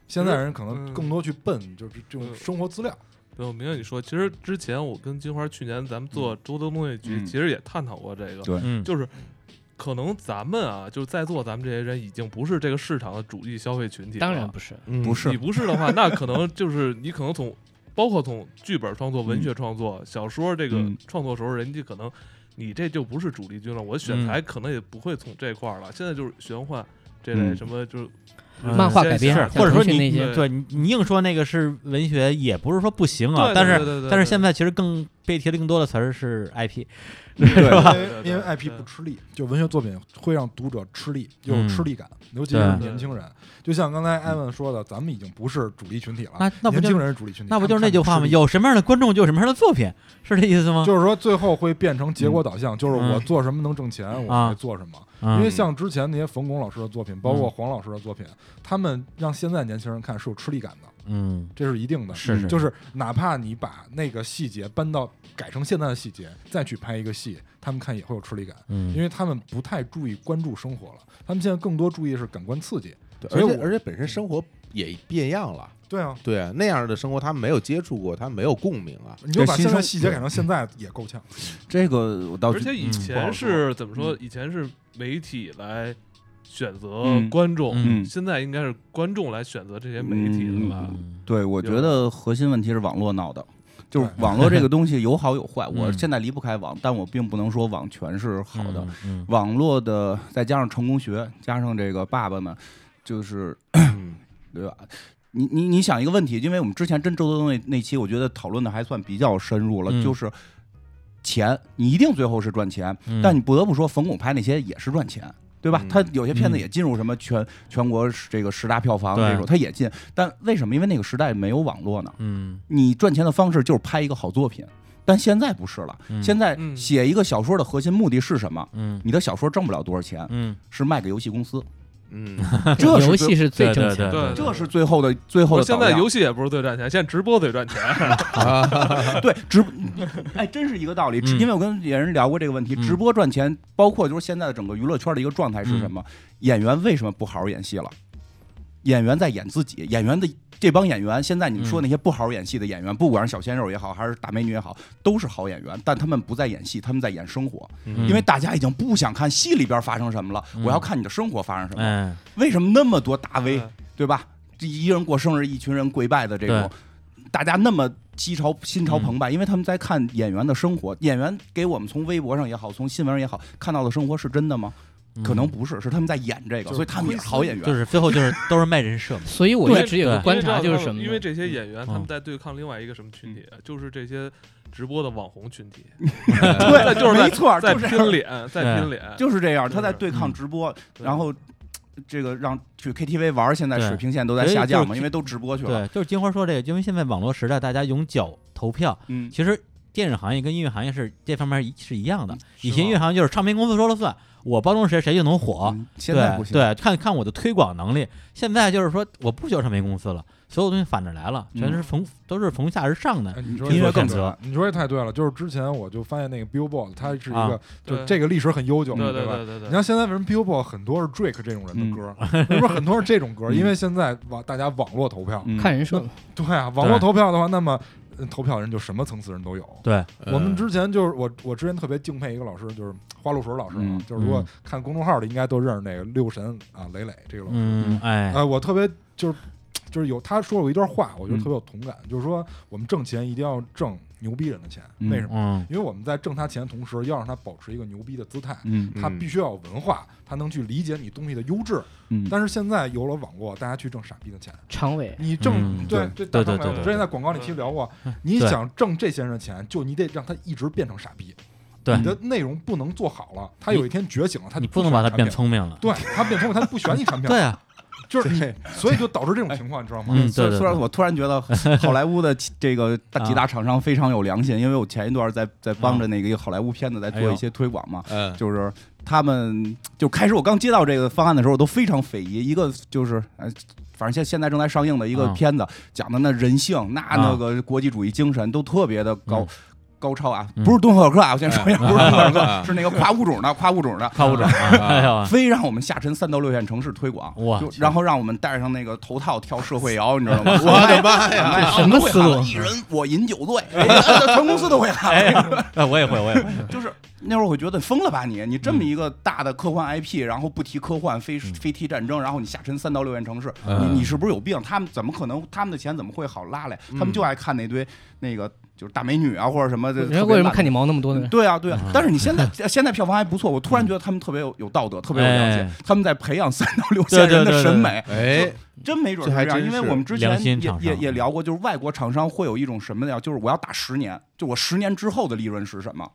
[SPEAKER 3] 现在人可能
[SPEAKER 1] 嗯
[SPEAKER 3] 更多去奔就是这种
[SPEAKER 1] 嗯
[SPEAKER 3] 生活资料。
[SPEAKER 1] 对，我明白你说。其实之前我跟金花去年咱们做周德梦那局，
[SPEAKER 2] 嗯
[SPEAKER 1] 其实也探讨过这个，
[SPEAKER 2] 对
[SPEAKER 5] 嗯
[SPEAKER 1] 就是可能咱们啊，就是在座咱们这些人已经不是这个市场的主力消费群体了。
[SPEAKER 4] [LAUGHS] 当然不是，
[SPEAKER 6] 嗯
[SPEAKER 2] 不是
[SPEAKER 1] 你不是的话，那可能就是你可能从包括从剧本创作、文学创作、小说这个
[SPEAKER 2] 嗯
[SPEAKER 1] 创作时候，人家可能你这就不是主力军了，我
[SPEAKER 2] 嗯
[SPEAKER 1] 选材可能也不会从这块儿了。现在就是玄幻这类
[SPEAKER 2] 嗯
[SPEAKER 1] 什么，就是
[SPEAKER 5] 嗯
[SPEAKER 4] 漫画改编
[SPEAKER 5] 是，
[SPEAKER 1] 像
[SPEAKER 5] 或者说
[SPEAKER 4] 腾讯
[SPEAKER 5] 你
[SPEAKER 4] 那
[SPEAKER 1] 些
[SPEAKER 5] 对你你硬说那个是文学，也不是说不行啊
[SPEAKER 1] 对，
[SPEAKER 5] 但
[SPEAKER 1] 对
[SPEAKER 5] 是
[SPEAKER 1] 对对对
[SPEAKER 5] 但是现在其实更被提的更多的词儿是 IP，
[SPEAKER 2] 对
[SPEAKER 3] 因
[SPEAKER 1] 对对
[SPEAKER 3] 为
[SPEAKER 1] 对
[SPEAKER 3] 因为 IP
[SPEAKER 1] 对
[SPEAKER 3] 不吃力，就文学作品会让读者吃力，有
[SPEAKER 5] 嗯
[SPEAKER 3] 吃力感，尤其
[SPEAKER 5] 对
[SPEAKER 3] 是年轻人。就像刚才艾文说的，咱们已经不是主力群体了，
[SPEAKER 5] 那那不
[SPEAKER 3] 年
[SPEAKER 5] 就
[SPEAKER 3] 轻
[SPEAKER 5] 是
[SPEAKER 3] 人是主力群体，
[SPEAKER 5] 那不就是那
[SPEAKER 3] 他
[SPEAKER 5] 句
[SPEAKER 3] 们看
[SPEAKER 5] 话
[SPEAKER 3] 不
[SPEAKER 5] 吗？
[SPEAKER 3] 吃力
[SPEAKER 5] 有什么样的观众就有什么样的作品，是这意思吗？
[SPEAKER 3] 就是说最后会变成结果导向，就
[SPEAKER 5] 啊
[SPEAKER 3] 是
[SPEAKER 5] 嗯
[SPEAKER 3] 我做什么能挣钱，我
[SPEAKER 5] 啊
[SPEAKER 3] 才做什么。
[SPEAKER 5] 嗯
[SPEAKER 3] 因为像之前那些冯巩老师的作品，包括黄老师的作品，他们让现在年轻人看是有吃力感的，
[SPEAKER 5] 嗯
[SPEAKER 3] 这是一定的。
[SPEAKER 5] 是是
[SPEAKER 3] 就是哪怕你把那个细节搬到改成现在的细节，再去拍一个戏，他们看也会有吃力感，
[SPEAKER 5] 嗯
[SPEAKER 3] 因为他们不太注意关注生活了，他们现在更多注意的是感官刺激。
[SPEAKER 6] [LAUGHS] 对
[SPEAKER 3] 所以
[SPEAKER 6] 而且
[SPEAKER 3] 我
[SPEAKER 6] 而且本身生活也变样了，
[SPEAKER 3] 对啊，
[SPEAKER 6] 对啊，那样的生活他没有接触过，他没有共鸣啊，
[SPEAKER 3] 你就把
[SPEAKER 2] 新
[SPEAKER 3] 现
[SPEAKER 2] 生
[SPEAKER 3] 在细节改成现在也够呛。
[SPEAKER 5] 嗯
[SPEAKER 2] 这个我倒
[SPEAKER 1] 而且以
[SPEAKER 5] 不
[SPEAKER 1] 前
[SPEAKER 2] 嗯好嗯
[SPEAKER 1] 是怎么说？以前是媒体来选择
[SPEAKER 2] 嗯
[SPEAKER 1] 观众，
[SPEAKER 2] 嗯
[SPEAKER 1] 现在应该是观众来选择这些媒体了吧？
[SPEAKER 5] 嗯
[SPEAKER 2] 对，我觉
[SPEAKER 1] 有
[SPEAKER 2] 得核心问题是网络闹的，就是
[SPEAKER 3] 对
[SPEAKER 2] 网络这个东西有好有 [LAUGHS] 坏。
[SPEAKER 5] 嗯
[SPEAKER 2] 我现在离不开网，但我并不能说网全是好的。
[SPEAKER 5] 嗯
[SPEAKER 2] 网络的再加上成功学，加上这个爸爸们，就是
[SPEAKER 6] 嗯
[SPEAKER 2] [CLEARS THROAT] 对吧？你你你想一个问题，因为我们之前真周德东那那期，我觉得讨论的还算比较深入了，
[SPEAKER 5] 嗯
[SPEAKER 2] 就是钱，你一定最后是赚钱，
[SPEAKER 5] 嗯
[SPEAKER 2] 但你不得不说，冯巩拍那些也是赚钱，对吧
[SPEAKER 6] 嗯？
[SPEAKER 2] 他有些片子
[SPEAKER 5] 嗯
[SPEAKER 2] 也进入什么全全国这个十大票房
[SPEAKER 5] 对
[SPEAKER 2] 这种，他也进，但为什么？因为那个时代没有网络呢，
[SPEAKER 5] 嗯
[SPEAKER 2] 你赚钱的方式就是拍一个好作品，但现在不是了，
[SPEAKER 5] 嗯
[SPEAKER 2] 现在
[SPEAKER 1] 嗯
[SPEAKER 2] 写一个小说的核心目的是什么？
[SPEAKER 5] 嗯
[SPEAKER 2] 你的小说挣不了多少钱，
[SPEAKER 5] 嗯
[SPEAKER 2] 是卖给游戏公司，
[SPEAKER 6] [LAUGHS] 嗯，
[SPEAKER 2] 这是最
[SPEAKER 4] 游戏是最挣钱的，
[SPEAKER 1] 对
[SPEAKER 2] 这是最后的最后
[SPEAKER 1] 我
[SPEAKER 2] 的
[SPEAKER 1] 现
[SPEAKER 2] 导
[SPEAKER 1] 在
[SPEAKER 2] 量。
[SPEAKER 1] 游戏也不是最赚钱，现在直播最赚钱。
[SPEAKER 2] 对直，哎，真是一个道理。直
[SPEAKER 5] 嗯
[SPEAKER 2] 因为我跟演员聊过这个问题，
[SPEAKER 5] 嗯
[SPEAKER 2] 直播赚钱，包括就是现在的整个娱乐圈的一个状态是什么？演员为什么不好好演戏了？演员在演自己，演员的这帮演员，现在你们说
[SPEAKER 5] 嗯
[SPEAKER 2] 那些不好好演戏的演员，不管是小鲜肉也好，还是大美女也好，都是好演员，但他们不在演戏，他们在演生活，
[SPEAKER 5] 嗯
[SPEAKER 2] 因为大家已经不想看戏里边发生什么了，
[SPEAKER 5] 嗯
[SPEAKER 2] 我要看你的生活发生什么。
[SPEAKER 5] 哎
[SPEAKER 2] 为什么那么多大 V
[SPEAKER 1] 嗯
[SPEAKER 2] 对吧？这一个人过生日，一群人跪拜的这种，大家那么激潮、心潮澎湃，因为他们在看演员的生活。演员给我们从微博上也好，从新闻上也好看到的生活是真的吗？可能不是，是他们在演这个，
[SPEAKER 3] 就是
[SPEAKER 2] 所以他们也是好演员。
[SPEAKER 5] 嗯就是最后就是都是卖人设
[SPEAKER 4] [LAUGHS]
[SPEAKER 5] 嘛，
[SPEAKER 4] 所以我
[SPEAKER 5] 对
[SPEAKER 4] 一直有个
[SPEAKER 5] 对
[SPEAKER 4] 观察
[SPEAKER 1] 因为这
[SPEAKER 4] 就是
[SPEAKER 1] 样
[SPEAKER 4] 什么嗯
[SPEAKER 1] 因
[SPEAKER 4] 呢
[SPEAKER 1] 为？这些演员他
[SPEAKER 5] 嗯
[SPEAKER 1] 们在对抗另外一个什么群体，就是这些直播的网红群体，
[SPEAKER 2] 对，
[SPEAKER 1] 在就是在
[SPEAKER 2] 没错，
[SPEAKER 1] 在
[SPEAKER 2] 就是这样
[SPEAKER 1] 拼脸，在拼脸，
[SPEAKER 2] 就是这样。
[SPEAKER 1] 对
[SPEAKER 2] 他在对抗直播，
[SPEAKER 1] 对
[SPEAKER 2] 然后这个让去 KTV 玩，现在
[SPEAKER 5] 对
[SPEAKER 2] 水平线都在
[SPEAKER 5] 所以
[SPEAKER 2] 下降
[SPEAKER 5] 就
[SPEAKER 2] 嘛，
[SPEAKER 5] 是
[SPEAKER 2] 因为都直播去了。
[SPEAKER 5] 对，就是金花说这个，因为现在网络时代，大家用脚投票，
[SPEAKER 2] 嗯，
[SPEAKER 5] 其实电影行业跟音乐行业是这方面一是一样的。
[SPEAKER 1] 是
[SPEAKER 5] 以前
[SPEAKER 1] 吗
[SPEAKER 5] 音乐行业就是唱片公司说了算，我包装谁谁就能火。
[SPEAKER 2] 嗯现在
[SPEAKER 5] 对
[SPEAKER 2] 不行。
[SPEAKER 5] 对，看看我的推广能力。现在就是说，我不需要唱片公司了，所有东西反着来了，全是从、都是从下而上的。
[SPEAKER 3] 哎你说
[SPEAKER 5] 音乐
[SPEAKER 3] 这
[SPEAKER 5] 更
[SPEAKER 3] 对
[SPEAKER 5] 自由
[SPEAKER 3] 了你说这太对了，就是之前我就发现那个 Billboard，它是一
[SPEAKER 5] 啊
[SPEAKER 3] 个，就
[SPEAKER 1] 对
[SPEAKER 3] 这个历史很悠久，
[SPEAKER 1] 对
[SPEAKER 3] 的，
[SPEAKER 1] 对
[SPEAKER 3] 吧？
[SPEAKER 1] 对对对，
[SPEAKER 3] 你像现在为什么 Billboard 很多是 Drake 这种人的歌，
[SPEAKER 2] [LAUGHS]
[SPEAKER 3] 为什么很多是这种歌？
[SPEAKER 2] 嗯
[SPEAKER 3] 因为现在网大家网络投票，
[SPEAKER 2] 嗯
[SPEAKER 4] 看人说，
[SPEAKER 3] 对啊，网络投票的话，那么呃投票的人就什么层次人都有。
[SPEAKER 5] 对，
[SPEAKER 2] 呃
[SPEAKER 6] 嗯
[SPEAKER 3] 我们之前就是我，我之前特别敬佩一个老师，就是花露水老师啊
[SPEAKER 2] 嗯，
[SPEAKER 3] 就是如果看公众号的，应该都认识那个六神啊，磊磊这个老师。
[SPEAKER 5] 嗯，哎，
[SPEAKER 3] 呃，我特别就是就是有他说过一段话，
[SPEAKER 2] 嗯
[SPEAKER 3] 我觉得特别有同感，就是说我们挣钱一定要挣牛逼人的钱，
[SPEAKER 2] 嗯
[SPEAKER 3] 为什么？
[SPEAKER 5] 嗯，
[SPEAKER 3] 因为我们在挣他钱的同时，要让他保持一个牛逼的姿态，
[SPEAKER 2] 嗯
[SPEAKER 3] 他必须要有文化，他能去理解你东西的优质。
[SPEAKER 2] 嗯，
[SPEAKER 3] 但是现在有了网络，大家去挣傻逼的钱，
[SPEAKER 4] 常委
[SPEAKER 3] 你挣
[SPEAKER 5] 嗯
[SPEAKER 3] 对
[SPEAKER 2] 对
[SPEAKER 3] 大
[SPEAKER 5] 对
[SPEAKER 3] 张
[SPEAKER 5] 对嗯
[SPEAKER 3] 伟我
[SPEAKER 1] 对
[SPEAKER 3] 们
[SPEAKER 1] 对
[SPEAKER 3] 之前在广告那期聊过，你想挣这些人的钱，就你得让他一直变成傻逼，
[SPEAKER 5] 对
[SPEAKER 3] 你的内容不能做好了，他有一天觉醒了，他
[SPEAKER 5] 你
[SPEAKER 3] 就
[SPEAKER 5] 不能把
[SPEAKER 3] 选
[SPEAKER 5] 它
[SPEAKER 3] 产
[SPEAKER 5] 变
[SPEAKER 3] 品
[SPEAKER 5] 聪明了。
[SPEAKER 3] 对他变聪明，他不选你产
[SPEAKER 5] [LAUGHS]
[SPEAKER 3] 品，
[SPEAKER 5] 对啊，
[SPEAKER 3] 就是你，所以就导致这种情况，你
[SPEAKER 5] [LAUGHS]
[SPEAKER 3] 知道吗？
[SPEAKER 5] 嗯，
[SPEAKER 2] 虽
[SPEAKER 5] 对
[SPEAKER 2] 然
[SPEAKER 5] 对
[SPEAKER 2] 虽然
[SPEAKER 5] 对，啊
[SPEAKER 2] 我突然觉
[SPEAKER 5] [LAUGHS]
[SPEAKER 2] 得好莱坞的这个大几大厂商非常有良心，因为我前一段在在帮着那个一个好莱坞片子在
[SPEAKER 5] 哎
[SPEAKER 2] 做
[SPEAKER 5] 呦
[SPEAKER 2] 一些推广嘛，
[SPEAKER 6] 嗯
[SPEAKER 2] 就是他们就开始我刚接到这个方案的时候，我都非常匪夷。一个就是呃，反正现现在正在上映的一个
[SPEAKER 5] 啊
[SPEAKER 2] 片子，讲的那人性，那
[SPEAKER 5] 啊
[SPEAKER 2] 那个国际主义精神都特别的高。
[SPEAKER 5] 嗯
[SPEAKER 2] 高超啊，
[SPEAKER 5] 嗯哎
[SPEAKER 2] 不是敦刻尔克啊！我先说一下，
[SPEAKER 6] 嗯
[SPEAKER 2] 不是敦刻尔
[SPEAKER 6] 啊
[SPEAKER 2] 克，
[SPEAKER 5] [LAUGHS]
[SPEAKER 2] 是那个跨物种的，跨物种的，
[SPEAKER 5] 靠不准啊，哎呦，
[SPEAKER 2] 非让我们下沉三到六线城市推广，
[SPEAKER 5] 哇
[SPEAKER 2] 就
[SPEAKER 5] 天
[SPEAKER 2] 然后让我们戴上那个头套跳社会摇，你知
[SPEAKER 4] [LAUGHS]
[SPEAKER 2] 道吗？
[SPEAKER 6] 我的妈
[SPEAKER 2] 哎
[SPEAKER 6] 呀！
[SPEAKER 2] 哎
[SPEAKER 4] 这什么
[SPEAKER 2] 我会喊
[SPEAKER 4] 思路
[SPEAKER 2] 一人我饮酒醉，哎全公司都会
[SPEAKER 4] [LAUGHS]
[SPEAKER 2] 喊。
[SPEAKER 5] 哎呀，哎我也会，我也 [LAUGHS] 会，
[SPEAKER 2] [LAUGHS] 就是那会儿我觉得疯了吧你？你这么一个大的科幻
[SPEAKER 4] 嗯
[SPEAKER 2] IP，然后不提科幻，非非提战争，然后你下沉三到六线城市，
[SPEAKER 6] 嗯
[SPEAKER 2] 你你是不是有病？他们怎么可能？他们的钱怎么会好拉来？他们就爱看那堆那个就是大美女啊，或者什么的。
[SPEAKER 4] 人家
[SPEAKER 2] 特别
[SPEAKER 4] 为什么
[SPEAKER 2] 烂
[SPEAKER 4] 看你毛那么多呢？
[SPEAKER 2] 对啊，对
[SPEAKER 5] 嗯
[SPEAKER 2] 啊，但是你现在 [LAUGHS] 现在票房还不错，我突然觉得他们特别有有道
[SPEAKER 5] [LAUGHS]
[SPEAKER 2] 德，特别有良心
[SPEAKER 5] 哎，
[SPEAKER 2] 他们在培养三到六线人
[SPEAKER 5] 对
[SPEAKER 2] 的
[SPEAKER 5] 对对
[SPEAKER 2] 审美，
[SPEAKER 6] [LAUGHS] 哎，
[SPEAKER 2] 真没准
[SPEAKER 6] 这
[SPEAKER 2] 是
[SPEAKER 6] 还
[SPEAKER 2] 这样，
[SPEAKER 6] 真
[SPEAKER 2] 因为
[SPEAKER 6] 是
[SPEAKER 2] 我们之
[SPEAKER 5] 良
[SPEAKER 2] 前也
[SPEAKER 5] 心厂商嗯
[SPEAKER 2] 也也聊过，就是外国厂商会有一种什么呀？就是我要打十年，就我十年之后的利润是什么？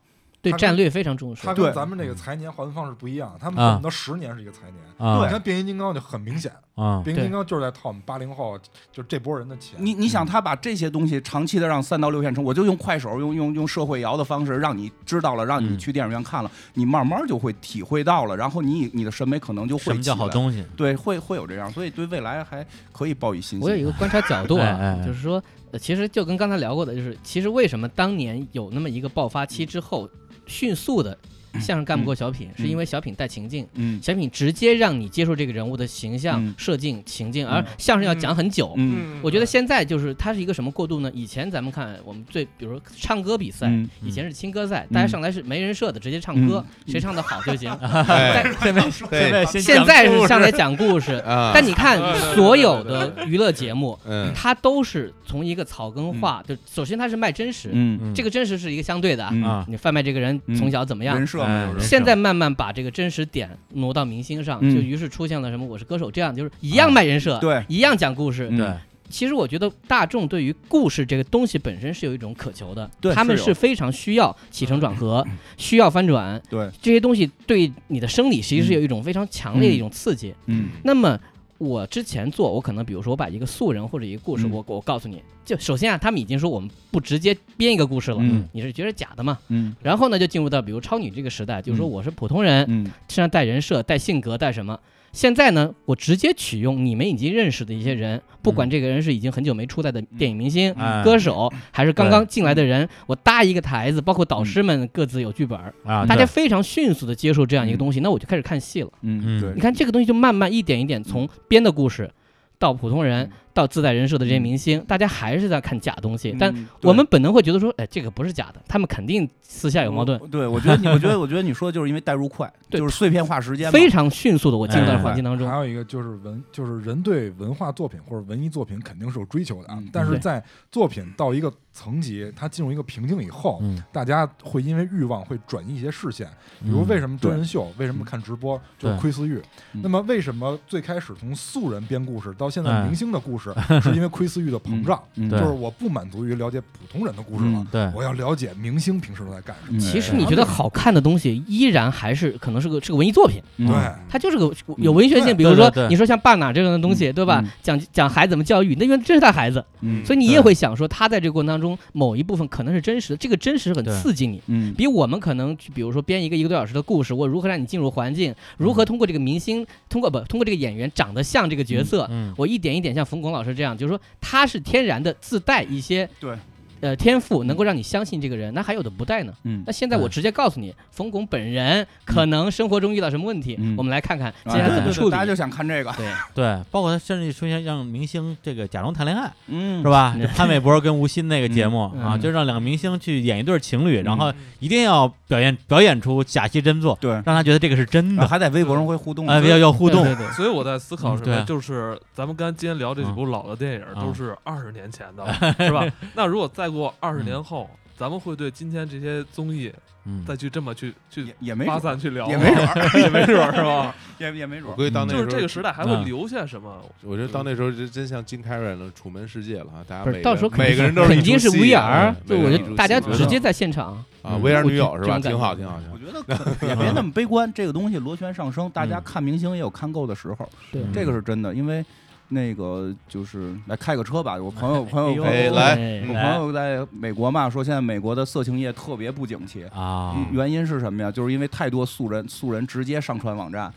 [SPEAKER 4] 对
[SPEAKER 3] 他跟
[SPEAKER 4] 战略非常重视
[SPEAKER 3] 他。跟
[SPEAKER 2] 对
[SPEAKER 3] 咱们这个财年划分方式不一样，他们
[SPEAKER 5] 嗯啊
[SPEAKER 3] 恨不得十年是一个财年。你
[SPEAKER 5] 啊
[SPEAKER 3] 看变形金刚就很明显，
[SPEAKER 5] 啊，
[SPEAKER 3] 变形金刚就是在套我们八零后，就这波人的钱。
[SPEAKER 2] 你你想，
[SPEAKER 5] 嗯
[SPEAKER 2] 他把这些东西长期的让三到六线城，我就用快手，用用用社会摇的方式，让你知道了，让你
[SPEAKER 5] 嗯
[SPEAKER 2] 去电影院看了，你慢慢就会体会到了，然后你你的审美可能就
[SPEAKER 5] 什
[SPEAKER 2] 会
[SPEAKER 5] 么叫
[SPEAKER 2] 起
[SPEAKER 5] 好
[SPEAKER 2] 来
[SPEAKER 5] 东西？
[SPEAKER 2] 对，会会有这样，所以对未来还可以抱以信
[SPEAKER 4] 我有一
[SPEAKER 2] 心。
[SPEAKER 4] 个观察角度
[SPEAKER 5] 哎
[SPEAKER 4] 啊
[SPEAKER 5] 哎，哎
[SPEAKER 4] 就是说，呃其实就跟刚才聊过的，就是其实为什么当年有那么一个爆发期之后，迅速的相声干不过小品，是因为小品带情境，
[SPEAKER 5] [LAUGHS]
[SPEAKER 2] 嗯
[SPEAKER 4] 小品直接让你接受这个人物的形象
[SPEAKER 2] 嗯、
[SPEAKER 4] 设定、情境，
[SPEAKER 2] 嗯
[SPEAKER 4] 而相声要讲很久。
[SPEAKER 2] 嗯
[SPEAKER 1] 嗯，
[SPEAKER 4] 我觉得现在就是它是一个什么过渡呢？以前咱们看我们最，比如说唱歌比赛，
[SPEAKER 2] 嗯
[SPEAKER 4] 以前是青歌赛，
[SPEAKER 2] 嗯
[SPEAKER 4] 大家上来是没人设的，直接唱歌，
[SPEAKER 2] 嗯
[SPEAKER 4] 谁唱的好就行。
[SPEAKER 6] 哎
[SPEAKER 4] 但
[SPEAKER 5] 现在
[SPEAKER 6] 对
[SPEAKER 5] 先
[SPEAKER 4] [LAUGHS] 现在
[SPEAKER 5] 讲故
[SPEAKER 4] 是
[SPEAKER 5] 事
[SPEAKER 4] 上来讲
[SPEAKER 2] [LAUGHS]
[SPEAKER 4] 故事，
[SPEAKER 6] [LAUGHS] 啊，
[SPEAKER 4] 但你看
[SPEAKER 1] 对对对
[SPEAKER 4] 所有
[SPEAKER 1] 对对
[SPEAKER 4] 的娱乐节目，
[SPEAKER 6] 嗯
[SPEAKER 4] 它都是从一个草根化，就首先它是卖真实，
[SPEAKER 2] 嗯
[SPEAKER 4] 这个真实是一个相对的啊，
[SPEAKER 2] 嗯
[SPEAKER 5] 啊，
[SPEAKER 4] 你贩卖这个人从小怎么样
[SPEAKER 2] 人。设没有人设
[SPEAKER 4] 现在慢慢把这个真实点挪到明星上，
[SPEAKER 2] 嗯
[SPEAKER 4] 就于是出现了什么《我是歌手》这样，就是一样卖人设，
[SPEAKER 2] 对
[SPEAKER 4] 一样讲故事。
[SPEAKER 2] 嗯
[SPEAKER 5] 对，
[SPEAKER 4] 其实我觉得大众对于故事这个东西本身是有一种渴求的，
[SPEAKER 2] 对
[SPEAKER 4] 他们
[SPEAKER 2] 是有嗯
[SPEAKER 4] 是非常需要起承转合，需要翻转，
[SPEAKER 2] 对，
[SPEAKER 4] 这些东西对你的生理其实是有一种非常强烈的一种刺激。
[SPEAKER 2] 嗯
[SPEAKER 4] 那么我之前做，我可能比如说我把一个素人或者一个故事，
[SPEAKER 2] 嗯
[SPEAKER 4] 我我告诉你，就首先啊，他们已经说我们不直接编一个故事了，
[SPEAKER 2] 嗯
[SPEAKER 4] 你是觉得假的嘛？
[SPEAKER 2] 嗯
[SPEAKER 4] 然后呢，就进入到比如超女这个时代，就是说
[SPEAKER 2] 嗯
[SPEAKER 4] 我是普通人， [LAUGHS]
[SPEAKER 2] 嗯
[SPEAKER 4] 身上带人设、带性格、带什么。现在呢，我直接取用你们已经认识的一些
[SPEAKER 2] 嗯
[SPEAKER 4] 人，不管这个人是已经很久没出来的电影明星、
[SPEAKER 5] 哎
[SPEAKER 4] 歌手，
[SPEAKER 2] 嗯
[SPEAKER 4] 还是刚刚进来的人，我搭一个台子，包括导师
[SPEAKER 2] 嗯
[SPEAKER 4] 们各自有剧本儿，
[SPEAKER 5] 啊，
[SPEAKER 4] 大
[SPEAKER 5] 对
[SPEAKER 4] 家非常迅速的接受这样一个东西，那我就开始看戏了。
[SPEAKER 2] 嗯对
[SPEAKER 4] 你，看这个东西就慢慢一点一点从编的故事，到普通人
[SPEAKER 2] 嗯，
[SPEAKER 4] 到自带人设的这些
[SPEAKER 2] 嗯
[SPEAKER 4] 明星，大家还是在看假东西
[SPEAKER 2] 嗯，
[SPEAKER 4] 但我们本能会觉得说，哎，这个不是假的，他们肯定私下有矛盾。
[SPEAKER 2] 我对，我觉得你，我觉
[SPEAKER 4] [LAUGHS]
[SPEAKER 2] 得，我觉得你说的就是因为代入快，
[SPEAKER 4] 对
[SPEAKER 2] 就是碎片化时间嘛，
[SPEAKER 4] 非常迅速的，我进入到
[SPEAKER 5] 哎
[SPEAKER 4] 环境当中
[SPEAKER 3] 还，有一个就是文，就是人对文化作品或者文艺作品肯定是有追求的啊
[SPEAKER 2] 嗯，
[SPEAKER 3] 但是
[SPEAKER 4] 对
[SPEAKER 3] 在作品到一个层级，它进入一个瓶颈以后，
[SPEAKER 5] 嗯，
[SPEAKER 3] 大家会因为欲望会转移一些视线，比如为
[SPEAKER 5] 么
[SPEAKER 3] 什么真人秀，为什么看直播，就是
[SPEAKER 5] 嗯对
[SPEAKER 3] 窥私欲。
[SPEAKER 2] 嗯
[SPEAKER 3] 那么为什么最开始从素人编故事到现在
[SPEAKER 5] 哎
[SPEAKER 3] 明星的故事，事， [LAUGHS] 是因为窥私欲的膨胀，
[SPEAKER 2] 嗯
[SPEAKER 3] 就是
[SPEAKER 5] 对
[SPEAKER 3] 我不满足于了解普通人的故事了
[SPEAKER 2] 嗯，
[SPEAKER 5] 对，
[SPEAKER 3] 我要了解明星平时都在干什么。
[SPEAKER 4] 嗯其实你觉得好看的东西，依然还是可能是个是个文艺作品，
[SPEAKER 2] 嗯
[SPEAKER 3] 对，
[SPEAKER 4] 它就是个有
[SPEAKER 2] 嗯
[SPEAKER 4] 文学性。
[SPEAKER 3] 对
[SPEAKER 4] 比如说
[SPEAKER 5] 对对对
[SPEAKER 4] 你说像《爸哪》这样的东西，
[SPEAKER 2] 嗯
[SPEAKER 4] 对吧
[SPEAKER 2] 嗯？
[SPEAKER 4] 讲讲孩子怎么教育，那因为真是他孩子，
[SPEAKER 2] 嗯
[SPEAKER 4] 所以你
[SPEAKER 5] 对
[SPEAKER 4] 也会想说，他在这个过程当中某一部分可能是真实的，这个真实很
[SPEAKER 5] 对
[SPEAKER 4] 刺激你。
[SPEAKER 2] 嗯
[SPEAKER 4] 比我们可能去，比如说编一个一个多小时的故事，我如何让你进入环境，如何通过这个明星，通过不通过这个演员长得像这个角色，
[SPEAKER 5] 嗯，
[SPEAKER 4] 我一点一点像冯巩老师这样，就是说他是天然的自带一些
[SPEAKER 2] 对
[SPEAKER 4] 呃天赋，能够让你相信这个人。那还有的不带呢？
[SPEAKER 2] 嗯
[SPEAKER 4] 那现在我直接告诉你，冯巩本人可能生活中遇到什么问题，
[SPEAKER 2] 嗯
[SPEAKER 4] 我们来看看接
[SPEAKER 2] 啊
[SPEAKER 4] 下来
[SPEAKER 2] 对
[SPEAKER 4] 怎么
[SPEAKER 2] 对
[SPEAKER 4] 处
[SPEAKER 2] 对，
[SPEAKER 4] 理
[SPEAKER 2] 大家。就想看这个，
[SPEAKER 4] 对，
[SPEAKER 5] 对，包括他甚至出现让明星这个假装谈恋爱，
[SPEAKER 2] 嗯
[SPEAKER 5] 是？吧？
[SPEAKER 4] 嗯
[SPEAKER 5] 就潘玮柏跟吴昕那个节目
[SPEAKER 4] 嗯
[SPEAKER 5] 啊，
[SPEAKER 4] 嗯
[SPEAKER 5] 就让两个明星去演一对情侣，然后
[SPEAKER 1] 嗯
[SPEAKER 5] 一定要表演表演出假戏真做，
[SPEAKER 2] 对，
[SPEAKER 5] 让他觉得这个是真
[SPEAKER 2] 啊
[SPEAKER 5] 的，
[SPEAKER 2] 还在微博上会互动
[SPEAKER 4] 哎
[SPEAKER 5] 啊，要要互动，
[SPEAKER 4] 对对对
[SPEAKER 1] 所以我在思考什
[SPEAKER 5] 嗯对
[SPEAKER 1] 么，
[SPEAKER 5] 啊
[SPEAKER 1] 就是咱们刚今天聊这几
[SPEAKER 4] 嗯
[SPEAKER 1] 部老的电影
[SPEAKER 5] 啊
[SPEAKER 1] 都是二十年前的
[SPEAKER 4] [LAUGHS]
[SPEAKER 1] 了，是吧？那如果再过二十
[SPEAKER 4] 嗯
[SPEAKER 1] 年后，咱们会对今天这些综艺
[SPEAKER 5] 嗯，
[SPEAKER 1] 再去这么去去
[SPEAKER 2] 也也没
[SPEAKER 1] 发
[SPEAKER 2] 准
[SPEAKER 1] 散去聊吗， [LAUGHS]
[SPEAKER 2] 也没
[SPEAKER 4] [LAUGHS]
[SPEAKER 2] 准儿，
[SPEAKER 1] 也没准儿是吧？
[SPEAKER 2] 也也没准
[SPEAKER 6] 我
[SPEAKER 2] 儿
[SPEAKER 6] 估计到那
[SPEAKER 1] 就
[SPEAKER 6] 时候
[SPEAKER 1] 是这个时代还会
[SPEAKER 5] 嗯
[SPEAKER 1] 留下什么？
[SPEAKER 6] 我觉得到那时候真真像金凯瑞了，《楚门世界》了啊！大家
[SPEAKER 4] 不
[SPEAKER 6] 每个
[SPEAKER 4] 是
[SPEAKER 6] 人
[SPEAKER 4] 到时候肯定
[SPEAKER 6] 每个人都是一
[SPEAKER 4] 肯定是
[SPEAKER 6] 出戏
[SPEAKER 4] VR，
[SPEAKER 6] 啊
[SPEAKER 4] 就
[SPEAKER 6] 每个
[SPEAKER 4] 我
[SPEAKER 6] 人
[SPEAKER 4] 觉
[SPEAKER 6] 一出
[SPEAKER 4] 得
[SPEAKER 6] 戏
[SPEAKER 4] 大家
[SPEAKER 6] 我觉得
[SPEAKER 4] 直接在现场，
[SPEAKER 6] 啊，VR 女友
[SPEAKER 4] 我
[SPEAKER 6] 是
[SPEAKER 4] 这
[SPEAKER 6] 吧？
[SPEAKER 4] 种感
[SPEAKER 6] 挺好，
[SPEAKER 4] 觉
[SPEAKER 6] 挺好，挺
[SPEAKER 2] 我
[SPEAKER 6] 好。
[SPEAKER 2] 觉得可也别那么悲观，这个东西螺旋上升，大家
[SPEAKER 5] 嗯
[SPEAKER 2] 看明星也有看够的时候，
[SPEAKER 4] 对
[SPEAKER 6] 嗯
[SPEAKER 2] 这个是真的。因为那个就是来开个车吧，我朋友朋友
[SPEAKER 5] 哎
[SPEAKER 6] 哎，
[SPEAKER 2] 我
[SPEAKER 6] 来，
[SPEAKER 2] 我
[SPEAKER 6] 嗯
[SPEAKER 2] 朋友在美国嘛，说现在美国的色情业特别不景气。
[SPEAKER 5] 啊，
[SPEAKER 2] 原因是什么呀？就是因为太多素人，素人直接上传网站，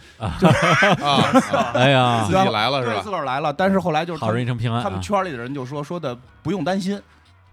[SPEAKER 6] 啊，
[SPEAKER 5] 哎呀
[SPEAKER 6] 自，己来了是
[SPEAKER 2] 对，
[SPEAKER 6] 吧
[SPEAKER 2] [LAUGHS] 自？个儿来了。但是后来就是他
[SPEAKER 5] 好人一
[SPEAKER 2] 们
[SPEAKER 5] 生平安
[SPEAKER 2] 他们
[SPEAKER 5] 啊，
[SPEAKER 2] 圈里的人就说说的不用担心，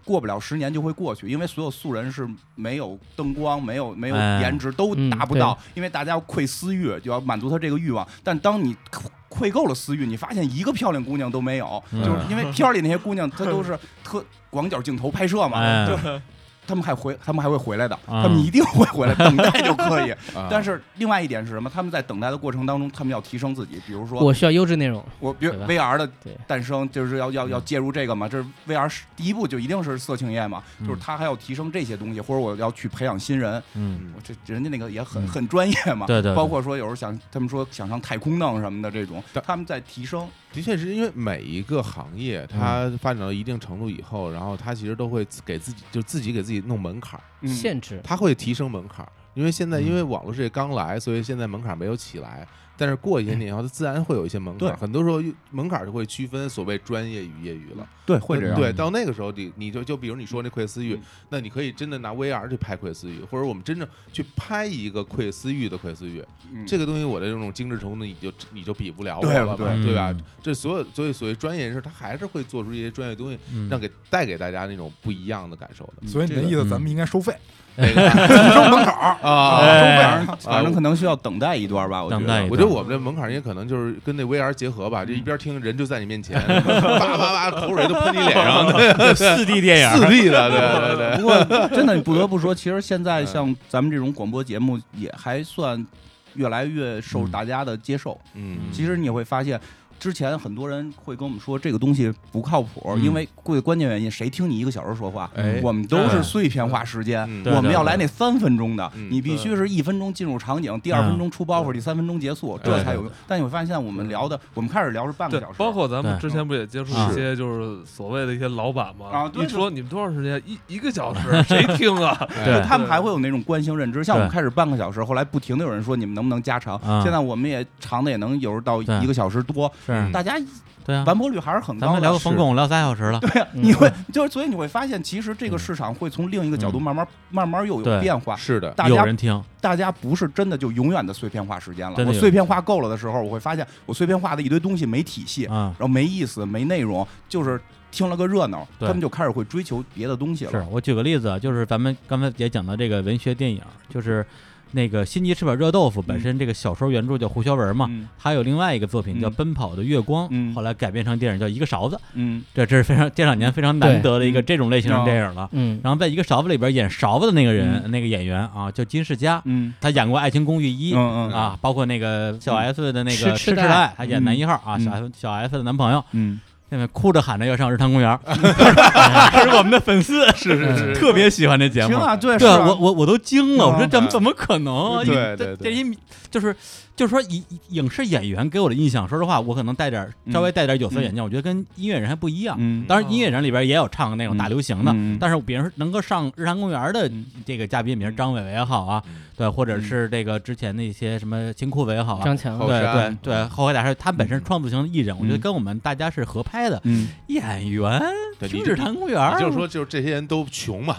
[SPEAKER 2] 过不了十年就会过去，因为所有素人是没有灯光、没有没有
[SPEAKER 5] 哎
[SPEAKER 2] 颜值都
[SPEAKER 4] 嗯
[SPEAKER 2] 达不到，因为大家要窥私欲，就要满足他这个欲望。但当你窥窥够了私欲，你发现一个漂亮姑娘都没有，
[SPEAKER 5] 嗯
[SPEAKER 2] 就是因为片儿里那些姑娘她都是 [LAUGHS] 特广角镜头拍摄嘛，
[SPEAKER 5] 哎
[SPEAKER 2] 就是他们还回，他们还会回来的，
[SPEAKER 5] 啊
[SPEAKER 2] 他们一定会
[SPEAKER 5] [LAUGHS]
[SPEAKER 2] 回来，等待就可以。
[SPEAKER 6] 啊
[SPEAKER 2] 但是另外一点是什么？他们在等待的过程当中，他们要提升自己，比如说
[SPEAKER 4] 我需要优质内容。
[SPEAKER 2] 我比如
[SPEAKER 5] 对吧嗯
[SPEAKER 2] VR 的
[SPEAKER 4] 对
[SPEAKER 2] 诞生，就是要要要介入这个嘛，这是 VR 是第一步就一定是色情业嘛，
[SPEAKER 5] 嗯
[SPEAKER 2] 就是他还要提升这些东西，或者我要去培养新人，
[SPEAKER 5] 嗯，
[SPEAKER 2] 我这人家那个也很、
[SPEAKER 5] 嗯
[SPEAKER 2] 很专业嘛，
[SPEAKER 5] 对对对
[SPEAKER 2] 包括说有时候想他们说想上太空弄什么的这种
[SPEAKER 6] 但，
[SPEAKER 2] 他们在提升，
[SPEAKER 6] 的确是因为每一个行业它
[SPEAKER 4] 嗯
[SPEAKER 6] 发展到一定程度以后，然后它其实都会给自己就自己给自己弄门槛儿，
[SPEAKER 2] 嗯
[SPEAKER 4] 限制，
[SPEAKER 6] 它会提升门槛儿。因为现在
[SPEAKER 5] 嗯
[SPEAKER 6] 因为网络世界刚来，所以现在门槛儿没有起来。但是过一些年以后，它自然会有一些门槛儿，
[SPEAKER 2] 对
[SPEAKER 6] 很多时候门槛儿就会区分所谓专业与业余了。
[SPEAKER 2] 对会这样，嗯
[SPEAKER 6] 对，到那个时候你你就就比如你说那窥私欲，那你可以真的拿 VR 去拍窥私欲，或者我们真正去拍一个窥私欲的窥私欲，
[SPEAKER 2] 嗯
[SPEAKER 6] 这个东西我的这种精致程度你就你就比不了我
[SPEAKER 2] 对
[SPEAKER 6] 了
[SPEAKER 2] 对
[SPEAKER 6] 吧，对吧
[SPEAKER 5] 嗯？
[SPEAKER 6] 这所有所以所谓专业人士，他还是会做出一些专业东西，
[SPEAKER 5] 嗯 [LAUGHS]
[SPEAKER 6] 让给带给大家那种不一样的感受的。
[SPEAKER 2] 嗯 [LAUGHS]
[SPEAKER 3] 所以你的意思，
[SPEAKER 5] 嗯
[SPEAKER 3] 咱们应该收费，
[SPEAKER 6] 那个
[SPEAKER 2] 提升门槛儿
[SPEAKER 6] 啊，
[SPEAKER 2] 反正反正可能需要等待一段吧，我觉
[SPEAKER 5] 哦等
[SPEAKER 2] 得
[SPEAKER 5] 待一
[SPEAKER 6] 我觉得我们这门槛儿也可能就是跟那 VR 结合吧，这
[SPEAKER 2] 嗯
[SPEAKER 6] 一边听人就在你面前，叭叭叭口水都喷你脸
[SPEAKER 2] [LAUGHS]
[SPEAKER 6] 上，对
[SPEAKER 5] 四 D 电影
[SPEAKER 6] 四 D 的，对对对。
[SPEAKER 2] 不过真的不得不说，其实现
[SPEAKER 5] 哎
[SPEAKER 2] 在像咱们这种广播节目也还算越来越受
[SPEAKER 5] 嗯
[SPEAKER 2] 大家的接受。
[SPEAKER 6] 嗯，
[SPEAKER 2] 其实你会发现，之前很多人会跟我们说这个东西不靠谱，
[SPEAKER 5] 嗯
[SPEAKER 2] 因为最关键原因，谁听你一个小时说话？
[SPEAKER 6] 哎，
[SPEAKER 2] 我们都是碎片化时间，
[SPEAKER 6] 嗯
[SPEAKER 2] 我们要来那三分钟的，
[SPEAKER 6] 嗯
[SPEAKER 2] 你必须是一分钟进入场景，第二分钟出包袱，第三分钟结束，
[SPEAKER 6] 对
[SPEAKER 2] 这才有用。但你会发现，现在我们聊的，我们开始聊是半
[SPEAKER 1] 对
[SPEAKER 2] 个小时，，
[SPEAKER 1] 包括咱们之前不也接触一
[SPEAKER 5] 对
[SPEAKER 1] 些就是所谓的一些老板嘛？
[SPEAKER 2] 啊对
[SPEAKER 1] 一说你们多长时间？一一个小时，谁听
[SPEAKER 2] [LAUGHS]
[SPEAKER 1] 啊？
[SPEAKER 6] 对
[SPEAKER 2] 他们还会有那种惯性认知，像我们
[SPEAKER 5] 对
[SPEAKER 2] 开始半个小时，后来不停的有人说你们能不能加长，
[SPEAKER 5] 啊
[SPEAKER 2] 现在我们也长的也能有时候到
[SPEAKER 5] 对
[SPEAKER 2] 一个小时多，
[SPEAKER 5] 是，
[SPEAKER 2] 大家
[SPEAKER 5] 对啊，
[SPEAKER 2] 完播率还是很
[SPEAKER 5] 咱
[SPEAKER 2] 高的。
[SPEAKER 5] 们聊个
[SPEAKER 2] 是
[SPEAKER 5] 冯巩聊仨小时了，
[SPEAKER 4] 嗯
[SPEAKER 2] 你会就是所以你会发现，其实这个市场会从另一个角度慢慢慢慢又有
[SPEAKER 5] 嗯对
[SPEAKER 2] 变化。
[SPEAKER 6] 是的，
[SPEAKER 2] 大
[SPEAKER 5] 有
[SPEAKER 2] 家
[SPEAKER 5] 人听，
[SPEAKER 2] 大家不是真的就永远的碎片化时间了，
[SPEAKER 5] 真的
[SPEAKER 2] 我
[SPEAKER 5] 有
[SPEAKER 2] 碎片化够了的时候，我会发现我碎片化的一堆东西没体系，
[SPEAKER 5] 啊
[SPEAKER 2] 然，后没意思、没内容，就是听了个热闹，
[SPEAKER 5] 对
[SPEAKER 2] 他们就开始会追求别的东西了。
[SPEAKER 5] 是我举个例子啊，就是咱们刚才也讲到这个文学电影，就是那个《心急吃饱热豆腐》本身这个小说原著叫胡小文嘛，
[SPEAKER 2] 嗯
[SPEAKER 5] 他有另外一个作品叫
[SPEAKER 2] 嗯
[SPEAKER 5] 《奔跑的月光》，
[SPEAKER 2] 嗯
[SPEAKER 5] 后来改编成电影叫《一个勺子》，
[SPEAKER 2] 嗯
[SPEAKER 5] 这这是非常这两年非常难得的一个
[SPEAKER 2] 对
[SPEAKER 5] 这种类型的
[SPEAKER 2] 嗯
[SPEAKER 5] 电影了。
[SPEAKER 4] 嗯，
[SPEAKER 5] 然后在《一个勺子》里边演勺子的那个人，那个演员啊叫金世佳，
[SPEAKER 2] 嗯
[SPEAKER 5] 他演过《爱情公寓
[SPEAKER 2] 嗯
[SPEAKER 5] 一》
[SPEAKER 2] 嗯
[SPEAKER 5] 啊，包括那个小 S 的那
[SPEAKER 4] 痴
[SPEAKER 5] 个
[SPEAKER 4] 痴
[SPEAKER 5] 痴痴
[SPEAKER 4] 的
[SPEAKER 5] 的
[SPEAKER 4] 爱
[SPEAKER 5] 爱，他演男一号啊，
[SPEAKER 2] 嗯
[SPEAKER 5] 小 S 小 S 的男朋友，
[SPEAKER 2] 嗯，
[SPEAKER 5] 现在哭着喊着要上日坛公
[SPEAKER 2] [LAUGHS]
[SPEAKER 5] 园儿， [LAUGHS] 他是我们的粉丝，
[SPEAKER 6] 是 [LAUGHS]
[SPEAKER 4] 嗯
[SPEAKER 6] 是是，
[SPEAKER 5] 特别喜欢这节目
[SPEAKER 2] 行。啊，对，是
[SPEAKER 5] 对
[SPEAKER 2] 啊
[SPEAKER 5] 我我我都惊了，
[SPEAKER 2] 嗯
[SPEAKER 5] 我说怎么
[SPEAKER 6] 嗯
[SPEAKER 5] 怎么可能啊？
[SPEAKER 6] 对
[SPEAKER 5] 这
[SPEAKER 6] 对对
[SPEAKER 5] 这一就是就是说影影视演员给我的印象，说实话，我可能带点
[SPEAKER 6] 嗯
[SPEAKER 5] 稍微带点有色眼镜，我觉得跟音乐人还不一样。
[SPEAKER 2] 嗯，
[SPEAKER 5] 当然，音乐人里边也有唱那种大流行的，
[SPEAKER 2] 嗯嗯
[SPEAKER 5] 但是比如说能够上日坛公园的
[SPEAKER 6] 嗯
[SPEAKER 5] 这个嘉宾，比如张伟伟也好啊，对，或者是这个之前的一些什么新裤子也好啊
[SPEAKER 4] 张，强
[SPEAKER 6] 后
[SPEAKER 5] 对对
[SPEAKER 6] 山嗯
[SPEAKER 5] 对，后海大师他本身是创作型的艺人，我觉得跟我们大家是合拍的。
[SPEAKER 2] 嗯，
[SPEAKER 5] 演员
[SPEAKER 6] 对
[SPEAKER 5] 去
[SPEAKER 6] 你
[SPEAKER 5] 日坛公园，
[SPEAKER 6] 你就说就是这些人都穷嘛，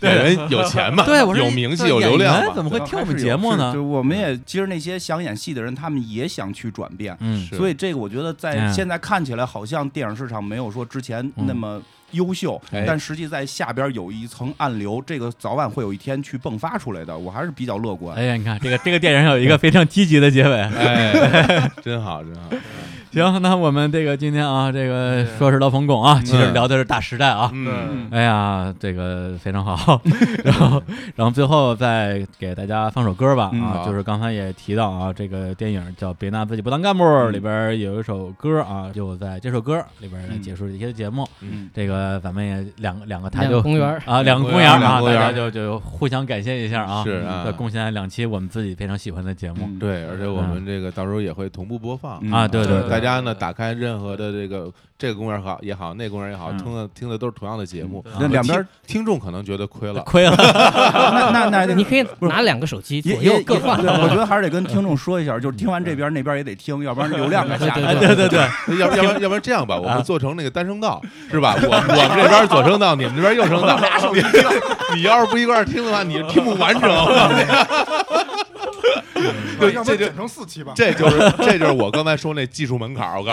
[SPEAKER 6] 对，有人有钱 [LAUGHS] 嘛，
[SPEAKER 5] 对，我说
[SPEAKER 6] 有
[SPEAKER 5] 这
[SPEAKER 6] 名气
[SPEAKER 5] 这
[SPEAKER 6] 有流
[SPEAKER 5] 演
[SPEAKER 6] 量
[SPEAKER 5] 员
[SPEAKER 6] 嘛，
[SPEAKER 5] 怎么会
[SPEAKER 2] 对啊
[SPEAKER 5] 听
[SPEAKER 2] 还
[SPEAKER 5] 我们
[SPEAKER 2] 是
[SPEAKER 5] 节
[SPEAKER 2] 有
[SPEAKER 5] 目
[SPEAKER 2] 是
[SPEAKER 5] 呢
[SPEAKER 2] 就？我们也其实那些想演戏的人，他们也想去转变，
[SPEAKER 5] 嗯
[SPEAKER 6] 是
[SPEAKER 2] 所以这个我觉得在
[SPEAKER 5] 嗯
[SPEAKER 2] 现在看起来好像电影市场没有说之前那么优秀，
[SPEAKER 6] 哎
[SPEAKER 2] 但实际在下边有一层暗流，这个早晚会有一天去迸发出来的，我还是比较乐观。
[SPEAKER 5] 哎呀，你看这个这个电影有一个非常积极的结尾。
[SPEAKER 6] 哎， [LAUGHS] 真好真好，
[SPEAKER 5] 行，那我们这个今天啊，这个说是老冯巩啊，其实聊的是大时代啊。
[SPEAKER 6] 嗯，
[SPEAKER 5] 哎呀，这个非常好。 [LAUGHS] 然
[SPEAKER 6] [LAUGHS]
[SPEAKER 5] 后，然后最后再给大家放首歌吧
[SPEAKER 2] 嗯
[SPEAKER 5] 啊，
[SPEAKER 6] 好
[SPEAKER 5] 就是刚才也提到啊，这个电影叫《别拿自己不当干部》，
[SPEAKER 6] 嗯
[SPEAKER 5] 里边有一首歌啊，就在这首歌里边来结束这期的节目。
[SPEAKER 2] 嗯，
[SPEAKER 5] 这个咱们也两个两个台
[SPEAKER 4] 两
[SPEAKER 5] 就
[SPEAKER 4] 个公园儿，
[SPEAKER 5] 啊，两个
[SPEAKER 6] 公
[SPEAKER 5] 公
[SPEAKER 6] 园
[SPEAKER 5] 园
[SPEAKER 6] 儿两
[SPEAKER 5] 啊，大
[SPEAKER 6] 个公
[SPEAKER 5] 家
[SPEAKER 6] 园儿
[SPEAKER 5] 就就互相感谢一下啊，
[SPEAKER 6] 是啊
[SPEAKER 5] 对，贡献两期我们自己非常喜欢的节目。 [LAUGHS]
[SPEAKER 2] 嗯
[SPEAKER 6] 对，而且我们这个到时候也会同步播放。
[SPEAKER 2] 嗯
[SPEAKER 5] 啊，对对
[SPEAKER 6] 呃
[SPEAKER 5] 对，
[SPEAKER 6] 大家呢打开任何的这个这个公园好也好，那公园也好，
[SPEAKER 5] 嗯
[SPEAKER 6] 听的听的都是同样的节目。
[SPEAKER 2] 那两边
[SPEAKER 6] 听听众可能觉得亏了，
[SPEAKER 5] [LAUGHS] 亏了，
[SPEAKER 2] 那那那
[SPEAKER 4] [LAUGHS]
[SPEAKER 6] 嗯
[SPEAKER 4] 你可以拿两个手机
[SPEAKER 2] 也
[SPEAKER 4] 左
[SPEAKER 2] 也
[SPEAKER 4] 右
[SPEAKER 2] 也
[SPEAKER 4] 各换，
[SPEAKER 2] 对我觉得还是得跟听众说一下，就是听完这边那边也得听，要不然流量该下来。
[SPEAKER 4] 对
[SPEAKER 5] 对对 [LAUGHS] 对，
[SPEAKER 6] 要不要不然要不然这样吧，我们做成那个单声道，是吧？我我们这边左声道，你们这边右声道。 [LAUGHS] 你你要是不一块儿听的话，你听不完整。对
[SPEAKER 3] 要
[SPEAKER 6] 这
[SPEAKER 3] 不然
[SPEAKER 6] 就
[SPEAKER 3] 剪成四期吧。 [LAUGHS]
[SPEAKER 6] 这就是这就是我刚才说那技术门槛儿，我告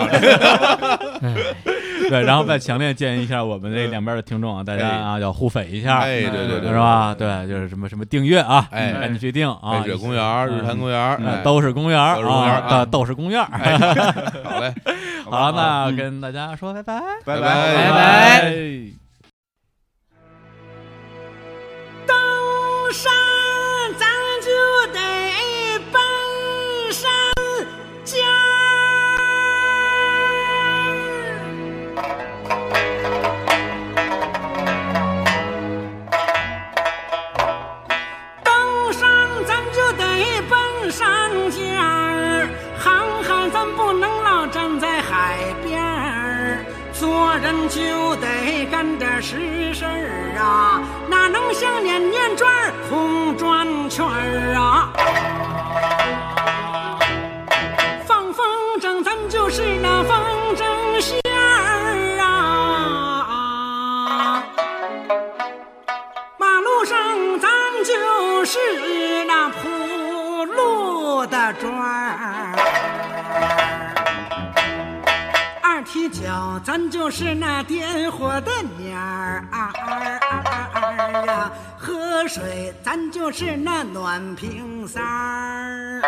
[SPEAKER 5] [LAUGHS]
[SPEAKER 6] 诉你，
[SPEAKER 5] 对，然后再强烈建议一下我们这两边的听众啊，大家啊要互粉一下，
[SPEAKER 6] 哎，对对对对，
[SPEAKER 5] 是？吧？对，就是什么什么订阅啊，
[SPEAKER 6] 哎
[SPEAKER 5] 赶紧去订啊，
[SPEAKER 6] 北水公园儿、日坛公园儿，
[SPEAKER 5] 嗯 [LAUGHS]
[SPEAKER 6] 哎
[SPEAKER 5] 都是公园儿
[SPEAKER 6] 都是公园儿
[SPEAKER 5] 啊，
[SPEAKER 6] 啊
[SPEAKER 5] 都都是公园儿。
[SPEAKER 6] 哎好嘞，
[SPEAKER 5] [LAUGHS] 好，那
[SPEAKER 2] 嗯
[SPEAKER 5] 跟大家说拜拜，
[SPEAKER 2] 拜
[SPEAKER 6] 拜拜
[SPEAKER 4] 拜。
[SPEAKER 7] 登山咱就得奔山尖儿。登山咱就得奔山尖儿，航海咱不能老站在海边儿，做人就得干点实事儿啊，哪能像碾面砖儿红转圈儿啊？放风筝咱就是那风筝线儿啊。马路上咱就是那铺路的砖儿，二踢脚咱就是那点火的捻儿啊啊啊啊啊！喝水咱就是那暖瓶塞儿。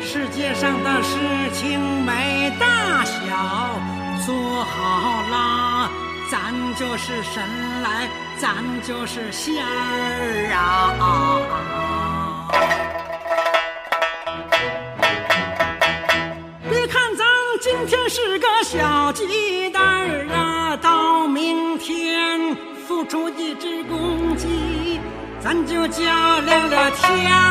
[SPEAKER 7] 世界上的事情没大小，做好啦，咱就是神来，咱就是仙儿啊！别看咱今天是个小鸡蛋儿啊，到明天孵出一只公鸡，咱就叫亮了天